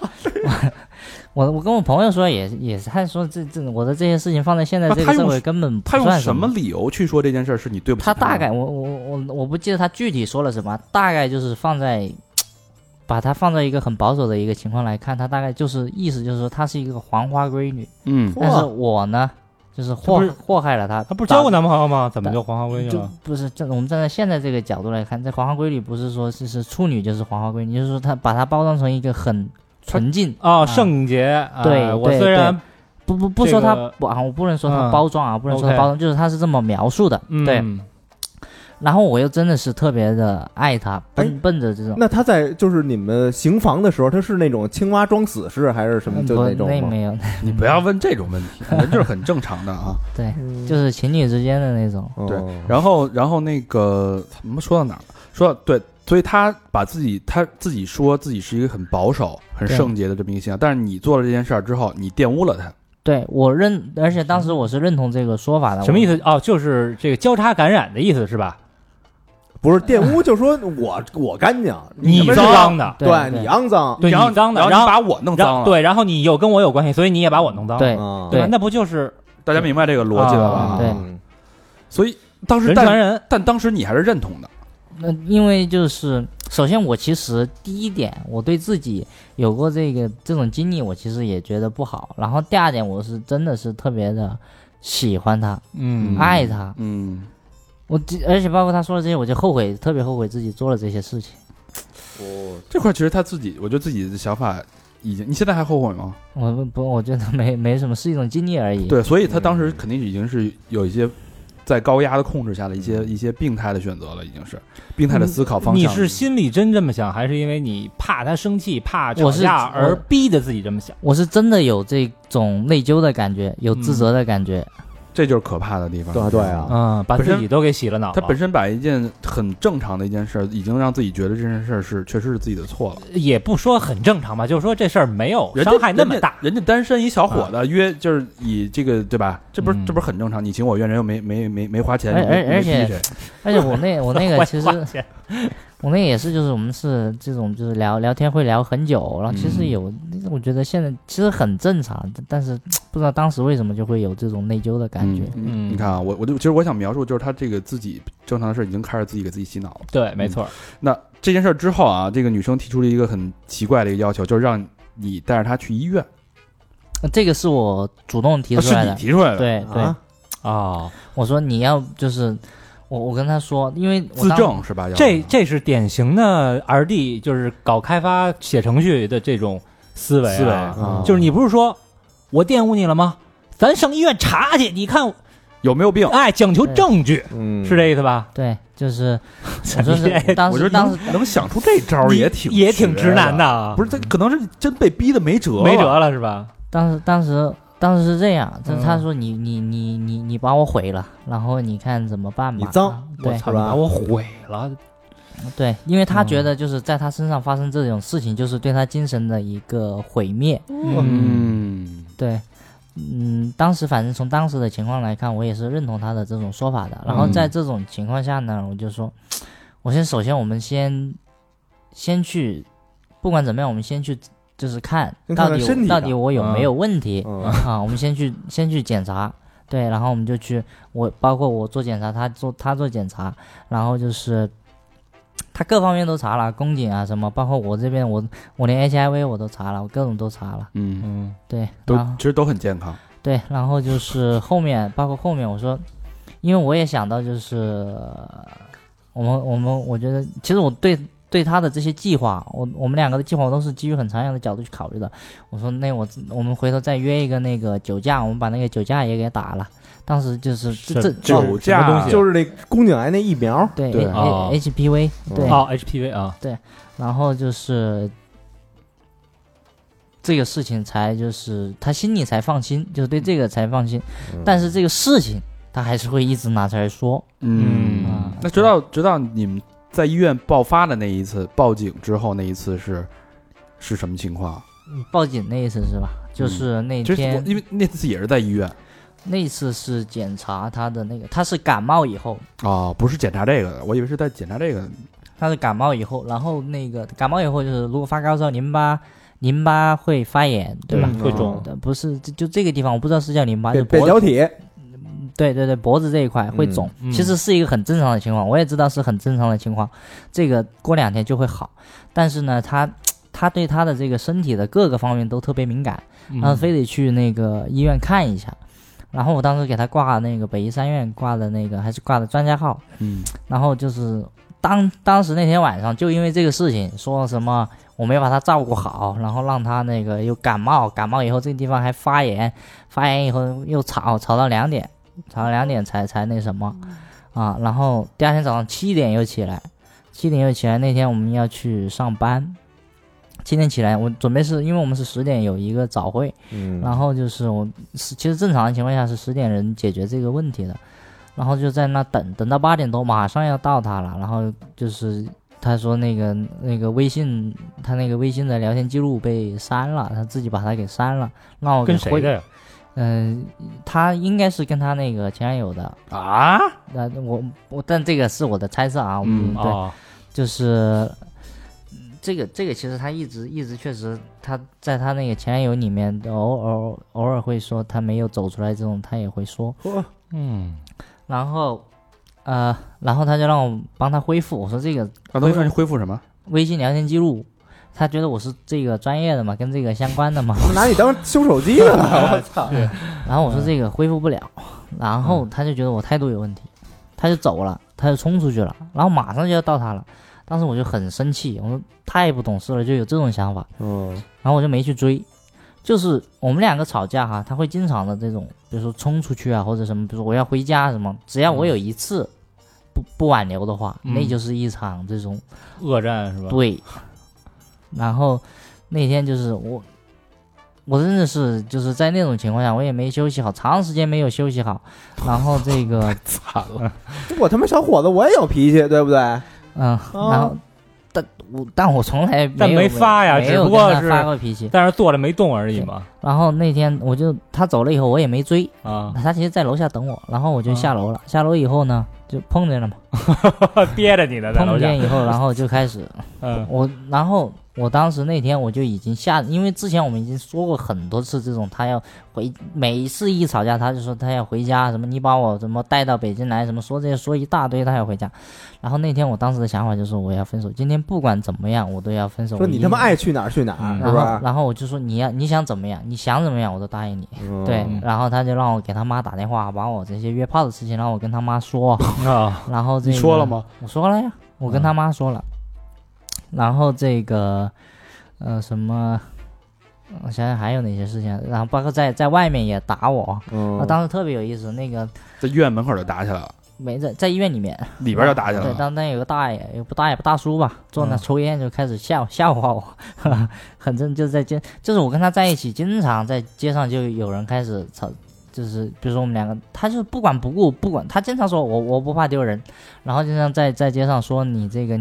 [SPEAKER 9] 我我跟我朋友说也也是，他说这这我的这些事情放在现在
[SPEAKER 1] 那
[SPEAKER 9] 这
[SPEAKER 1] 他
[SPEAKER 9] 个社
[SPEAKER 1] 用
[SPEAKER 9] 会根本不
[SPEAKER 1] 他用
[SPEAKER 9] 算
[SPEAKER 1] 什么理由去说这件事儿是你对不起
[SPEAKER 9] 他
[SPEAKER 1] 的
[SPEAKER 9] 大概我我我我不记得他具体说了什么，大概就是放在，把它放在一个很保守的一个情况来看，他大概就是意思就是说她是一个黄花闺女，
[SPEAKER 1] 嗯
[SPEAKER 9] 但是
[SPEAKER 2] 哇
[SPEAKER 9] 我呢就是
[SPEAKER 7] 她
[SPEAKER 9] 祸
[SPEAKER 7] 不是
[SPEAKER 9] 祸害了她，
[SPEAKER 7] 他不是交过男朋友吗？怎么就黄花闺女
[SPEAKER 9] 就
[SPEAKER 7] 了？
[SPEAKER 9] 不是这我们站在现在这个角度来看，这黄花闺女不是说是是处女就是黄花闺女，就是说她把她包装成一个很纯净，
[SPEAKER 7] 哦，圣洁。啊
[SPEAKER 9] 对
[SPEAKER 7] 我
[SPEAKER 9] 对
[SPEAKER 7] 虽然
[SPEAKER 9] 不不不
[SPEAKER 7] 这
[SPEAKER 9] 说她
[SPEAKER 7] 个
[SPEAKER 9] 不啊，我不能说她
[SPEAKER 7] 嗯
[SPEAKER 9] 包装啊，不能说她
[SPEAKER 7] OK
[SPEAKER 9] 包装，就是她是这么描述的，对。
[SPEAKER 7] 嗯
[SPEAKER 9] 然后我又真的是特别的爱她，奔奔着这种。
[SPEAKER 2] 那他在就是你们行房的时候，他是那种青蛙装死式还是什么？
[SPEAKER 9] 嗯
[SPEAKER 2] 就
[SPEAKER 9] 不
[SPEAKER 2] 那种吗？
[SPEAKER 9] 没有，
[SPEAKER 1] 你不要问这种问题，人这是很正常的啊。
[SPEAKER 9] 对，就是情侣之间的那种。
[SPEAKER 2] 哦
[SPEAKER 1] 对然后，然后那个怎么说到哪儿了？说对，所以他把自己他自己说自己是一个很保守、很
[SPEAKER 9] 对
[SPEAKER 1] 圣洁的这么一个形象，但是你做了这件事儿之后，你玷污了他。
[SPEAKER 9] 对我认，而且当时我是认同这个说法的。
[SPEAKER 7] 什么意
[SPEAKER 9] 思？
[SPEAKER 7] 思？哦，就是这个交叉感染的意思是吧？
[SPEAKER 2] 不是玷污，就说我我干净，
[SPEAKER 7] 你
[SPEAKER 2] 们
[SPEAKER 7] 是
[SPEAKER 2] 脏，
[SPEAKER 7] 脏的，
[SPEAKER 9] 对
[SPEAKER 2] 对你肮脏，
[SPEAKER 7] 对
[SPEAKER 1] 然后
[SPEAKER 7] 你脏的，
[SPEAKER 1] 然
[SPEAKER 7] 然
[SPEAKER 1] 后
[SPEAKER 7] 后
[SPEAKER 1] 你把我弄
[SPEAKER 7] 然
[SPEAKER 1] 脏
[SPEAKER 7] 后
[SPEAKER 1] 了。，
[SPEAKER 7] 对，然后你又跟我有关系，所以你也把我弄脏了，
[SPEAKER 9] 对
[SPEAKER 2] 啊，
[SPEAKER 7] 对吧
[SPEAKER 9] 对
[SPEAKER 7] 那不就是
[SPEAKER 1] 大家明白这个逻辑了吧？
[SPEAKER 9] 啊对
[SPEAKER 2] 嗯
[SPEAKER 1] 所以当时
[SPEAKER 7] 人
[SPEAKER 1] 但
[SPEAKER 7] 传人？
[SPEAKER 1] 但当时你还是认同的，
[SPEAKER 9] 那因为就是，首先我其实第一点，我对自己有过这个这种经历，我其实也觉得不好。然后第二点，我是真的是特别的喜欢他，
[SPEAKER 7] 嗯
[SPEAKER 9] 爱他。
[SPEAKER 1] 嗯，
[SPEAKER 9] 我这而且包括他说的这些，我就后悔，特别后悔自己做了这些事情。
[SPEAKER 1] 这块儿其实他自己，我觉得自己的想法已经，你现在还后悔吗？
[SPEAKER 9] 我不不，我觉得没没什么，是一种经历而已。
[SPEAKER 1] 对，所以他当时肯定已经是有一些在高压的控制下的一些一些病态的选择了，已经是病态的思考方向。
[SPEAKER 7] 嗯你是心里真这么想，还是因为你怕他生气、怕吵
[SPEAKER 9] 我是
[SPEAKER 7] 架而
[SPEAKER 9] 我
[SPEAKER 7] 逼着自己这么想？
[SPEAKER 9] 我是真的有这种内疚的感觉，有
[SPEAKER 2] 嗯
[SPEAKER 9] 自责的感觉。
[SPEAKER 1] 这就是可怕的地方。嗯
[SPEAKER 2] 对啊对啊，
[SPEAKER 7] 嗯，把
[SPEAKER 1] 本身
[SPEAKER 7] 自己都给洗了脑了。
[SPEAKER 1] 他本身把一件很正常的一件事儿，已经让自己觉得这件事儿是确实是自己的错了。
[SPEAKER 7] 也不说很正常吧，就是说这事儿没有
[SPEAKER 1] 人家
[SPEAKER 7] 伤害那么大。
[SPEAKER 1] 人家人家单身一小伙子约，就是以这个对吧？这不是
[SPEAKER 7] 嗯
[SPEAKER 1] 这不是很正常？你情我愿，人又没没没没花钱，
[SPEAKER 9] 而
[SPEAKER 1] 也没
[SPEAKER 9] 而而且
[SPEAKER 1] 没逼谁
[SPEAKER 9] 而且我那我那个
[SPEAKER 7] 花
[SPEAKER 9] 其实
[SPEAKER 7] 花钱
[SPEAKER 9] 我那也是，就是我们是这种，就是聊聊天会聊很久，然后其实
[SPEAKER 1] 嗯
[SPEAKER 9] 有，我觉得现在其实很正常，但是不知道当时为什么就会有这种内疚的感觉。
[SPEAKER 1] 嗯，
[SPEAKER 7] 嗯
[SPEAKER 1] 你看啊，我我就其实我想描述，就是他这个自己正常的事儿已经开始自己给自己洗脑了。
[SPEAKER 7] 对，没错，
[SPEAKER 1] 那这件事儿之后啊，这个女生提出了一个很奇怪的一个要求，就是让你带着她去医院，
[SPEAKER 9] 呃这个是我主动提
[SPEAKER 1] 啊
[SPEAKER 9] 出
[SPEAKER 1] 是
[SPEAKER 9] 来
[SPEAKER 1] 你
[SPEAKER 9] 的，
[SPEAKER 1] 提出来的，
[SPEAKER 9] 嗯对、
[SPEAKER 2] 啊
[SPEAKER 7] 哦，
[SPEAKER 9] 对，我说你要就是我我跟他说，因为我
[SPEAKER 1] 自
[SPEAKER 9] 当
[SPEAKER 1] 证是吧？要
[SPEAKER 7] 这这是典型的 R D，就是搞开发写程序的这种思维、啊。
[SPEAKER 1] 思维
[SPEAKER 9] 嗯
[SPEAKER 2] 啊
[SPEAKER 7] 就是你不是说我玷污你了吗？咱上医院查去，你看，
[SPEAKER 1] 有没有病？
[SPEAKER 7] 哎，讲求证据，
[SPEAKER 2] 嗯
[SPEAKER 7] 是这意思吧？
[SPEAKER 9] 对， 就是我说是
[SPEAKER 7] 你
[SPEAKER 9] 当
[SPEAKER 1] 哎我觉得
[SPEAKER 9] 时当
[SPEAKER 1] 能
[SPEAKER 9] 时
[SPEAKER 1] 能想出这招儿也挺
[SPEAKER 7] 也
[SPEAKER 1] 绝
[SPEAKER 7] 挺直男的，啊，
[SPEAKER 1] 不是他可能是真被逼的没辙，
[SPEAKER 7] 没辙。了是吧？
[SPEAKER 9] 当时当时当时是这样，他
[SPEAKER 1] 嗯
[SPEAKER 9] 他说你你你你你把我毁了，然后你看怎么办吧？
[SPEAKER 2] 你脏，
[SPEAKER 9] 对
[SPEAKER 7] 我操，
[SPEAKER 2] 是
[SPEAKER 7] 你
[SPEAKER 2] 吧
[SPEAKER 7] 把我毁了，
[SPEAKER 9] 对，因为他觉得就是在他身上发生这种事情，就是对他精神的一个毁灭。
[SPEAKER 7] 嗯，
[SPEAKER 1] 嗯，
[SPEAKER 9] 对，嗯，当时反正从当时的情况来看，我也是认同他的这种说法的。然后在这种情况下呢，我就说，我先首先我们先先去，不管怎么样，我们先去就是看
[SPEAKER 2] 先看
[SPEAKER 9] 到
[SPEAKER 2] 看
[SPEAKER 9] 底
[SPEAKER 2] 身体
[SPEAKER 9] 到
[SPEAKER 2] 吧
[SPEAKER 9] 底我有没有问题。
[SPEAKER 2] 嗯
[SPEAKER 9] 啊，我们先去先去检查，对，然后我们就去我包括我做检查，他做他做检查，然后就是他各方面都查了，宫颈啊什么，包括我这边我我连 HIV 我都查了，我各种都查了，
[SPEAKER 1] 嗯，
[SPEAKER 7] 嗯，
[SPEAKER 9] 对，
[SPEAKER 1] 都
[SPEAKER 9] 然后
[SPEAKER 1] 其实都很健康。
[SPEAKER 9] 对，然后就是后面包括后面我说，因为我也想到就是呃我们我们我觉得其实我对。对他的这些计划，我我们两个的计划我都是基于很长远的角度去考虑的。我说那我我们回头再约一个那个酒驾，我们把那个酒驾也给打了。当时就是这这
[SPEAKER 2] 酒
[SPEAKER 9] 哦
[SPEAKER 1] 驾
[SPEAKER 7] 东西啊
[SPEAKER 2] 就是那宫颈癌那疫苗，
[SPEAKER 9] 对嗯
[SPEAKER 1] 对
[SPEAKER 9] H
[SPEAKER 7] 哦
[SPEAKER 9] H P V 对，
[SPEAKER 7] 哦，HPV 啊，
[SPEAKER 9] 然后就是这个事情才就是他心里才放心，就是对这个才放心。但是这个事情他还是会一直拿出来说，
[SPEAKER 1] 嗯
[SPEAKER 9] 嗯
[SPEAKER 1] 那直到直到你们在医院爆发的那一次，报警之后那一次是是什么情况？啊
[SPEAKER 9] 报警那一次是吧？就是那
[SPEAKER 1] 嗯其实我
[SPEAKER 9] 天、
[SPEAKER 1] 因为那次也是在医院
[SPEAKER 9] 那一次是检查他的那个，他是感冒以后，
[SPEAKER 1] 哦，不是检查这个的，我以为是在检查这个。
[SPEAKER 9] 他是感冒以后，然后那个感冒以后就是如果发高烧，淋巴淋巴会发炎，对吧？
[SPEAKER 7] 嗯会肿
[SPEAKER 9] 呃不是，就就这个地方，我不知道是叫淋巴，
[SPEAKER 2] 嗯被
[SPEAKER 9] 就
[SPEAKER 2] 被
[SPEAKER 9] 脖
[SPEAKER 2] 胶体，
[SPEAKER 9] 对对对，脖子这一块会肿，
[SPEAKER 7] 嗯嗯
[SPEAKER 9] 其实是一个很正常的情况，我也知道是很正常的情况，这个过两天就会好。但是呢，他他对他的这个身体的各个方面都特别敏感，
[SPEAKER 7] 嗯
[SPEAKER 9] 然后非得去那个医院看一下。然后我当时给他挂那个北医三院挂的那个，还是挂的专家号。
[SPEAKER 1] 嗯，
[SPEAKER 9] 然后就是当当时那天晚上，就因为这个事情，说什么我没把他照顾好，然后让他那个又感冒，感冒以后这个地方还发炎，发炎以后又吵吵到两点，吵到两点才才那什么啊。然后第二天早上七点又起来，七点又起来，那天我们要去上班。七点起来，我准备是因为我们是十点有一个早会，
[SPEAKER 2] 嗯
[SPEAKER 9] 然后就是我是其实正常的情况下是十点人解决这个问题的，然后就在那等等到八点多，马上要到他了，然后就是他说那个那个微信，他那个微信的聊天记录被删了，他自己把他给删了，让我给
[SPEAKER 7] 跟谁
[SPEAKER 9] 回
[SPEAKER 7] 的呀？
[SPEAKER 9] 嗯、他应该是跟他那个前男友的
[SPEAKER 7] 啊？
[SPEAKER 9] 那我我但这个是我的猜测啊，我
[SPEAKER 1] 嗯
[SPEAKER 9] 对，
[SPEAKER 7] 哦，
[SPEAKER 9] 就是嗯这个这个其实他一直一直确实他在他那个前男友里面偶偶偶尔会说他没有走出来这种他也会说，
[SPEAKER 7] 嗯，
[SPEAKER 9] 然后呃然后他就让我帮他恢复，我说这个
[SPEAKER 1] 啊，都让你恢复什么？
[SPEAKER 9] 微信聊天记录。他觉得我是这个专业的嘛，跟这个相关的嘛，
[SPEAKER 2] 拿你当修手机 的呢，我操！
[SPEAKER 9] 然后我说这个恢复不了，然后他就觉得我态度有问题，他就走了，他就冲出去了，然后马上就要到他了，当时我就很生气，我说太不懂事了，就有这种想法，
[SPEAKER 2] 嗯，
[SPEAKER 9] 然后我就没去追。就是我们两个吵架哈，他会经常的这种，比如说冲出去啊，或者什么，比如说我要回家什么，只要我有一次不不挽留的话，那
[SPEAKER 7] 嗯
[SPEAKER 9] 就是一场这种
[SPEAKER 7] 恶战是吧？
[SPEAKER 9] 对，然后那天就是我，我真的是就是在那种情况下，我也没休息好，长时间没有休息好，然后这个，
[SPEAKER 7] 啊
[SPEAKER 2] 我他妈小伙子，我也有脾气，对不对？
[SPEAKER 9] 嗯、然后但我但我从来
[SPEAKER 7] 哦但
[SPEAKER 9] 有
[SPEAKER 7] 没发呀
[SPEAKER 9] 没
[SPEAKER 7] 只
[SPEAKER 9] 有
[SPEAKER 7] 不
[SPEAKER 9] 跟
[SPEAKER 7] 过
[SPEAKER 9] 他
[SPEAKER 7] 是
[SPEAKER 9] 发过脾气。
[SPEAKER 7] 但是坐着没动而已嘛。
[SPEAKER 9] 然后那天我就他走了以后，我也没追，
[SPEAKER 7] 啊，
[SPEAKER 9] 他其实在楼下等我，然后我就
[SPEAKER 7] 啊
[SPEAKER 9] 下楼了，下楼以后呢就碰见了嘛，
[SPEAKER 7] 憋着你呢，在楼
[SPEAKER 9] 碰
[SPEAKER 7] 下
[SPEAKER 9] 见。以后，然 后就开始
[SPEAKER 7] 嗯
[SPEAKER 9] 我，然后我当时那天我就已经下，因为之前我们已经说过很多次，这种他要回，每一次一吵架他就说他要回家，什么你把我怎么带到北京来，什么说这些说一大堆，他要回家。然后那天我当时的想法就是我要分手，今天不管怎么样我都要分手。
[SPEAKER 2] 说
[SPEAKER 9] 我
[SPEAKER 2] 你
[SPEAKER 9] 一
[SPEAKER 2] 他妈
[SPEAKER 9] 定
[SPEAKER 2] 爱去哪儿去哪儿，
[SPEAKER 7] 嗯
[SPEAKER 2] 是
[SPEAKER 9] 然
[SPEAKER 2] 不
[SPEAKER 9] 后
[SPEAKER 2] 是？
[SPEAKER 9] 然后我就说你要你想怎么样，你想怎么样我都答应你。
[SPEAKER 2] 嗯
[SPEAKER 1] 哦
[SPEAKER 9] 对，然后他就让我给他妈打电话，把我这些约炮的事情让我跟他妈 说。
[SPEAKER 7] 啊，
[SPEAKER 9] 然后这
[SPEAKER 1] 你
[SPEAKER 9] 个、
[SPEAKER 1] 说了吗？
[SPEAKER 9] 我说了呀，我跟他妈说了。然后这个，呃，什么，我想想还有哪些事情，然后包括在在外面也打我，
[SPEAKER 1] 哦
[SPEAKER 9] 啊，
[SPEAKER 2] 嗯，
[SPEAKER 9] 当时特别有意思，那个
[SPEAKER 1] 在医院门口就打起来了，
[SPEAKER 9] 没在在医院里面，
[SPEAKER 1] 里边就打起来
[SPEAKER 9] 对，
[SPEAKER 1] 了。
[SPEAKER 9] 当当有个大爷，有不大爷不大叔吧，坐那抽烟就开始吓吓唬我， 很正就在街，就是我跟他在一起，经常在街上就有人开始吵，就是比如说我们两个，他就是不管不顾，不管他经常说我我不怕丢人，然后经常在在街上说你这个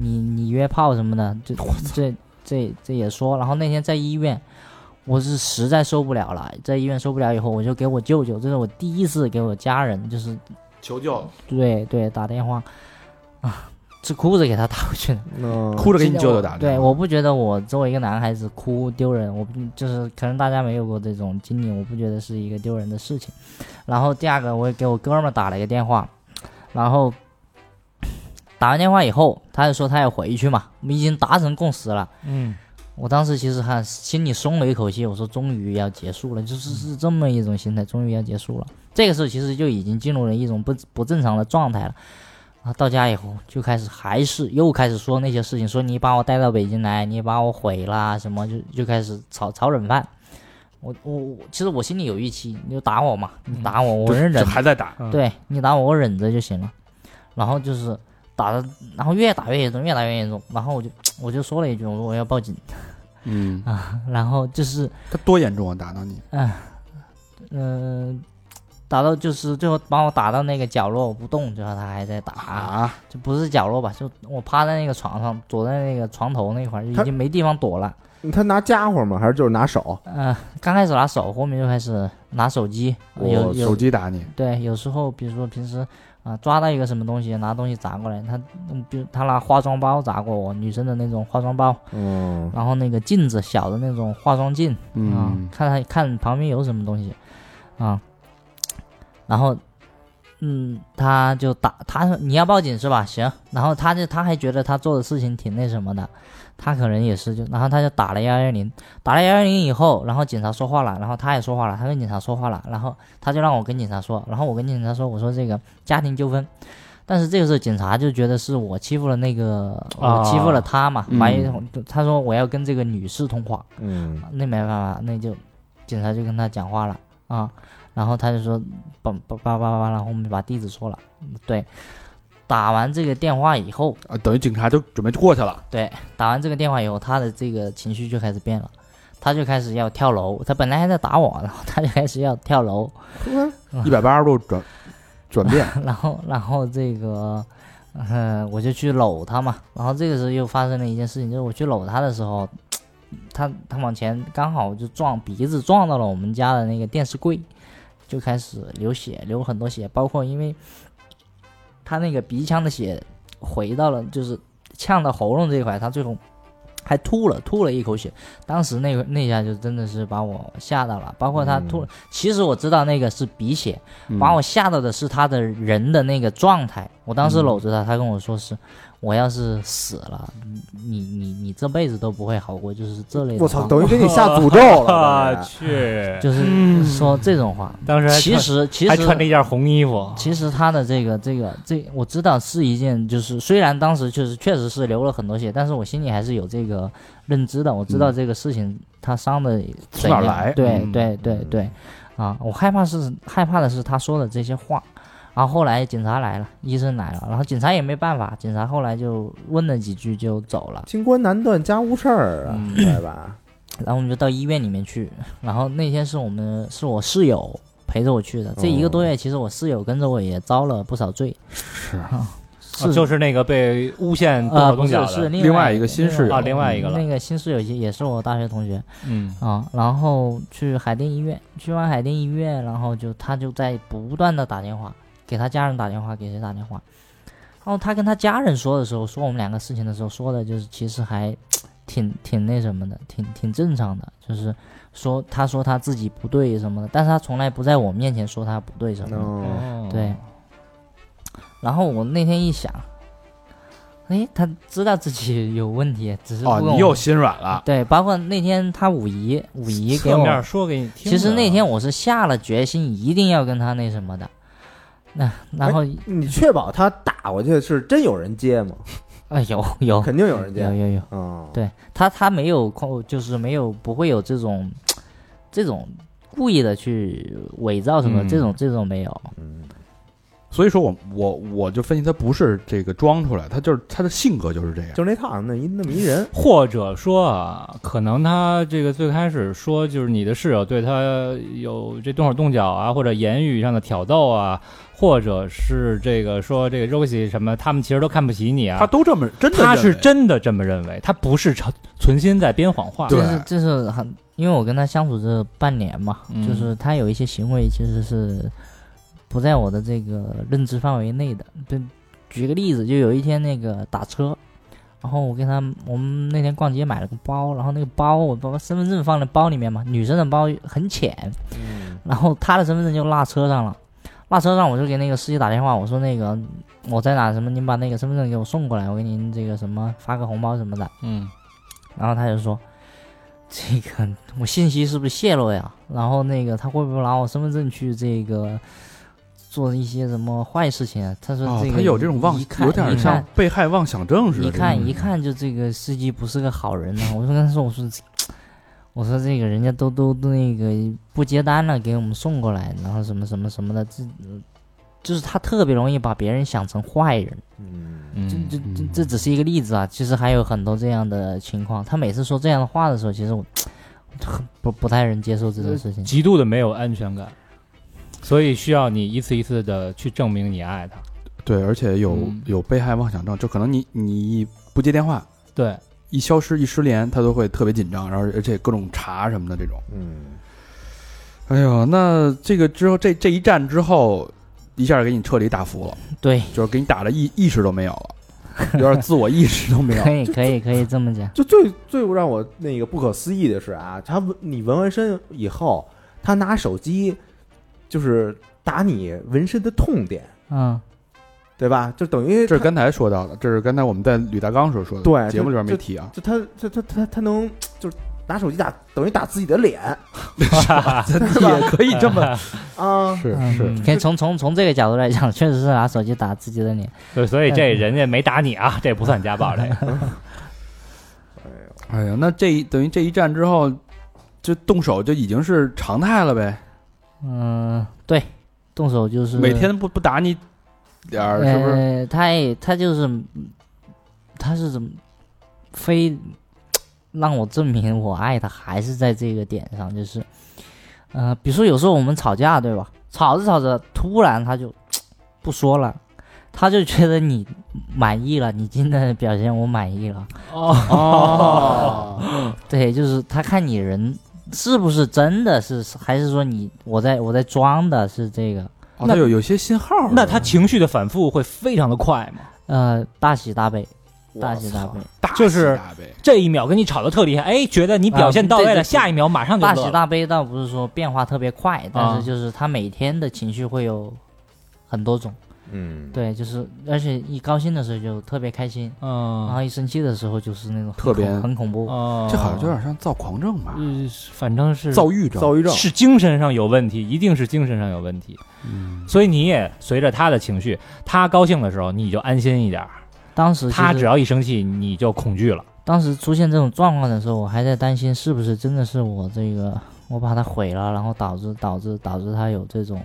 [SPEAKER 9] 你你约炮什么的，就这这这也说，然后那天在医院。我是实在受不了了，在医院受不了以后，我就给我舅舅，这是我第一次给我家人，就是
[SPEAKER 1] 求救，
[SPEAKER 9] 对对，打电话啊，是哭着给他打过去的。
[SPEAKER 2] 嗯
[SPEAKER 1] 哭着给你舅舅打电
[SPEAKER 9] 对，
[SPEAKER 1] 话。
[SPEAKER 9] 我不觉得我作为一个男孩子哭丢人，我不就是可能大家没有过这种经历，我不觉得是一个丢人的事情。然后第二个，我也给我哥们儿打了一个电话，然后打完电话以后，他就说他要回去嘛，我们已经达成共识了。
[SPEAKER 7] 嗯，
[SPEAKER 9] 我当时其实还心里松了一口气，我说终于要结束了，就是是这么一种心态，终于要结束了。这个时候其实就已经进入了一种不不正常的状态了。啊，到家以后就开始还是又开始说那些事情，说你把我带到北京来，你把我毁啦什么，就就开始炒炒冷饭。我我我其实我心里有预期，你就打我嘛，你打我，我
[SPEAKER 1] 就嗯
[SPEAKER 9] 忍
[SPEAKER 1] 就
[SPEAKER 9] 忍
[SPEAKER 1] 还在打，
[SPEAKER 9] 对你打我，我忍着就行了。然后就是打的，然后越打越严重，越打越严重。然后我就我就说了一句，我说我要报警。
[SPEAKER 1] 嗯，
[SPEAKER 9] 然后就是，
[SPEAKER 1] 他多严重啊，打到你，
[SPEAKER 9] 嗯、打到就是最后把我打到那个角落我不动，最后他还在打，
[SPEAKER 1] 啊，
[SPEAKER 9] 就不是角落吧，就我趴在那个床上，躲在那个床头那块儿，就
[SPEAKER 2] 他
[SPEAKER 9] 已经没地方躲了。
[SPEAKER 2] 他拿家伙吗？还是就是拿手？
[SPEAKER 9] 嗯、刚开始拿手，后面就开始拿手机，有
[SPEAKER 1] 我哦手
[SPEAKER 9] 有
[SPEAKER 1] 机打你，
[SPEAKER 9] 对，有时候比如说平时啊、抓到一个什么东西，拿东西砸过来，他嗯比如他拿化妆包砸过我，女生的那种化妆包，
[SPEAKER 2] 嗯，
[SPEAKER 9] 然后那个镜子小的那种化妆镜，啊
[SPEAKER 1] 嗯，，
[SPEAKER 9] 看看看旁边有什么东西，啊，然后，嗯，他就打他说你要报警是吧？行，然后他就他还觉得他做的事情挺那什么的，他可能也是就，然后他就打了幺幺零，打了幺幺零以后，然后警察说话了，然后他也说话了，他跟警察说话了，然后他就让我跟警察说，然后我跟警察说，我说这个家庭纠纷。但是这个时候，警察就觉得是我欺负了那个，我欺负了他嘛，怀疑、他说我要跟这个女士通话，
[SPEAKER 2] 嗯，
[SPEAKER 9] 那没办法，那就警察就跟他讲话了啊，然后他就说叭叭叭叭叭，然后我们把地址说了，对，打完这个电话以后，
[SPEAKER 1] 啊，等于警察就准备过去了，
[SPEAKER 9] 对，打完这个电话以后，他的这个情绪就开始变了，他就开始要跳楼，他本来还在打我，然后他就开始要跳楼，
[SPEAKER 1] 一百八十度转
[SPEAKER 2] 转变，
[SPEAKER 9] 然后然后这个，呃，我就去搂他嘛，然后这个时候又发生了一件事情，就是我去搂他的时候，他他往前刚好就撞鼻子撞到了我们家的那个电视柜，就开始流血，流很多血，包括因为他那个鼻腔的血回到了就是呛到喉咙这一块，他最后。还吐了，吐了一口血，当时那个那下就真的是把我吓到了。包括他吐，了，其实我知道那个是鼻血，
[SPEAKER 1] 嗯
[SPEAKER 9] 把我吓到的是他的人的那个状态。我当时搂着他，他跟我说是，我要是死了，你你你这辈子都不会好过，就是这类的话。
[SPEAKER 2] 我操，等于给你下诅咒 了
[SPEAKER 7] 我，啊去，
[SPEAKER 9] 就是说这种话。
[SPEAKER 7] 当时还
[SPEAKER 9] 其
[SPEAKER 7] 穿
[SPEAKER 9] 实其
[SPEAKER 7] 还穿着
[SPEAKER 9] 实
[SPEAKER 7] 一件红衣服，
[SPEAKER 9] 其实他的这个这个这，我知道是一件，就是虽然当时确实确实是流了很多血，但是我心里还是有这个认知的，我知道这个事情他伤的
[SPEAKER 1] 从
[SPEAKER 9] 怎
[SPEAKER 1] 哪儿
[SPEAKER 9] 样。
[SPEAKER 1] 来
[SPEAKER 9] 对
[SPEAKER 1] 嗯
[SPEAKER 9] 对对对，啊，我害怕是害怕的是他说的这些话。然后后来警察来了，医生来了，然后警察也没办法，警察后来就问了几句就走了。
[SPEAKER 2] 清官难断家务事儿啊，对吧？
[SPEAKER 9] 然后我们就到医院里面去。然后那天是我们是我室友陪着我去的。这一个多月，其实我室友跟着我也遭了不少罪。是啊，
[SPEAKER 7] 哦
[SPEAKER 9] 是
[SPEAKER 7] 就是那个被诬
[SPEAKER 1] 嗯
[SPEAKER 7] 陷动
[SPEAKER 9] 呃，
[SPEAKER 7] 手
[SPEAKER 9] 不
[SPEAKER 7] 动脚
[SPEAKER 9] 是
[SPEAKER 7] 的，
[SPEAKER 9] 是
[SPEAKER 1] 另
[SPEAKER 9] 外
[SPEAKER 1] 外一个新室友嗯
[SPEAKER 7] 啊另外一个了
[SPEAKER 9] 那个新室友也也是我大学同学
[SPEAKER 7] 嗯，
[SPEAKER 9] 啊。然后去海淀医院，去完海淀医院，然后就他就在不断的打电话，给他家人打电话，给谁打电话。然后他跟他家人说的时候，说我们两个事情的时候，说的就是其实还挺挺那什么的，挺挺正常的，就是说他说他自己不对什么的，但是他从来不在我面前说他不对什
[SPEAKER 2] 嗯，
[SPEAKER 9] 么的。哦
[SPEAKER 1] 哦
[SPEAKER 7] 哦
[SPEAKER 9] 对。然后我那天一想，哎，他知道自己有问题， 只是不
[SPEAKER 1] 哦，
[SPEAKER 9] 跟
[SPEAKER 1] 你
[SPEAKER 9] 我
[SPEAKER 1] 又心软了，
[SPEAKER 9] 对，包括那天他五姨，五姨给
[SPEAKER 7] 侧
[SPEAKER 9] 我
[SPEAKER 7] 面说给你听的。
[SPEAKER 9] 其实那天我是下了决心，一定要跟他那什么的。那然后，
[SPEAKER 1] 哎
[SPEAKER 2] 你确保他打过去是真有人接吗？
[SPEAKER 9] 哎，有有
[SPEAKER 2] 肯哦定有人接
[SPEAKER 9] 有，有有，
[SPEAKER 2] 嗯，
[SPEAKER 9] 对他他没有控，就是没有不会有这种这种故意的去伪造什么，
[SPEAKER 1] 嗯
[SPEAKER 9] 这种这种没有。
[SPEAKER 2] 嗯，
[SPEAKER 1] 所以说我我我就分析他不是这个装出来，他就是他的性格就是这样。
[SPEAKER 2] 就是那套，那一那么一人，
[SPEAKER 7] 或者说啊，可能他这个最开始说就是你的室友对他有这动手动脚啊，或者言语上的挑逗啊，或者是这个说这个 Rosie 什么，他们其实都看不起你啊。
[SPEAKER 1] 他都这么真的认为，
[SPEAKER 7] 他是真的这么认为，他不是存存心在编谎话。
[SPEAKER 1] 对
[SPEAKER 9] 这是这是很，因为我跟他相处这半年嘛，
[SPEAKER 7] 嗯
[SPEAKER 9] 就是他有一些行为其实是不在我的这个认知范围内的。对，举个例子，就有一天那个打车，然后我跟他我们那天逛街买了个包，然后那个包我把身份证放在包里面嘛，女生的包很浅，然后他的身份证就落车上了。落车上，我就给那个司机打电话，我说那个我在哪什么，您把那个身份证给我送过来，我给您这个什么发个红包什么的。
[SPEAKER 7] 嗯，
[SPEAKER 9] 然后他就说：“这个我信息是不是泄露呀？然后那个他会不会拿我身份证去这个做一些什么坏事情啊？”他说：“
[SPEAKER 1] 哦
[SPEAKER 9] 这，个、
[SPEAKER 1] 他有这种妄
[SPEAKER 9] 一，看
[SPEAKER 1] 有点像被害妄想症似的。
[SPEAKER 9] 一
[SPEAKER 1] 这
[SPEAKER 9] 看
[SPEAKER 1] 种
[SPEAKER 9] 一看就这个司机不是个好人呢、我就跟他说：“我说，我说这个人家都都都那个不接单了，给我们送过来，然后什么什么什么的，这就是他特别容易把别人想成坏人。”
[SPEAKER 2] 嗯，
[SPEAKER 9] 这
[SPEAKER 7] 嗯
[SPEAKER 9] 这这这只是一个例子啊，其实还有很多这样的情况。他每次说这样的话的时候，其实我很不不太能接受这
[SPEAKER 1] 呃
[SPEAKER 9] 种事情。
[SPEAKER 7] 极度的没有安全感，所以需要你一次一次的去证明你爱他。
[SPEAKER 1] 对，而且有、
[SPEAKER 7] 嗯
[SPEAKER 1] 有被害妄想症，就可能你你一不接电话，
[SPEAKER 7] 对，
[SPEAKER 1] 一消失一失联，他都会特别紧张，然后而且各种查什么的这种。
[SPEAKER 2] 嗯，
[SPEAKER 1] 哎呦，那这个之后这这一战之后，一下给你彻底打服了，
[SPEAKER 9] 对，
[SPEAKER 1] 就是给你打的意意识都没有了，有点自我意识都没有
[SPEAKER 9] 可。以可以可以这么讲。
[SPEAKER 2] 就最最让我那个不可思议的是啊，他纹你纹完身以后，他拿手机就是打你纹身的痛点，
[SPEAKER 9] 嗯，
[SPEAKER 2] 对吧？就等于
[SPEAKER 1] 这是
[SPEAKER 2] 他
[SPEAKER 1] 刚才说到的，这是刚才我们在吕大刚时候说的，
[SPEAKER 2] 对
[SPEAKER 1] 节目里边
[SPEAKER 2] 就
[SPEAKER 1] 没提啊。
[SPEAKER 2] 就他他他他他能就是拿手机打，等于打自己的脸
[SPEAKER 1] 也可以这么
[SPEAKER 2] 啊，
[SPEAKER 1] 是
[SPEAKER 9] 嗯
[SPEAKER 1] 是，
[SPEAKER 9] 可以从从从这个角度来讲，确实是拿手机打自己的脸。
[SPEAKER 7] 所以所以这人家没打你啊，这不算家暴，这个
[SPEAKER 1] 哎呀，那这一等于这一战之后，就动手就已经是常态了呗，
[SPEAKER 9] 嗯，对，动手就是
[SPEAKER 1] 每天不不打你点儿是不是？
[SPEAKER 9] 呃，他也他就是他是怎么非让我证明我爱他，还是在这个点上，就是呃，比如说有时候我们吵架对吧？吵着吵着，突然他就不说了。他就觉得你满意了，你今天的表现我满意了。哦， 对，就是他看你人是不是真的是，还是说你我在我在装的是这个？
[SPEAKER 1] 哦，他有有些信号，
[SPEAKER 7] 那他情绪的反复会非常的快吗？
[SPEAKER 9] 呃，大喜大悲，大喜大悲，
[SPEAKER 1] 大啊喜
[SPEAKER 7] 就是
[SPEAKER 1] 大悲
[SPEAKER 7] 这一秒跟你吵得特厉害，哎，觉得你表现到位
[SPEAKER 9] 啊对
[SPEAKER 7] 了，
[SPEAKER 9] 对对
[SPEAKER 7] 下一秒马上就
[SPEAKER 9] 大
[SPEAKER 7] 乐
[SPEAKER 9] 喜
[SPEAKER 7] 了。
[SPEAKER 9] 大悲倒不是说变化特别快，但是就是他每天的情绪会有很多种。
[SPEAKER 2] 嗯，
[SPEAKER 9] 对，就是而且一高兴的时候就特别开心，然
[SPEAKER 7] 嗯，
[SPEAKER 9] 后一生气的时候就是那种很
[SPEAKER 1] 特别
[SPEAKER 9] 恐很恐怖。
[SPEAKER 7] 哦
[SPEAKER 1] 这好像有点像躁狂症吧，
[SPEAKER 7] 嗯，反正是
[SPEAKER 1] 躁郁症，
[SPEAKER 2] 躁郁症
[SPEAKER 7] 是精神上有问题，一定是精神上有问题。
[SPEAKER 1] 嗯，
[SPEAKER 7] 所以你也随着他的情绪，他高兴的时候你就安心一点儿，
[SPEAKER 9] 当时其
[SPEAKER 7] 他
[SPEAKER 9] 实
[SPEAKER 7] 只要一生气你就恐惧了。
[SPEAKER 9] 当时出现这种状况的时候，我还在担心是不是真的是我这个我把它毁了，然后导致导致导致它有这种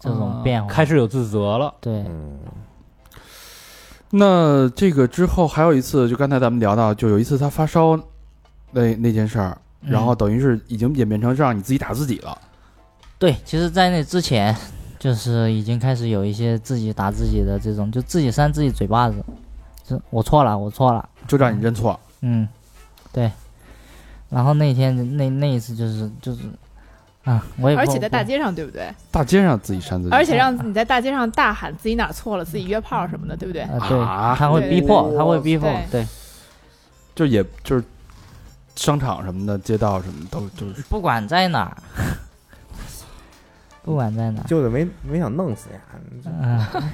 [SPEAKER 9] 这种变化。
[SPEAKER 7] 开始有自责了。
[SPEAKER 9] 对，
[SPEAKER 2] 嗯，
[SPEAKER 1] 那这个之后还有一次，就刚才咱们聊到，就有一次他发烧那那件事儿，
[SPEAKER 9] 嗯
[SPEAKER 1] 然后等于是已经演变成让你自己打自己了。
[SPEAKER 9] 对，其实，在那之前，就是已经开始有一些自己打自己的这种，就自己扇自己嘴巴子，是我错了，我错了，
[SPEAKER 1] 就让你认错，
[SPEAKER 9] 嗯，对。然后那天那那一次就是就是啊，我也不
[SPEAKER 11] 而且在大
[SPEAKER 9] 不
[SPEAKER 11] 街上，对不对？
[SPEAKER 1] 大街上自己扇自己，
[SPEAKER 11] 而且让你在大街上大喊自己哪儿错了，自己约炮什么的，对不对？
[SPEAKER 9] 啊，对，
[SPEAKER 1] 啊
[SPEAKER 9] 他会
[SPEAKER 11] 对
[SPEAKER 9] 逼
[SPEAKER 11] 对
[SPEAKER 9] 迫，
[SPEAKER 11] 对
[SPEAKER 9] 他会逼迫，对，
[SPEAKER 1] 就也就是商场什么的、街道什么的都就是
[SPEAKER 9] 不管在哪儿， 不管在哪儿，
[SPEAKER 2] 就是没没想弄死呀，
[SPEAKER 9] 嗯、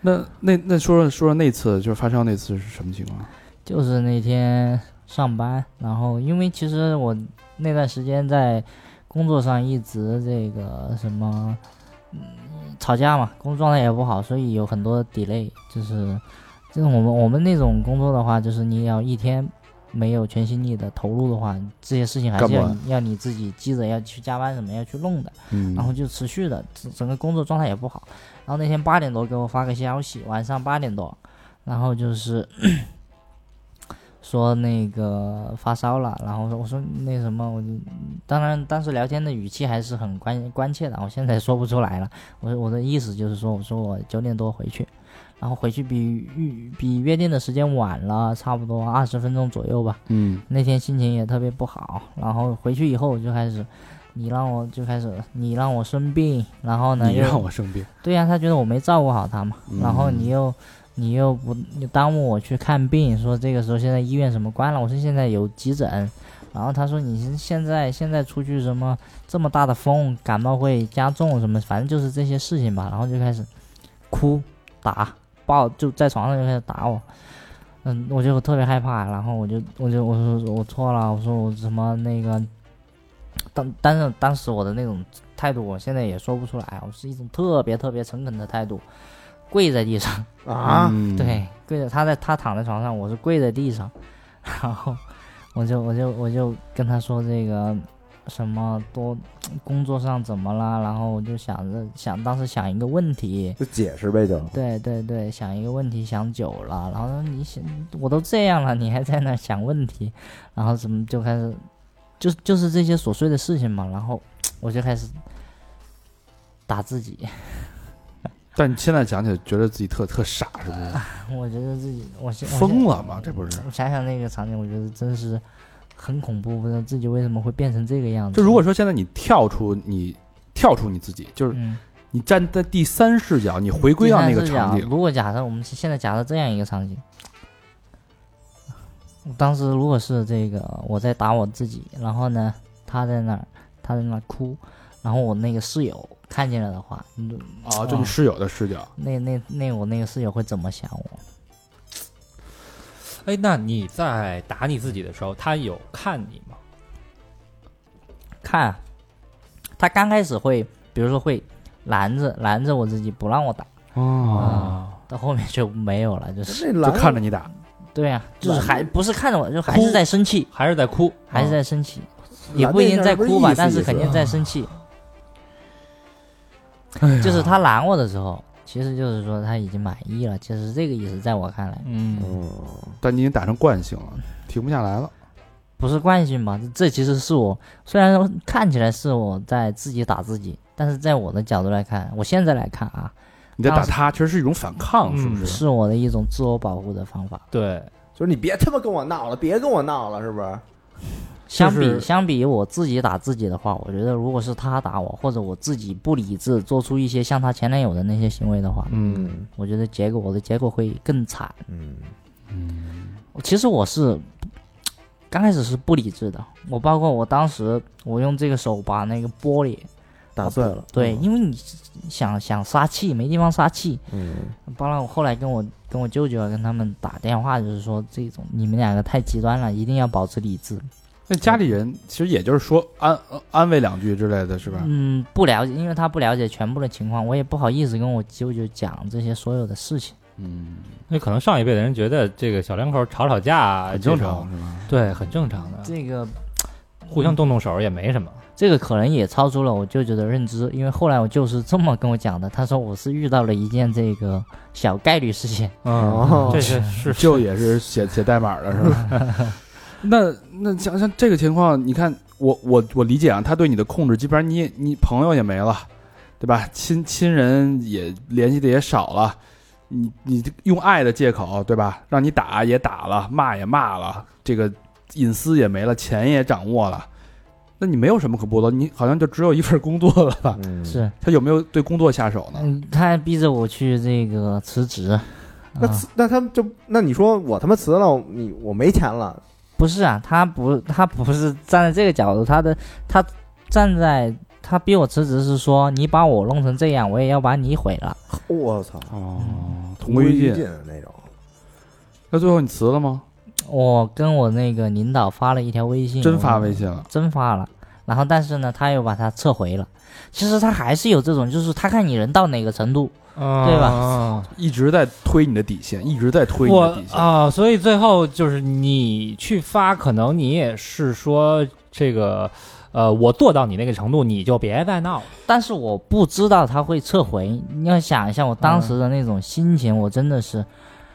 [SPEAKER 1] 那那那说说说说那次就是发烧那次是什么情况？
[SPEAKER 9] 就是那天上班，然后因为其实我那段时间在工作上一直这个什么，嗯，吵架嘛，工作状态也不好，所以有很多 delay，就是就是我们我们那种工作的话，就是你要一天没有全心力的投入的话，这些事情还是
[SPEAKER 1] 干
[SPEAKER 9] 要
[SPEAKER 1] 不完
[SPEAKER 9] 你要你自己记着要去加班什么要去弄的。
[SPEAKER 1] 嗯
[SPEAKER 9] 然后就持续的整整个工作状态也不好。然后那天八点多给我发个消息，晚上八点多，然后就是 说那个发烧了，然后我说我说那什么，我就当然当时聊天的语气还是很关关切的，我现在说不出来了。我我的意思就是说，我说我九点多回去。然后回去比预比约定的时间晚了，差不多二十分钟左右吧。
[SPEAKER 1] 嗯，
[SPEAKER 9] 那天心情也特别不好，然后回去以后我就开始，你让我就开始，你让我生病，然后呢
[SPEAKER 1] 你
[SPEAKER 9] 又
[SPEAKER 1] 让我生病，嗯
[SPEAKER 9] 对呀、他觉得我没照顾好他嘛，然后你又你又不你耽误我去看病，说这个时候现在医院什么关了，我说现在有急诊，然后他说你是现在现在出去什么这么大的风，感冒会加重什么，反正就是这些事情吧，然后就开始哭打抱，就在床上就开始打我。嗯，我就特别害怕，然后我就我就我说我错了，我说我什么那个，当但是当时我的那种态度，我现在也说不出来，我是一种特别特别诚恳的态度，跪在地上，
[SPEAKER 2] 啊，
[SPEAKER 1] 嗯，
[SPEAKER 9] 对，跪着，他在他躺在床上，我是跪在地上，然后我就我就我就跟他说这个什么多工作上怎么啦，然后我就想着想当时想一个问题，
[SPEAKER 2] 就解释呗，就
[SPEAKER 9] 对对对，想一个问题想久了，然后说你想我都这样了，你还在那想问题，然后怎么就开始，就就是这些琐碎的事情嘛，然后我就开始打自己，
[SPEAKER 1] 但你现在讲起来觉得自己特特傻，是不是？
[SPEAKER 9] 我觉得自己我现我现
[SPEAKER 1] 疯了吗？这不是？
[SPEAKER 9] 我想想那个场景，我觉得真是很恐怖，不知道自己为什么会变成这个样子。
[SPEAKER 1] 就如果说现在你跳出你跳出你自己，就是
[SPEAKER 9] 嗯，
[SPEAKER 1] 你站在第三视角，你回归到那个
[SPEAKER 9] 第三视
[SPEAKER 1] 场
[SPEAKER 9] 角
[SPEAKER 1] 景，
[SPEAKER 9] 如果假设我们现在假设这样一个场景，我当时如果是这个我在打我自己，然后呢他在那儿他在那儿哭，然后我那个室友看见了的话，嗯
[SPEAKER 1] 啊，就你室友的视角，
[SPEAKER 9] 那那那我那个室友会怎么想我？
[SPEAKER 7] 哎，那你在打你自己的时候，他有看你吗？
[SPEAKER 9] 看，啊他刚开始会，比如说会拦着拦着我自己不让我打，
[SPEAKER 7] 啊
[SPEAKER 1] 哦，
[SPEAKER 9] 到后面就没有了，就是。
[SPEAKER 2] 这
[SPEAKER 1] 就
[SPEAKER 2] 狼
[SPEAKER 1] 看着你打，
[SPEAKER 9] 对呀、就是还不是看着我，就还
[SPEAKER 7] 哭
[SPEAKER 9] 是在生气，
[SPEAKER 7] 还是在哭？
[SPEAKER 9] 还是在生气，也不一定在哭吧，但是肯定在生气。就是他拦我的时候，其实就是说他已经满意了，其实这个意思，在我看来
[SPEAKER 7] 嗯，
[SPEAKER 1] 但你已经打成惯性了，停不下来了。
[SPEAKER 9] 不是惯性吧？这其实是我虽然说看起来是我在自己打自己，但是在我的角度来看，我现在来看啊，
[SPEAKER 1] 你在打
[SPEAKER 9] 当时
[SPEAKER 1] 他，其实是一种反抗，是不
[SPEAKER 7] 嗯
[SPEAKER 1] 是？
[SPEAKER 9] 是我的一种自我保护的方法。
[SPEAKER 7] 对，
[SPEAKER 2] 就是你别他妈跟我闹了，别跟我闹了，是不是？
[SPEAKER 9] 相
[SPEAKER 7] 就是
[SPEAKER 9] 比相比我自己打自己的话，我觉得如果是他打我，或者我自己不理智做出一些像他前男友的那些行为的话，
[SPEAKER 2] 嗯
[SPEAKER 9] 我觉得结果我的结果会更惨。
[SPEAKER 2] 嗯
[SPEAKER 9] 其实我是刚开始是不理智的，我包括我当时我用这个手把那个玻璃
[SPEAKER 2] 打碎了，
[SPEAKER 9] 对，因为你想想撒气没地方撒气，
[SPEAKER 2] 嗯
[SPEAKER 9] 包括我后来跟我跟我舅舅啊跟他们打电话，就是说这种你们两个太极端了，一定要保持理智。
[SPEAKER 1] 那家里人其实也就是说安安慰两句之类的，是吧？
[SPEAKER 9] 嗯，不了解，因为他不了解全部的情况，我也不好意思跟我舅舅讲这些所有的事情。
[SPEAKER 1] 嗯，
[SPEAKER 7] 那可能上一辈的人觉得这个小两口吵吵架啊
[SPEAKER 1] 很正，
[SPEAKER 7] 这
[SPEAKER 1] 常，
[SPEAKER 7] 种
[SPEAKER 1] 是吧？
[SPEAKER 7] 对，很正常的，
[SPEAKER 9] 这个
[SPEAKER 7] 互相动动手也没什么。
[SPEAKER 9] 这个可能也超出了我舅舅的认知，因为后来我舅是这么跟我讲的，他说我是遇到了一件这个小概率事件，
[SPEAKER 7] 嗯，这是 是
[SPEAKER 1] 哦就也是写写代码的是吧？ 那那想想这个情况，你看我我我理解啊，他对你的控制，基本上你也你朋友也没了，对吧？亲亲人也联系的也少了，你你用爱的借口，对吧？让你打也打了，骂也骂了，这个隐私也没了，钱也掌握了。那你没有什么可剥夺，你好像就只有一份工作了吧？
[SPEAKER 2] 嗯，
[SPEAKER 9] 是，
[SPEAKER 1] 他有没有对工作下手呢？
[SPEAKER 9] 嗯，他还逼着我去这个辞职，
[SPEAKER 2] 那
[SPEAKER 9] 啊
[SPEAKER 2] 辞那他们就那你说我他妈辞了，你我没钱了，
[SPEAKER 9] 不是啊，他不，他不是站在这个角度，他的他站在他逼我辞职是说你把我弄成这样，我也要把你毁了。
[SPEAKER 2] 我操，
[SPEAKER 1] 哦，同
[SPEAKER 2] 同
[SPEAKER 1] 归
[SPEAKER 2] 归
[SPEAKER 1] 于
[SPEAKER 2] 于
[SPEAKER 1] 尽。
[SPEAKER 2] 尽啊的那种。
[SPEAKER 1] 那最后你辞了吗？
[SPEAKER 9] 我跟我那个领导发了一条微信，
[SPEAKER 1] 真发微信了？
[SPEAKER 9] 真发了，然后但是呢，他又把它撤回了。其实他还是有这种，就是他看你人到哪个程度，对
[SPEAKER 7] 吧？
[SPEAKER 1] 一直在推你的底线，一直在推你
[SPEAKER 7] 啊我
[SPEAKER 1] 的底线。
[SPEAKER 7] 啊、所以最后就是你去发，可能你也是说这个，呃，我做到你那个程度，你就别再闹了。
[SPEAKER 1] 嗯
[SPEAKER 9] 但是我不知道他会撤回。你要想一下我当时的那种心情，我真的是，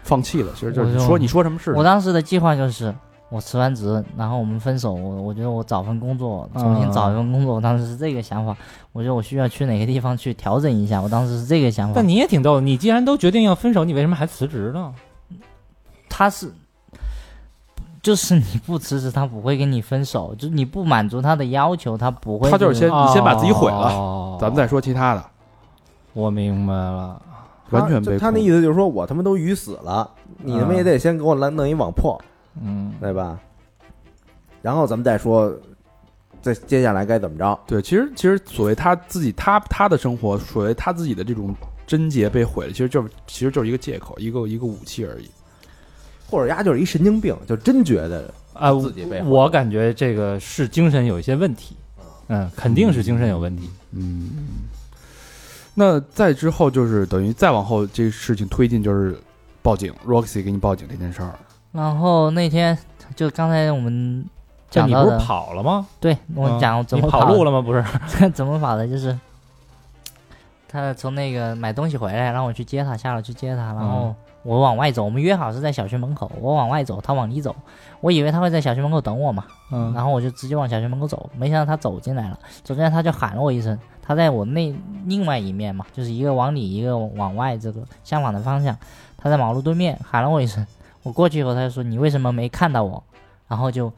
[SPEAKER 1] 放弃了，其实就是
[SPEAKER 9] 我就
[SPEAKER 1] 你说你说什么事
[SPEAKER 9] 我当时的计划就是。我辞完职，然后我们分手。我我觉得我找份工作，重新找一份工作。我当时是这个想法，我觉得我需要去哪个地方去调整一下。我当时是这个想法。
[SPEAKER 7] 但你也挺逗，你既然都决定要分手，你为什么还辞职呢？
[SPEAKER 9] 他是，就是你不辞职，他不会跟你分手。就是你不满足他的要求，他不会。
[SPEAKER 1] 他就是先你先把自己毁了
[SPEAKER 7] 哦、
[SPEAKER 1] 咱们再说其他的，
[SPEAKER 7] 我明白了，
[SPEAKER 1] 完全
[SPEAKER 2] 他
[SPEAKER 1] 被啊
[SPEAKER 2] 就他那意
[SPEAKER 1] 思
[SPEAKER 2] 思就是说我他妈都鱼死了，你他妈也得先给我来弄一网破，
[SPEAKER 7] 嗯，
[SPEAKER 2] 对吧？然后咱们再说，这接下来该怎么着？
[SPEAKER 1] 对。其实其实所谓他自己他他的生活，所谓他自己的这种贞洁被毁了，其实就是其实就是一个借口，一个一个武器而已。
[SPEAKER 2] 或者丫就是一神经病，就真觉得
[SPEAKER 7] 啊、
[SPEAKER 2] 自己被毁
[SPEAKER 7] 我感觉这个是精神有一些问题，嗯，肯定是精神有问题。
[SPEAKER 1] 嗯。那再之后就是等于再往后这个事情推进就是报警，Roxy 给你报警这件事儿。
[SPEAKER 9] 然后那天就刚才我们
[SPEAKER 7] 这
[SPEAKER 9] 讲
[SPEAKER 7] 你
[SPEAKER 9] 到
[SPEAKER 7] 不是
[SPEAKER 9] 的，
[SPEAKER 7] 跑了吗？
[SPEAKER 9] 对我
[SPEAKER 7] 嗯
[SPEAKER 9] 讲怎
[SPEAKER 7] 你
[SPEAKER 9] 么
[SPEAKER 7] 跑
[SPEAKER 9] 跑
[SPEAKER 7] 路了吗？不是，
[SPEAKER 9] 了，嗯 怎么跑的，就是他从那个买东西回来，让我去接他，下楼去接他，然后
[SPEAKER 7] 嗯
[SPEAKER 9] 我往外走，我们约好是在小区门口，我往外走，他往里走，我以为他会在小区门口等我嘛，
[SPEAKER 7] 嗯
[SPEAKER 9] 然后我就直接往小区门口走，没想到他走进来了，走进来他就喊了我一声，他在我那另外一面嘛，就是一个往里一个往外这个相反的方向，他在马路对面喊了我一声，我过去以后他就说你为什么没看到我，然后就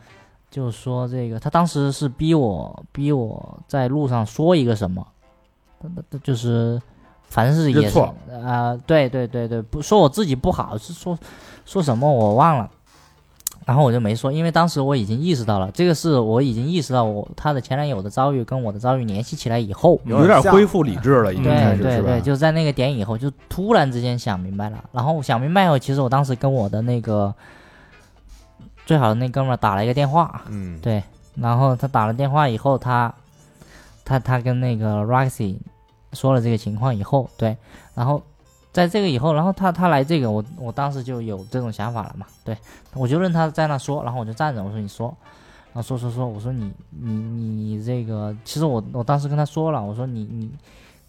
[SPEAKER 9] 就说这个他当时是逼我逼我在路上说一个什么，就是反正是
[SPEAKER 1] 认
[SPEAKER 9] 也是
[SPEAKER 1] 错
[SPEAKER 9] 啊、对对对对，不说我自己不好是说说什么我忘了。然后我就没说，因为当时我已经意识到了，这个是我已经意识到我他的前男友的遭遇跟我的遭遇联系起来以后，
[SPEAKER 1] 有点
[SPEAKER 2] 像
[SPEAKER 1] 恢复理智了，已经嗯开
[SPEAKER 9] 嗯对
[SPEAKER 1] 始
[SPEAKER 9] 对
[SPEAKER 1] 是吧
[SPEAKER 9] 对，？就在那个点以后，就突然之间想明白了。然后想明白以后，其实我当时跟我的那个最好的那哥们儿打了一个电话，
[SPEAKER 2] 嗯，
[SPEAKER 9] 对，然后他打了电话以后，他他他跟那个 Roxy 说了这个情况以后，对，然后在这个以后，然后他他来这个，我我当时就有这种想法了嘛，对，我就任他在那说，然后我就站着，我说你说。然后说说说，我说你你你你这个，其实我我当时跟他说了，我说你你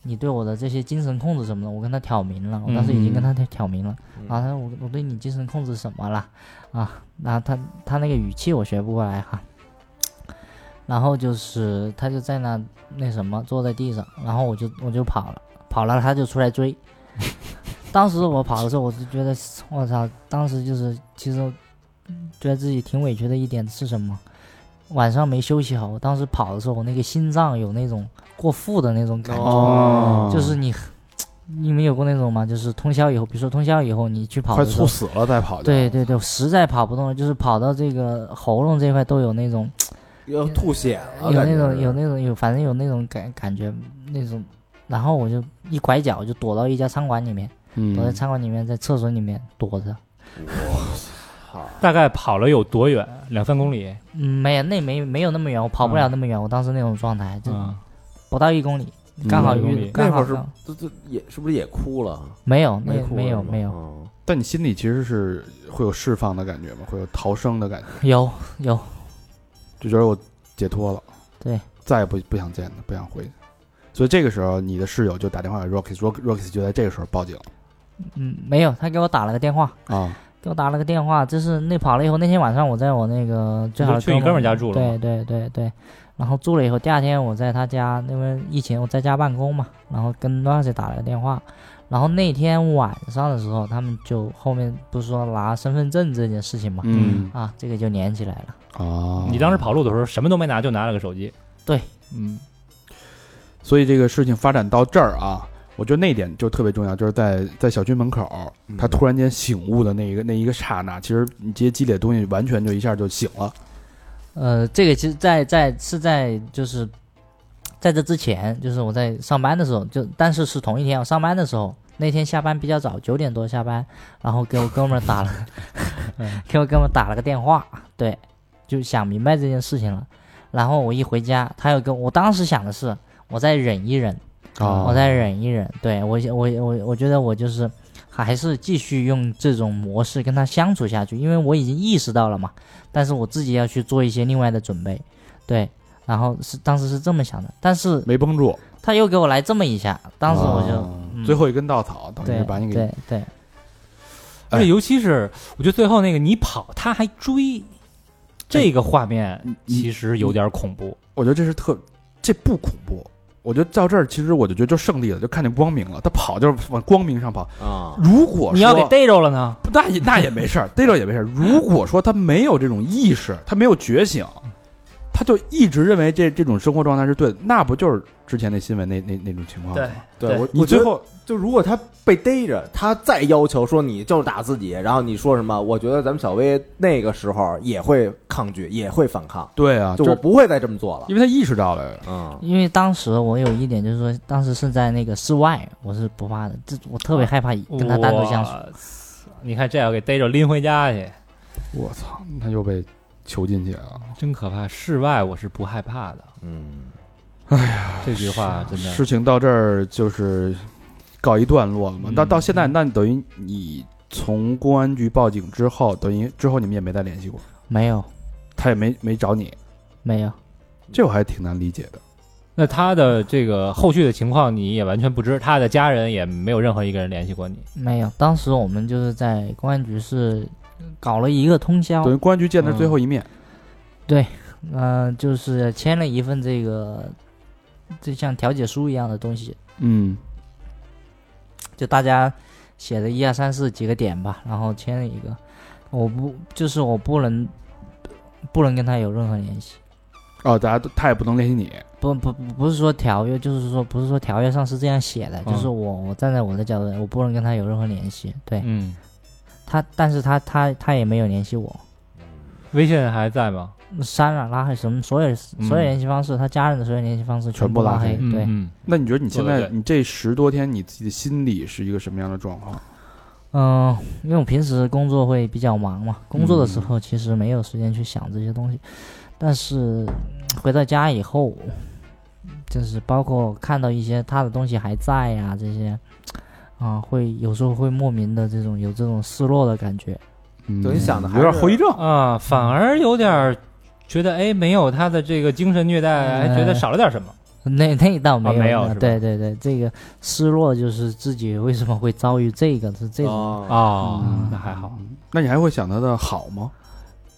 [SPEAKER 9] 你对我的这些精神控制什么的，我跟他挑明了，我当时已经跟他挑挑明了。然后他说我我对你精神控制什么了啊？然后他他那个语气我学不过来哈。然后就是他就在那那什么坐在地上，然后我就我就跑了，跑了他就出来追， 当时我跑的时候，我就觉得我操，当时就是其实觉得自己挺委屈的一点是什么？晚上没休息好，我当时跑的时候，我那个心脏有那种过负的那种感觉，
[SPEAKER 1] 哦
[SPEAKER 9] 就是你。你们有过那种吗？就是通宵以后，比如说通宵以后你去跑
[SPEAKER 1] 快
[SPEAKER 9] 的时候
[SPEAKER 1] 猝，死了再跑，
[SPEAKER 9] 对，对对，实在跑不动了，就是跑到这个喉咙这块都有那种
[SPEAKER 2] 要吐血
[SPEAKER 9] 有
[SPEAKER 2] 了，感
[SPEAKER 9] 那
[SPEAKER 2] 觉
[SPEAKER 9] 种
[SPEAKER 2] 是
[SPEAKER 9] 有那种有，反正有那种感感觉那种，然后我就一拐角就躲到一家餐馆里面，躲在
[SPEAKER 1] 嗯，
[SPEAKER 9] 餐馆里面，在厕所里面躲着。
[SPEAKER 7] 大概跑了有多远？两三公里。
[SPEAKER 9] 嗯，没有，那没没有那么远，我跑不了
[SPEAKER 2] 嗯
[SPEAKER 9] 那么远。我当时那种状态，就
[SPEAKER 7] 嗯，
[SPEAKER 9] 不到一公里，刚好
[SPEAKER 7] 一公里
[SPEAKER 9] 遇，刚
[SPEAKER 2] 嗯那会
[SPEAKER 9] 好
[SPEAKER 2] 儿是
[SPEAKER 9] 刚
[SPEAKER 2] 这这也是不是也哭了？
[SPEAKER 9] 没有，那
[SPEAKER 2] 哭
[SPEAKER 9] 没
[SPEAKER 2] 是
[SPEAKER 9] 有
[SPEAKER 2] 吗
[SPEAKER 9] 没有
[SPEAKER 2] 哦
[SPEAKER 1] 但你心里其实是会有释放的感觉吗？会有逃生的感觉，
[SPEAKER 9] 有有，
[SPEAKER 1] 就觉得我解脱了，
[SPEAKER 9] 对，
[SPEAKER 1] 再也不不想见他，不想回去。所以这个时候，你的室友就打电话给 Rocky，Rocky 就在这个时候报警
[SPEAKER 9] 嗯没有，他给我打了个电话，
[SPEAKER 1] 啊，
[SPEAKER 9] 给我打了个电话，就是那跑了以后，那天晚上我在我那个最好的
[SPEAKER 7] 你就去你哥们儿家住了
[SPEAKER 9] 对
[SPEAKER 7] 吗
[SPEAKER 9] 对对对，然后住了以后，第二天我在他家，因为疫情我在家办公嘛，然后跟 r o s 打了个电话，然后那天晚上的时候，他们就后面不是说拿身份证这件事情嘛，
[SPEAKER 1] 嗯
[SPEAKER 9] 啊，这个就连起来了，
[SPEAKER 1] 啊，
[SPEAKER 7] 你当时跑路的时候什么都没拿，就拿了个手机。
[SPEAKER 9] 对，
[SPEAKER 7] 嗯，
[SPEAKER 1] 所以这个事情发展到这儿啊，我觉得那一点就特别重要，就是在在小区门口，他突然间醒悟的那一个那一个刹那，其实你这些积累的东西完全就一下就醒了。
[SPEAKER 9] 呃，这个其实在在是在就是在这之前，就是我在上班的时候，就但是是同一天我上班的时候，那天下班比较早，九点多下班，然后给我哥们儿打了，给我哥们儿打了个电话，对，就想明白这件事情了。然后我一回家，他又跟我当时想的是，我再忍一忍，
[SPEAKER 1] 啊
[SPEAKER 9] 我再忍一忍。对我，我，我，我觉得我就是还是继续用这种模式跟他相处下去，因为我已经意识到了嘛。但是我自己要去做一些另外的准备，对。然后是当时是这么想的，但是
[SPEAKER 1] 没绷住，
[SPEAKER 9] 他又给我来这么一下，当时我就、
[SPEAKER 1] 啊
[SPEAKER 9] 嗯
[SPEAKER 1] 最后一根稻草，等于
[SPEAKER 9] 对
[SPEAKER 1] 是把你给
[SPEAKER 9] 对对
[SPEAKER 1] 哎
[SPEAKER 7] 而且尤其是我觉得最后那个你跑，他还追，这个画
[SPEAKER 1] 哎
[SPEAKER 7] 面其实有点恐怖。
[SPEAKER 1] 我觉得这是特，这不恐怖。我觉得到这儿，其实我就觉得就胜利了，就看见光明了。他跑就是往光明上跑。
[SPEAKER 2] 啊，
[SPEAKER 1] 如果
[SPEAKER 7] 你要给
[SPEAKER 1] 说
[SPEAKER 7] 逮着了呢？
[SPEAKER 1] 那也那也没事儿，逮着也没事儿。如果说他没有这种意识，他没有觉醒，他就一直认为这这种生活状态是对的，那不就是之前那新闻那那那种情况吗？
[SPEAKER 2] 对我
[SPEAKER 1] 你
[SPEAKER 2] 我觉
[SPEAKER 1] 最
[SPEAKER 2] 得
[SPEAKER 1] 后
[SPEAKER 2] 就如果他被逮着，他再要求说你就是打自己，然后你说什么，我觉得咱们小薇那个时候也会抗拒，也会反抗，
[SPEAKER 1] 对啊，
[SPEAKER 2] 就
[SPEAKER 1] 就
[SPEAKER 2] 我不会再这么做了。
[SPEAKER 1] 因为他意识到了，
[SPEAKER 2] 嗯，
[SPEAKER 9] 因为当时我有一点就是说，当时是在那个室外，我是不怕的，这我特别害怕跟他单独相处。
[SPEAKER 7] 哇塞你看这要给逮着拎回家去，
[SPEAKER 1] 我操，他又被囚禁起来了。
[SPEAKER 7] 真可怕。室外我是不害怕的，
[SPEAKER 2] 嗯，
[SPEAKER 7] 这句话真的
[SPEAKER 1] 事情到这儿就是告一段落了嘛。
[SPEAKER 7] 嗯
[SPEAKER 1] 到到现在，那你等于你从公安局报警之后，等于之后你们也没再联系过，
[SPEAKER 9] 没有
[SPEAKER 1] 他也没没找你，
[SPEAKER 9] 没有，
[SPEAKER 1] 这我还挺难理解的。
[SPEAKER 7] 那他的这个后续的情况你也完全不知，他的家人也没有任何一个人联系过你。
[SPEAKER 9] 没有，当时我们就是在公安局是搞了一个通
[SPEAKER 7] 哦
[SPEAKER 9] 宵，
[SPEAKER 1] 等于公安局见的是最后一面，
[SPEAKER 9] 嗯、就是签了一份这个，就像调解书一样的东西，
[SPEAKER 1] 嗯，
[SPEAKER 9] 就大家写的一二三四几个点吧，然后签了一个，我不就是我不能不能跟他有任何联系，
[SPEAKER 1] 哦，大家都他也不能联系你，
[SPEAKER 9] 不不不不是说条约，就是说不是说条约上是这样写的，就是
[SPEAKER 1] 哦
[SPEAKER 9] 我我站在我的角度，我不能跟他有任何联系，对
[SPEAKER 7] 嗯，
[SPEAKER 9] 他，但是他他他也没有联系我，
[SPEAKER 7] 微信还在吗？
[SPEAKER 9] 删了拉黑什么所有
[SPEAKER 7] 嗯
[SPEAKER 9] 所有联系方式，他家人的所有联系方式
[SPEAKER 1] 全部
[SPEAKER 9] 部
[SPEAKER 1] 拉
[SPEAKER 9] 拉
[SPEAKER 1] 黑
[SPEAKER 7] 嗯
[SPEAKER 9] 对，
[SPEAKER 7] 嗯
[SPEAKER 1] 那你觉得你现
[SPEAKER 7] 对
[SPEAKER 1] 在
[SPEAKER 7] 对对
[SPEAKER 1] 你这十多天你自己的心理是一个什么样的状况？
[SPEAKER 9] 嗯，因为我平时工作会比较忙
[SPEAKER 7] 嗯
[SPEAKER 9] 嘛，工作的时候其实没有时间去想这些东西，但是嗯回到家以后，就是包括看到一些他的东西还在呀、这些，啊、会有时候会莫名的这种有这种失落的感 觉。
[SPEAKER 1] 嗯
[SPEAKER 2] 等于想的还
[SPEAKER 1] 有点
[SPEAKER 2] 是
[SPEAKER 1] 后遗症，
[SPEAKER 7] 啊，反而有点儿觉得哎，没有他的这个精神虐待，还
[SPEAKER 1] 哎
[SPEAKER 7] 觉得少了点什么。
[SPEAKER 9] 那那倒没有呢、
[SPEAKER 7] 啊没有是吧
[SPEAKER 9] 对对对，这个失落就是自己为什么会遭遇这个是这种，
[SPEAKER 2] 哦
[SPEAKER 7] 哦
[SPEAKER 1] 嗯
[SPEAKER 7] 那还好。
[SPEAKER 1] 那你还会想他的好吗？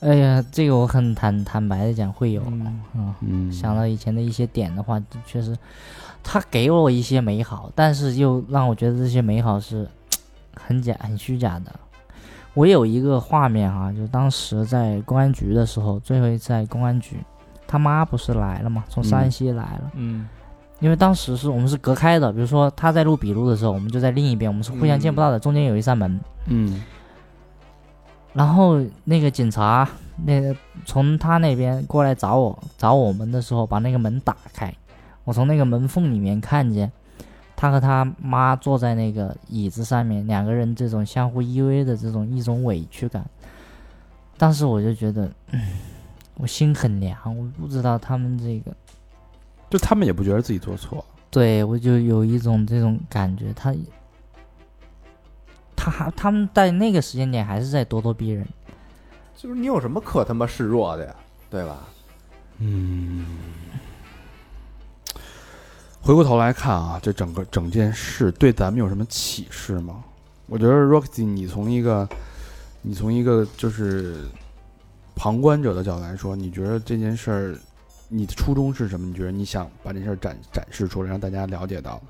[SPEAKER 9] 哎呀，这个我很坦坦白的讲，会有
[SPEAKER 7] 嗯
[SPEAKER 9] 啊。
[SPEAKER 1] 嗯
[SPEAKER 9] 想到以前的一些点的话，的确实，他给我一些美好，但是又让我觉得这些美好是很假、很虚假的。我有一个画面哈、就当时在公安局的时候，最后一次在公安局，他妈不是来了嘛，从山西来了，
[SPEAKER 7] 嗯
[SPEAKER 9] 因为当时是我们是隔开的，比如说他在录笔录的时候，我们就在另一边，我们是互相见不到的，中间有一扇门。
[SPEAKER 1] 嗯
[SPEAKER 9] 然后那个警察，那个从他那边过来找我找我们的时候，把那个门打开，我从那个门缝里面看见他和他妈坐在那个椅子上面，两个人这种相互依偎的这种一种委屈感。当时我就觉得，嗯我心很凉，我不知道他们这个
[SPEAKER 1] 就他们也不觉得自己做错，
[SPEAKER 9] 对我就有一种这种感觉，他他还他们在那个时间点还是在咄咄逼人，
[SPEAKER 2] 就是你有什么可他妈示弱的呀，对吧？
[SPEAKER 1] 嗯回过头来看啊，这整个整件事对咱们有什么启示吗？我觉得 Roxy，你从一个你从一个就是旁观者的角度来说，你觉得这件事儿你的初衷是什么？你觉得你想把这事儿展展示出来，让大家了解到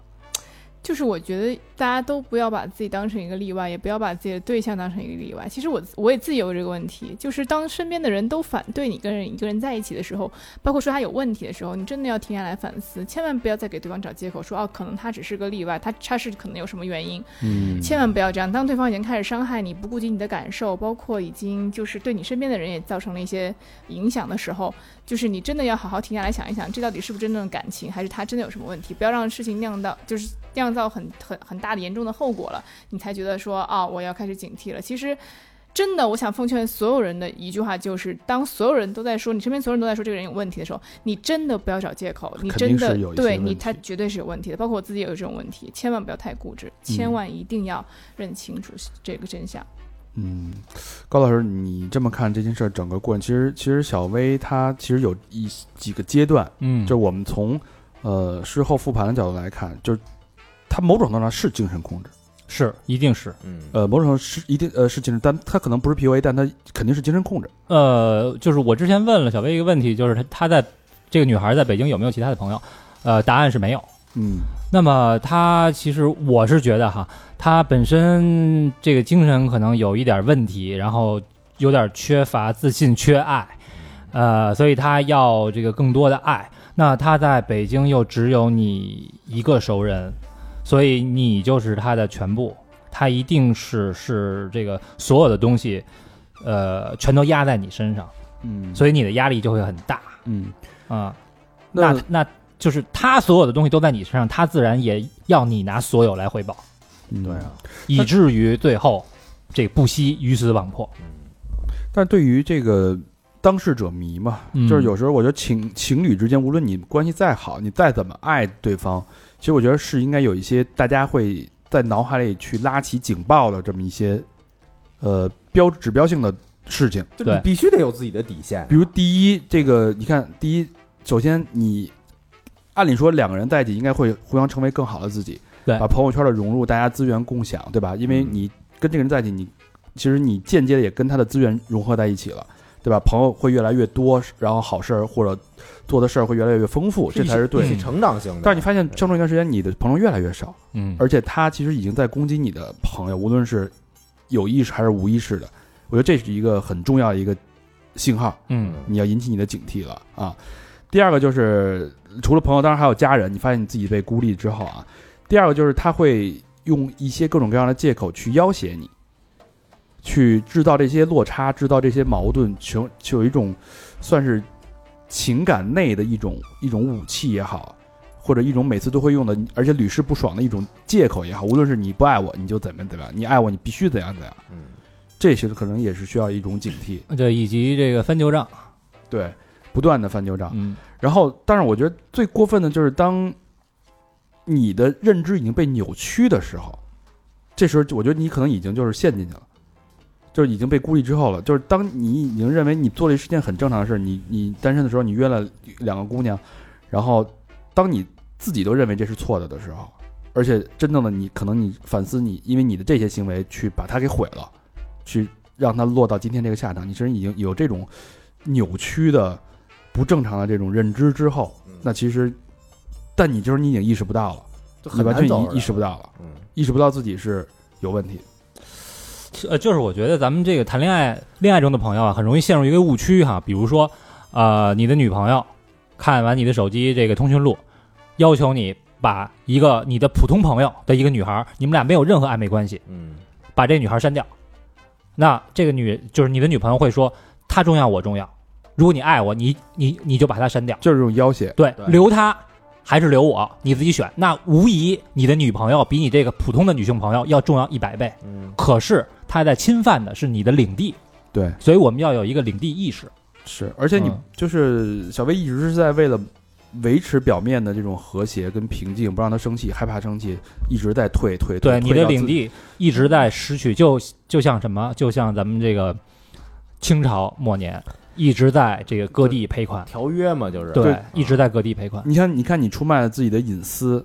[SPEAKER 8] 就是我觉得大家都不要把自己当成一个例外，也不要把自己的对象当成一个例外。其实我我也自己有这个问题，就是当身边的人都反对你跟人一个人在一起的时候，包括说他有问题的时候，你真的要停下来反思，千万不要再给对方找借口，说哦，可能他只是个例外，他他是可能有什么原因。
[SPEAKER 1] 嗯
[SPEAKER 8] 千万不要这样。当对方已经开始伤害你，不顾及你的感受，包括已经就是对你身边的人也造成了一些影响的时候，就是你真的要好好停下来想一想，这到底是不是真正的感情，还是他真的有什么问题？不要让事情酿到就是酿造很很很大的严重的后果了，你才觉得说啊、我要开始警惕了。其实。真的，我想奉劝所有人的一句话就是：当所有人都在说你身边所有人都在说这个人有问题的时候，你真的不要找借口，你
[SPEAKER 1] 肯定
[SPEAKER 8] 真
[SPEAKER 1] 是
[SPEAKER 8] 的
[SPEAKER 1] 有一些
[SPEAKER 8] 对
[SPEAKER 1] 问题
[SPEAKER 8] 你他绝对是有问题的。包括我自己也有这种问题，千万不要太固执，千万一定要认清楚这个真相。
[SPEAKER 1] 嗯，高老师，你这么看这件事儿整个过程，其实其实小薇她其实有一几个阶段，
[SPEAKER 7] 嗯
[SPEAKER 1] 就是我们从呃事后复盘的角度来看，就是她某种程度上是精神控制，
[SPEAKER 7] 是一定是。
[SPEAKER 2] 嗯，
[SPEAKER 1] 呃，某种程度是一定呃是精神，但她可能不是 PUA，但她肯定是精神控制。
[SPEAKER 7] 呃，就是我之前问了小薇一个问题，就是她她在这个女孩在北京有没有其他的朋友？呃，答案是没有。
[SPEAKER 1] 嗯
[SPEAKER 7] 那么她其实我是觉得哈，她本身这个精神可能有一点问题，然后有点缺乏自信、缺爱，呃，所以她要这个更多的爱。那她在北京又只有你一个熟人，所以你就是她的全部，她一定是是这个所有的东西，呃，全都压在你身上，
[SPEAKER 1] 嗯
[SPEAKER 7] 所以你的压力就会很大
[SPEAKER 1] 嗯，
[SPEAKER 7] 啊。
[SPEAKER 1] 那
[SPEAKER 7] 那那就是他所有的东西都在你身上，他自然也要你拿所有来回报，
[SPEAKER 1] 对啊。
[SPEAKER 7] 以至于最后这不惜鱼死网破。
[SPEAKER 1] 但对于这个当事者迷嘛，
[SPEAKER 7] 嗯
[SPEAKER 1] 就是有时候我觉得情情侣之间，无论你关系再好，你再怎么爱对方，其实我觉得是应该有一些大家会在脑海里去拉起警报的这么一些呃标指标性的事情。
[SPEAKER 2] 就
[SPEAKER 7] 对
[SPEAKER 2] 你必须得有自己的底线
[SPEAKER 1] 比。如第一，这个你看，第一，首先你按理说两个人在一起应该会互相成为更好的自己，
[SPEAKER 7] 对
[SPEAKER 1] 把朋友圈的融入，大家资源共享，对吧？因为
[SPEAKER 2] 嗯
[SPEAKER 1] 你跟这个人在一起，你其实你间接的也跟他的资源融合在一起了，对吧？朋友会越来越多，然后好事儿或者做的事儿会越来越丰富，这才是对
[SPEAKER 2] 一
[SPEAKER 1] 的。
[SPEAKER 2] 起成长型的。
[SPEAKER 1] 但是你发现相处一段时间，你的朋友越来越少，
[SPEAKER 7] 嗯，
[SPEAKER 1] 而且他其实已经在攻击你的朋友，无论是有意识还是无意识的，我觉得这是一个很重要的一个信号。
[SPEAKER 7] 嗯，
[SPEAKER 1] 你要引起你的警惕了啊。第二个就是除了朋友，当然还有家人。你发现你自己被孤立之后啊，第二个就是他会用一些各种各样的借口去要挟你，去制造这些落差，制造这些矛盾，就就有一种算是情感内的一种一种武器也好，或者一种每次都会用的，而且屡试不爽的一种借口也好。无论是你不爱我，你就怎么怎么样；你爱我，你必须怎样怎样。
[SPEAKER 2] 嗯，
[SPEAKER 1] 这些可能也是需要一种警惕，
[SPEAKER 7] 对，以及这个翻旧账，
[SPEAKER 1] 对，不断的翻旧账。
[SPEAKER 7] 嗯，
[SPEAKER 1] 然后，但是我觉得最过分的就是当你的认知已经被扭曲的时候，这时候就我觉得你可能已经就是陷进去了，就是已经被孤立之后了。就是当你已经认为你做了一是件很正常的事，你你单身的时候你约了两个姑娘，然后当你自己都认为这是错的的时候，而且真正的你可能你反思你，因为你的这些行为去把它给毁了，去让他落到今天这个下场，你身上已经有这种扭曲的、不正常的这种认知之后，
[SPEAKER 2] 嗯
[SPEAKER 1] 那其实，但你就是你已经意识不到了，
[SPEAKER 2] 就
[SPEAKER 1] 你
[SPEAKER 2] 很
[SPEAKER 1] 完
[SPEAKER 2] 难
[SPEAKER 1] 全
[SPEAKER 2] 走
[SPEAKER 1] 意
[SPEAKER 2] 人
[SPEAKER 1] 意识不到了，
[SPEAKER 2] 嗯
[SPEAKER 1] 意识不到自己是有问题的。
[SPEAKER 7] 呃，就是我觉得咱们这个谈恋爱恋爱中的朋友啊，很容易陷入一个误区哈，比如说，呃，你的女朋友看完你的手机这个通讯录，要求你把一个你的普通朋友的一个女孩，你们俩没有任何暧昧关系，
[SPEAKER 2] 嗯
[SPEAKER 7] 把这女孩删掉，那这个女就是你的女朋友会说，她重要我重要，如果你爱我，你你你就把她删掉，
[SPEAKER 1] 就是这种要挟，
[SPEAKER 7] 对，
[SPEAKER 2] 对
[SPEAKER 7] 留她。还是留我，你自己选。那无疑，你的女朋友比你这个普通的女性朋友要重要一百倍。
[SPEAKER 2] 嗯，
[SPEAKER 7] 可是他在侵犯的是你的领地，
[SPEAKER 1] 对，
[SPEAKER 7] 所以我们要有一个领地意识。
[SPEAKER 1] 是，而且你
[SPEAKER 7] 嗯
[SPEAKER 1] 就是小薇一直是在为了维持表面的这种和谐跟平静，不让她生气，害怕生气，一直在退退退。退
[SPEAKER 7] 对，你的
[SPEAKER 1] 到自
[SPEAKER 7] 领地一直在失去，就就像什么，就像咱们这个清朝末年一直在这个割地赔款，
[SPEAKER 2] 条约嘛，就是啊
[SPEAKER 7] 对，
[SPEAKER 1] 对
[SPEAKER 7] 一直在割地赔款。
[SPEAKER 1] 你看，你看，你出卖了自己的隐私，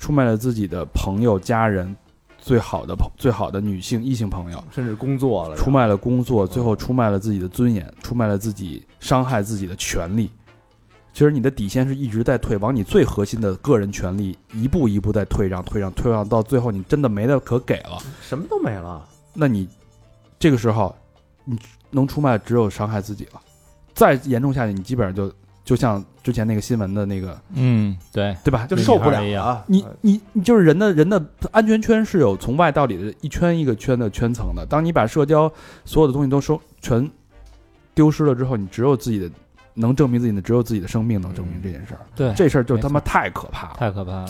[SPEAKER 1] 出卖了自己的朋友、家人，最好的朋、最好的女性异性朋友，
[SPEAKER 2] 甚至工作了，
[SPEAKER 1] 出卖了工作，最后出卖了自己的尊严，出卖了自己，伤害自己的权利。其实你的底线是一直在退，往你最核心的个人权利一步一步在退让、退让、退让，到最后你真的没的可给了，
[SPEAKER 2] 什么都没了，
[SPEAKER 1] 那你这个时候你能出卖只有伤害自己了。再严重下去，你基本上就就像之前那个新闻的那个，
[SPEAKER 7] 嗯，对，
[SPEAKER 1] 对吧？
[SPEAKER 2] 就
[SPEAKER 7] 女
[SPEAKER 2] 受不
[SPEAKER 7] 孩
[SPEAKER 2] 了
[SPEAKER 7] 一样
[SPEAKER 2] 了。
[SPEAKER 1] 你你你就是人的人的安全圈是有从外到里的一圈一个圈的圈层的。当你把社交所有的东西都收全丢失了之后，你只有自己的能证明自己的，只有自己的生命能证明这件事儿。
[SPEAKER 7] 对
[SPEAKER 1] 这事儿就他妈
[SPEAKER 7] 没
[SPEAKER 1] 太可怕了。
[SPEAKER 7] 太可怕了。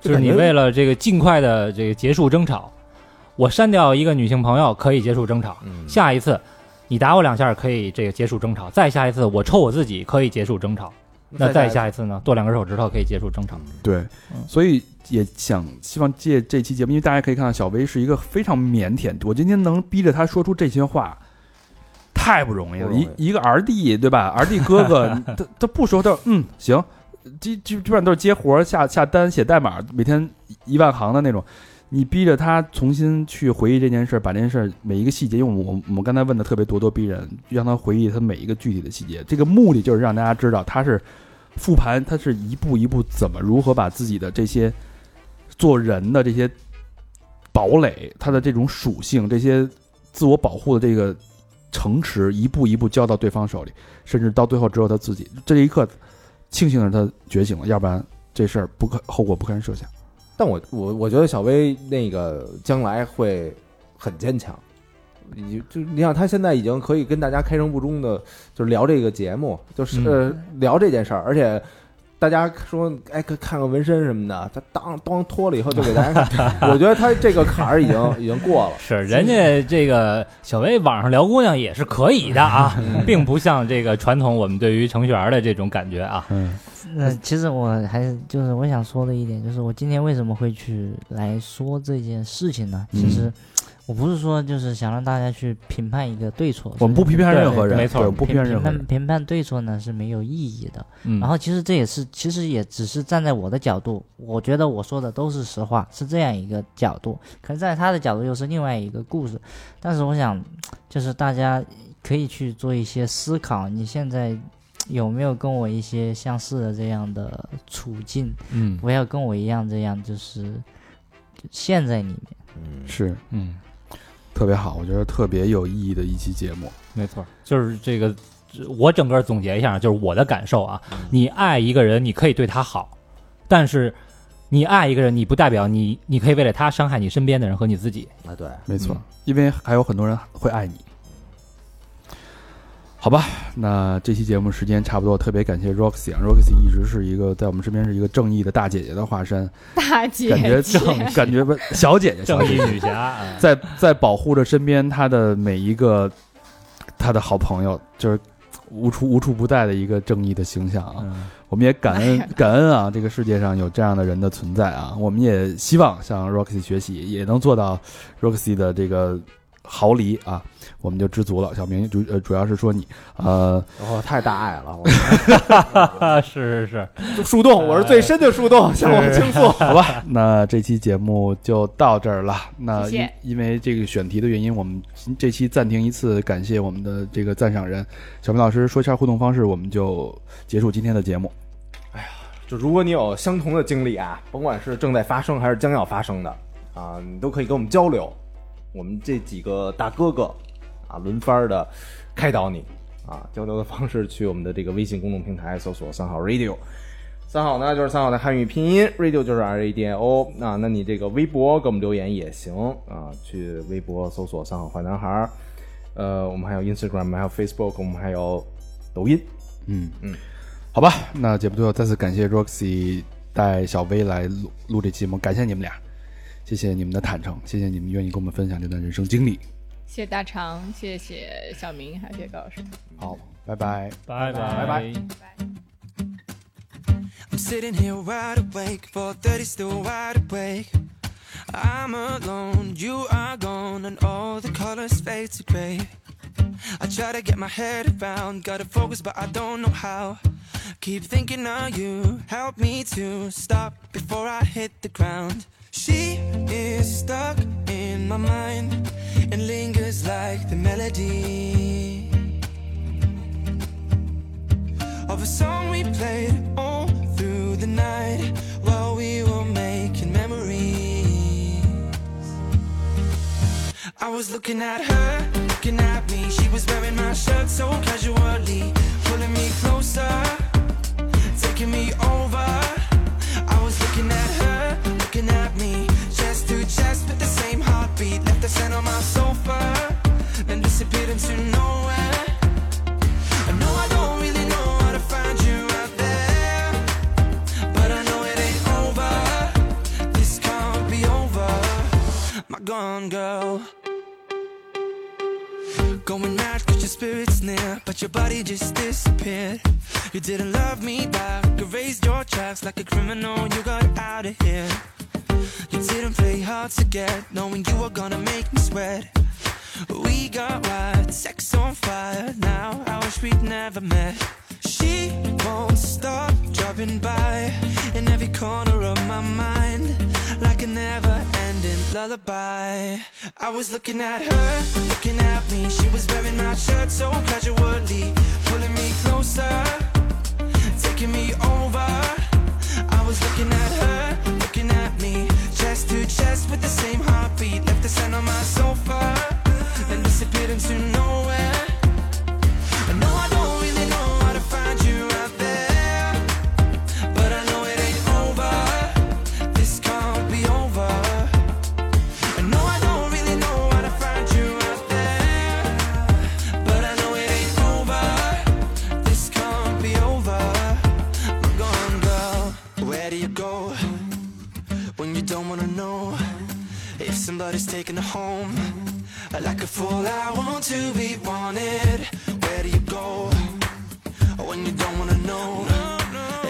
[SPEAKER 1] 就
[SPEAKER 7] 就是
[SPEAKER 1] 感
[SPEAKER 7] 你
[SPEAKER 1] 觉
[SPEAKER 7] 为了这个尽快的这个结束争吵，我删掉一个女性朋友可以结束争吵，
[SPEAKER 2] 嗯
[SPEAKER 7] 下一次你打我两下可以这个结束争吵，再下一次我抽我自己可以结束争吵。那再下一次呢？剁两根手指头可以结束争
[SPEAKER 2] 嗯
[SPEAKER 7] 吵。
[SPEAKER 1] 对，所以也想希望借这期节目，因为大家可以看到小薇是一个非常腼腆，我今天能逼着她说出这些话。太不容易了，
[SPEAKER 2] 不容易
[SPEAKER 1] 一一个 R D 对吧？R D 哥哥，你他他不说，他说嗯行，基基基本上都是接活儿下下单写代码，每天一一万行的那种。你逼着他重新去回忆这件事儿，把这件事儿每一个细节，因为我我我们刚才问的特别咄咄逼人，让他回忆他每一个具体的细节。这个目的就是让大家知道他是复盘，他是一步一步怎么如何把自己的这些做人的这些堡垒，他的这种属性，这些自我保护的这个城池，一步一步交到对方手里，甚至到最后只有他自己。这一刻，庆幸的是他觉醒了，要不然这事儿不可后果不堪设想。
[SPEAKER 2] 但我我我觉得小薇那个将来会很坚强，你就你想她现在已经可以跟大家开诚布公的，就是聊这个节目，就是、呃聊这件事儿，而且。大家说，哎，看看个纹身什么的，她当当脱了以后就给大家看。我觉得她这个坎儿已经已经过了，
[SPEAKER 7] 是，人家这个小薇网上聊姑娘也是可以的啊，并不像这个传统我们对于程序员的这种感觉啊。
[SPEAKER 9] 呃，其实我还是就是我想说的一点，就是我今天为什么会去来说这件事情呢？其
[SPEAKER 1] 嗯
[SPEAKER 9] 实我不是说就是想让大家去评判一个对错，
[SPEAKER 1] 我们不批判任何人，
[SPEAKER 7] 对没错
[SPEAKER 1] 对我们不批
[SPEAKER 9] 评
[SPEAKER 1] 判任
[SPEAKER 9] 评
[SPEAKER 1] 何
[SPEAKER 9] 判
[SPEAKER 1] 人。
[SPEAKER 9] 评判对错呢是没有意义的。
[SPEAKER 7] 嗯
[SPEAKER 9] 然后其实这也是，其实也只是站在我的角度，我觉得我说的都是实话，是这样一个角度。可能站在他的角度又是另外一个故事。但是我想，就是大家可以去做一些思考，你现在有没有跟我一些相似的这样的处境？
[SPEAKER 7] 嗯
[SPEAKER 9] 不要跟我一样这样，就是陷在里面。
[SPEAKER 1] 是
[SPEAKER 7] 嗯，
[SPEAKER 1] 特别好，我觉得特别有意义的一期节目。
[SPEAKER 7] 没错，就是这个，我整个总结一下，就是我的感受啊。你爱一个人，你可以对他好，但是你爱一个人，你不代表你你可以为了他伤害你身边的人和你自己。
[SPEAKER 2] 啊，对，
[SPEAKER 1] 没
[SPEAKER 7] 嗯
[SPEAKER 1] 错，因为还有很多人会爱你。好吧，那这期节目时间差不多，特别感谢 Roxy 啊，Roxy 一直是一个在我们身边是一个正义的大姐姐的化 身，
[SPEAKER 11] 大姐
[SPEAKER 1] 感觉
[SPEAKER 11] 姐，
[SPEAKER 1] 正感觉不小姐姐，小
[SPEAKER 7] 正
[SPEAKER 1] 姐
[SPEAKER 7] 义
[SPEAKER 1] 姐
[SPEAKER 7] 女侠啊，
[SPEAKER 1] 在在保护着身边她的每一个她的好朋友，就是无处无处不在的一个正义的形象啊。
[SPEAKER 7] 嗯
[SPEAKER 1] 我们也感恩 感恩啊，这个世界上有这样的人的存在啊。我们也希望向 Roxy 学习，也能做到 Roxy 的这个毫厘啊，我们就知足了。小明主呃主要是说你，呃，
[SPEAKER 2] 哦，太大爱了，我
[SPEAKER 7] 啊，是是是，
[SPEAKER 2] 树洞，我是最深的树洞，向我倾诉。
[SPEAKER 1] 呃 好吧，那这期节目就到这儿了。那
[SPEAKER 11] 谢谢
[SPEAKER 1] 因因为这个选题的原因，我们这期暂停一次，感谢我们的这个赞赏人小明老师说一下互动方式，我们就结束今天的节目。
[SPEAKER 2] 就如果你有相同的经历啊，甭管是正在发生还是将要发生的啊，你都可以跟我们交流。我们这几个大哥哥啊，轮番的开导你啊。交流的方式去我们的这个微信公众平台搜索“三好 radio”。三好呢就是三好的汉语拼音，radio 就是 R A D I O。那那你这个微博给我们留言也行啊，去微博搜索“三好坏男孩儿”。呃，我们还有 Instagram，还有 Facebook，我们还有抖音。
[SPEAKER 1] 嗯
[SPEAKER 2] 嗯，
[SPEAKER 1] 好吧，那节目最后再次感谢 Roxy 带小薇来录录这节目，感谢你们俩，谢谢你们的坦诚，谢谢你们愿意跟我们分享这段人生经历。
[SPEAKER 11] 谢谢大肠，谢谢小明，还有谢谢高老师。
[SPEAKER 1] 好，拜拜。
[SPEAKER 7] 拜
[SPEAKER 2] 拜
[SPEAKER 7] 拜
[SPEAKER 2] 拜。
[SPEAKER 12] I'm sitting here wide awake, 4:30 still wide awake. I'm alone, you are gone, and all the colors fade to gray. I try to get my head around, gotta focus, but I don't know how. Keep thinking of you, help me to stop before I hit the ground. She is stuck in my mind and lingers like the melody of a song we played all through the night while we were making memories. I was looking at her, looking at me. She was wearing my shirt so casually, pulling me closer, taking me over. I was looking at her, looking at me, chest to chest with the same heartbeat. Left the sand on my sofa, then disappeared into nowhere. I know I don't really know how to find you out there, but I know it ain't over. This can't be over. My gone girl. Going mad cause your spirit's near, but your body just disappeared. You didn't love me back, erased your tracks like a criminal. You got out of here. You didn't play hard to get, knowing you were gonna make me sweat. We got wild, sex on fire. Now I wish we'd never met. She won't stop dropping by in every corner of my mind, like a never-ending lullaby. I was looking at her, looking at me. She was wearing my shirt so casually, pulling me closer, taking me over. I was looking at her, looking at me, chest to chest with the same heartbeat. Left the sand on my sofa, then disappeared into nowhere. I know I don't really know how to find you out there, but I know it ain't over. This can't be over. I know I don't really know how to find you out there, but I know it ain't over. This can't be over. I'm gone, girl. Where do you go when you don't wanna know if somebody's taking her home? Like a fool, I want to be wanted. Where do you go when you don't wanna know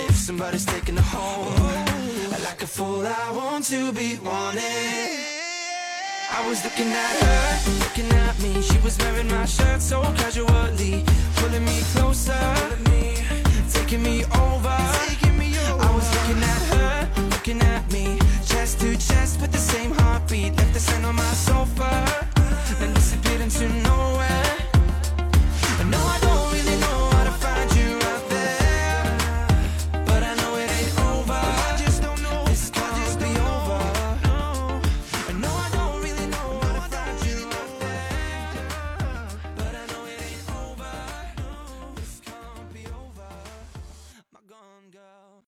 [SPEAKER 12] if somebody's taking her home? Like a fool, I want to be wanted. I was looking at her, looking at me. She was wearing my shirt so casually, pulling me closer, taking me over. I was looking at her, looking at me, chest to chest with the same heartbeat. Left the sand on my